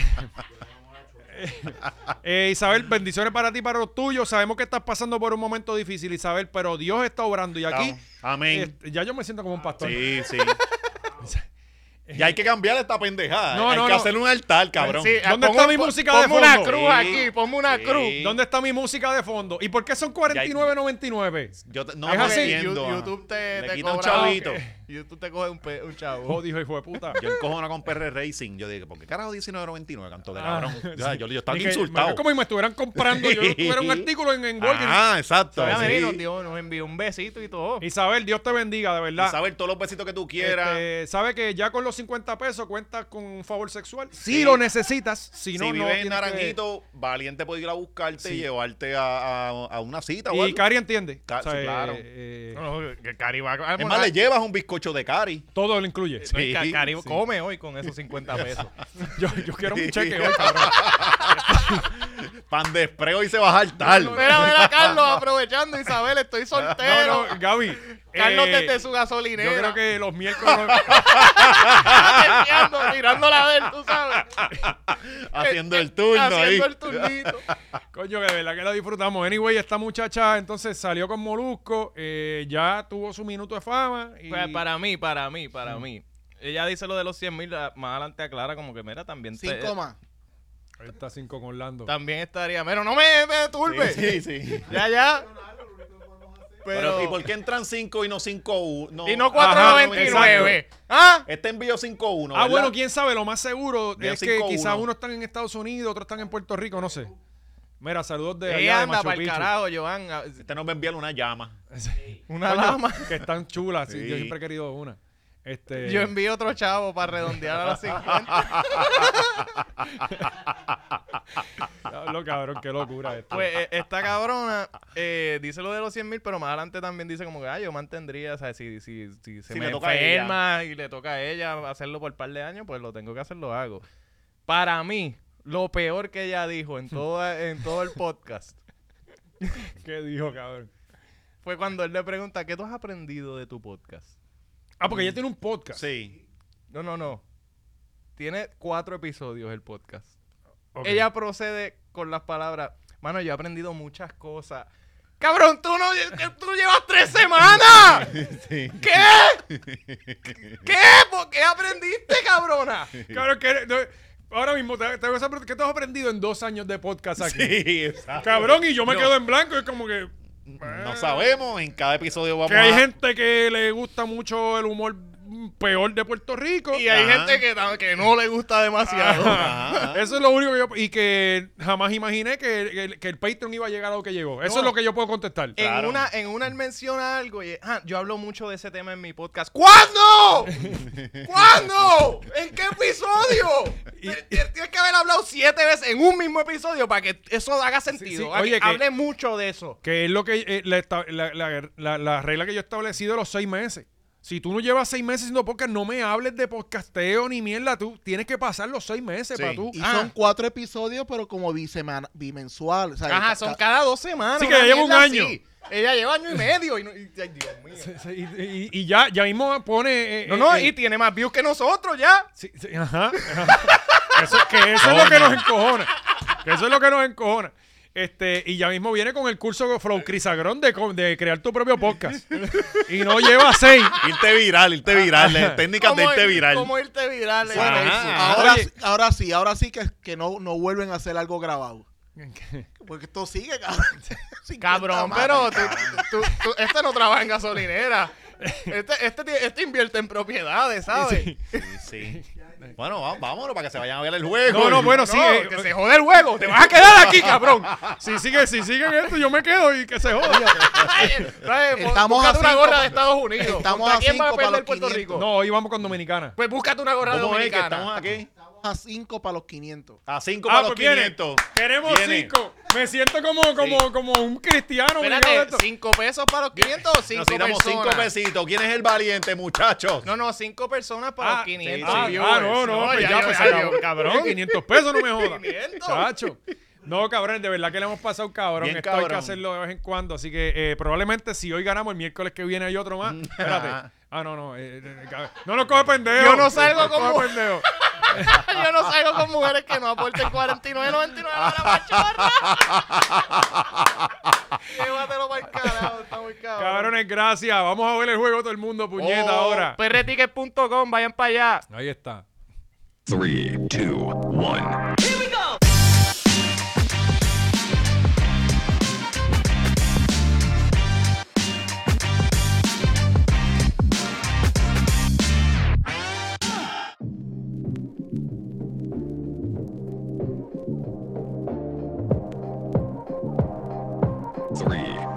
Speaker 2: Eh, Isabel, bendiciones para ti y para los tuyos. Sabemos que estás pasando por un momento difícil, Isabel, pero Dios está obrando. Y aquí,
Speaker 3: Estamos. Amén.
Speaker 2: este, ya yo me siento como un pastor.
Speaker 3: Sí, sí. Y hay que cambiar esta pendejada.
Speaker 2: No,
Speaker 3: hay
Speaker 2: no,
Speaker 3: que
Speaker 2: no. Pues
Speaker 3: hacerle un altar, cabrón.
Speaker 4: Sí, ah,
Speaker 2: ¿Dónde
Speaker 4: pongo-
Speaker 2: está mi
Speaker 4: po-
Speaker 2: música de
Speaker 4: ponme una
Speaker 2: fondo?
Speaker 4: cruz
Speaker 3: Sí.
Speaker 4: aquí, ponme una
Speaker 3: Sí.
Speaker 4: cruz.
Speaker 2: ¿Dónde está mi música de fondo? ¿Y por qué son 49.99?
Speaker 3: Yo te- no
Speaker 4: Ah,
Speaker 2: Es
Speaker 3: lo
Speaker 2: así.
Speaker 3: entiendo.
Speaker 4: You-
Speaker 3: ajá.
Speaker 4: YouTube te,
Speaker 3: Le
Speaker 4: te
Speaker 3: quita un
Speaker 4: cobra-
Speaker 3: chavito.
Speaker 4: ok. YouTube te coge un, pe- un chavo.
Speaker 2: Jodido, Oh, hijo de puta.
Speaker 3: Yo encojono con PR Racing. Yo dije, ¿por qué carajo 19.99 canto de
Speaker 2: Ah,
Speaker 3: cabrón? O sea, yo, yo estaba
Speaker 2: Y que-
Speaker 3: insultado.
Speaker 2: Es como si me estuvieran comprando. Yo tuviera un artículo en, en Walgreens.
Speaker 3: Ah, exacto.
Speaker 4: Mira,
Speaker 3: sí.
Speaker 4: Merino, tío, nos envió un besito y todo.
Speaker 2: Isabel, Dios te bendiga, de verdad.
Speaker 3: Isabel, todos los besitos que tú quieras.
Speaker 2: Este, sabe que ya con los 50 pesos cuentas con un favor sexual. Si
Speaker 3: Sí.
Speaker 2: lo necesitas, si
Speaker 3: si
Speaker 2: no, no.
Speaker 3: vives en
Speaker 2: tienes que-
Speaker 3: Naranjito, valiente puede ir a buscarte y
Speaker 2: Sí.
Speaker 3: llevarte a, a- a una cita o
Speaker 2: Y
Speaker 3: algo.
Speaker 2: Cari entiende.
Speaker 3: Ca- sí, claro.
Speaker 2: eh, eh,
Speaker 4: No, no, que Cari va a
Speaker 3: Es
Speaker 2: Ah.
Speaker 3: más, le llevas un bizcocho de cari.
Speaker 2: todo lo incluye.
Speaker 4: No, y Ca-
Speaker 3: Sí,
Speaker 4: Cari
Speaker 3: sí.
Speaker 4: come hoy con esos 50 pesos.
Speaker 2: Yo, yo quiero un cheque hoy, cabrón.
Speaker 3: Pan de espreo y se va a jaltar.
Speaker 4: Mira, mira, Carlos, aprovechando, Isabel, estoy soltero.
Speaker 2: No, no, Gaby.
Speaker 4: Carlos
Speaker 2: eh,
Speaker 4: desde su
Speaker 2: Yo
Speaker 4: gasolinera.
Speaker 2: creo que los miércoles.
Speaker 4: Está terciando, mirándola a ver, tú sabes.
Speaker 3: haciendo
Speaker 4: Eh,
Speaker 3: el turno
Speaker 4: haciendo
Speaker 3: ahí.
Speaker 4: el turnito.
Speaker 2: Coño, que de verdad que la disfrutamos. Anyway, esta muchacha entonces salió con Molusco, eh, ya tuvo su minuto de fama. Y...
Speaker 4: Pues, para mí, para mí,
Speaker 3: Mm.
Speaker 4: para mí. Ella dice lo de los 100 mil, más adelante aclara como que, mira, también, te-
Speaker 5: Cinco más.
Speaker 2: Ahí está 5 con Orlando.
Speaker 4: también estaría, pero no me, me turbe.
Speaker 3: Sí, sí, sí.
Speaker 4: Ya, ya.
Speaker 3: Pero,
Speaker 4: Pero,
Speaker 3: ¿y por qué entran 5 y no 5? No,
Speaker 4: y no
Speaker 2: Ajá,
Speaker 4: 4.99. ¿Ah?
Speaker 3: Este envío 5-1.
Speaker 2: Ah,
Speaker 3: ¿verdad?
Speaker 2: bueno, quién sabe, lo más seguro
Speaker 3: Bien,
Speaker 2: es que
Speaker 3: 5-1.
Speaker 2: quizás unos están en Estados Unidos, otros están en Puerto Rico, no sé. Mira, saludos de allá
Speaker 4: Ella
Speaker 2: de
Speaker 4: anda
Speaker 2: Machu
Speaker 4: para el
Speaker 2: Picchu.
Speaker 4: carajo, Joan. a-
Speaker 3: Este nos va a enviar una llama.
Speaker 4: Una
Speaker 2: Coño,
Speaker 4: dama.
Speaker 2: Que están chulas, sí,
Speaker 3: Sí.
Speaker 2: yo siempre he querido una. Este,
Speaker 4: Yo envío otro chavo para redondear a los 50.
Speaker 2: Lo cabrón, qué locura esto.
Speaker 4: Pues eh, esta cabrona eh, dice lo de los 100 mil, pero más adelante también dice como que, ah, yo mantendría, o sea, si, si, si se
Speaker 3: Si
Speaker 4: me
Speaker 3: le toca a ella.
Speaker 4: enferma y le toca a ella hacerlo por un par de años, pues lo tengo que hacer, lo hago. Para mí, lo peor que ella dijo en, toda, en todo el podcast
Speaker 2: ¿Qué dijo, cabrón?
Speaker 4: fue cuando él le pregunta, ¿qué tú has aprendido de tu podcast?
Speaker 2: Ah, porque ella tiene un podcast.
Speaker 3: Sí.
Speaker 4: No, no, no. Tiene cuatro episodios el podcast.
Speaker 2: Ok.
Speaker 4: Ella procede con las palabras, mano, yo he aprendido muchas cosas. Cabrón, tú no que tú llevas tres semanas.
Speaker 3: Sí.
Speaker 4: ¿Qué? ¿Qué? ¿Por qué aprendiste, cabrona?
Speaker 2: Cabrón, que, no, ahora mismo, te, te voy a saber ¿qué te has aprendido en dos años de podcast aquí?
Speaker 3: Sí, exacto.
Speaker 2: Cabrón, y yo me
Speaker 3: No.
Speaker 2: quedo en blanco y es como que...
Speaker 3: No sabemos, en cada episodio vamos
Speaker 2: Que hay
Speaker 3: a...
Speaker 2: gente que le gusta mucho el humor mm, peor de Puerto Rico.
Speaker 4: Y hay
Speaker 3: Ajá.
Speaker 4: gente que, tam- que no le gusta demasiado.
Speaker 3: Ajá.
Speaker 2: Eso es lo único que yo... Y que jamás imaginé que, que el- que el Patreon iba a llegar a lo que llegó. Eso
Speaker 4: No. Eh,
Speaker 2: es lo que yo puedo contestar.
Speaker 4: En,
Speaker 3: Claro.
Speaker 4: una, en una él menciona algo y ah, yo hablo mucho de ese tema en mi podcast. ¿Cuándo? ¿Cuándo? ¿En qué episodio? Tien- Tienes que haber hablado siete veces en un mismo episodio para que eso haga sentido.
Speaker 2: sí.
Speaker 4: Para
Speaker 2: Oye,
Speaker 4: que
Speaker 2: que-
Speaker 4: hable mucho de eso.
Speaker 2: Que es lo que... eh, la, esta- la- la- la- la regla que yo he establecido de los seis meses. Si tú no llevas seis meses haciendo podcast, no me hables de podcasteo ni mierda. Tú tienes que pasar los seis meses
Speaker 3: Sí.
Speaker 2: para tú...
Speaker 5: Y
Speaker 4: Ah.
Speaker 5: son cuatro episodios, pero como bisemana- bimensual. o sea,
Speaker 4: Ajá,
Speaker 5: ca-
Speaker 4: son
Speaker 5: ca-
Speaker 4: cada dos semanas.
Speaker 2: Sí, que
Speaker 4: una
Speaker 2: ya lleva un
Speaker 4: mierda
Speaker 2: año.
Speaker 4: así. Ella lleva año y medio. Y no, y- ay, Dios mío.
Speaker 2: Y, y- y ya, ya mismo pone... eh,
Speaker 4: No, no,
Speaker 2: eh,
Speaker 4: y tiene más views que nosotros ya.
Speaker 2: Sí, sí, ajá. ajá. Eso, que eso es lo que nos encojona. Que eso es lo que nos encojona. Este, y ya mismo viene con el curso Flow Crisagrón de, co- de crear tu propio podcast. Y no lleva seis.
Speaker 3: Irte viral, irte viral. las técnicas de
Speaker 4: ¿Cómo
Speaker 3: irte
Speaker 4: ir-
Speaker 3: viral.
Speaker 4: ¿Cómo irte viral? en
Speaker 3: Ajá.
Speaker 4: Facebook?
Speaker 5: Ahora,
Speaker 2: Oye.
Speaker 5: sí- ahora sí, ahora sí que, que no, no vuelven a hacer algo grabado. Porque esto sigue, cabrón. 50
Speaker 4: Cabrón,
Speaker 5: más.
Speaker 4: pero tú, tú- tú- este no trabaja en gasolinera. Este, este, ti- este invierte en propiedades, ¿sabes?
Speaker 3: Sí, sí. Bueno, va- vámonos para que se vayan a ver el juego.
Speaker 2: No, no, bueno, sí. eh,
Speaker 4: que se jode el juego. Te vas a quedar aquí, cabrón.
Speaker 2: si siguen si siguen esto, yo me quedo y que se joda.
Speaker 4: ¿Sabes? Bú-
Speaker 5: Estamos
Speaker 4: búscate
Speaker 5: a
Speaker 4: una
Speaker 5: cinco
Speaker 4: gorra
Speaker 5: pa-
Speaker 4: de Estados Unidos.
Speaker 5: Estamos
Speaker 4: ¿Contra
Speaker 5: a
Speaker 4: quién va a
Speaker 5: cinco pa
Speaker 4: perder
Speaker 5: los
Speaker 4: Puerto
Speaker 5: 500.
Speaker 4: Rico?
Speaker 2: No, íbamos con Dominicana.
Speaker 4: Pues búscate una gorra de
Speaker 3: ¿Cómo es que
Speaker 4: Dominicana.
Speaker 3: estamos aquí?
Speaker 5: a 5 para los 500.
Speaker 3: A 5
Speaker 2: Ah,
Speaker 3: para los
Speaker 2: pues viene.
Speaker 3: 500.
Speaker 2: Queremos
Speaker 3: Viene.
Speaker 2: cinco. Me siento como, como, como un cristiano. obligado a
Speaker 4: Espérate,
Speaker 2: esto.
Speaker 4: ¿cinco pesos para los 500 o cinco
Speaker 3: Necesitamos 5
Speaker 4: personas?
Speaker 3: pesitos. ¿Quién es el valiente, muchachos?
Speaker 4: No, no, cinco personas para
Speaker 2: Ah,
Speaker 4: los 500
Speaker 2: ah,
Speaker 4: viewers.
Speaker 2: ah, no, no, pues ya,
Speaker 4: yo-
Speaker 2: pues,
Speaker 4: yo-
Speaker 2: cabrón, 500 pesos no me jodas.
Speaker 4: 500.
Speaker 2: Chacho. No, cabrón, de verdad que le hemos pasado cabrón.
Speaker 3: Bien
Speaker 2: Esto hay que
Speaker 3: cabrón.
Speaker 2: hacerlo de vez en cuando. Así que eh, probablemente si hoy ganamos, el miércoles que viene hay otro más.
Speaker 4: Mm.
Speaker 2: Espérate. Ah, no, no. eh, eh, cabrón. no nos coge pendejo.
Speaker 4: Yo no salgo
Speaker 2: Nos coge
Speaker 4: como-
Speaker 2: pendejo.
Speaker 4: Yo no salgo con mujeres que no aporten 49.99 a la machorra. Llévatelo para el carajo, está muy cabrón.
Speaker 2: Cabrones, gracias. Vamos a ver el juego todo el mundo, puñeta,
Speaker 3: Oh,
Speaker 2: ahora.
Speaker 4: prticket.com, vayan para allá.
Speaker 2: Ahí está.
Speaker 1: Three, two, one. Three,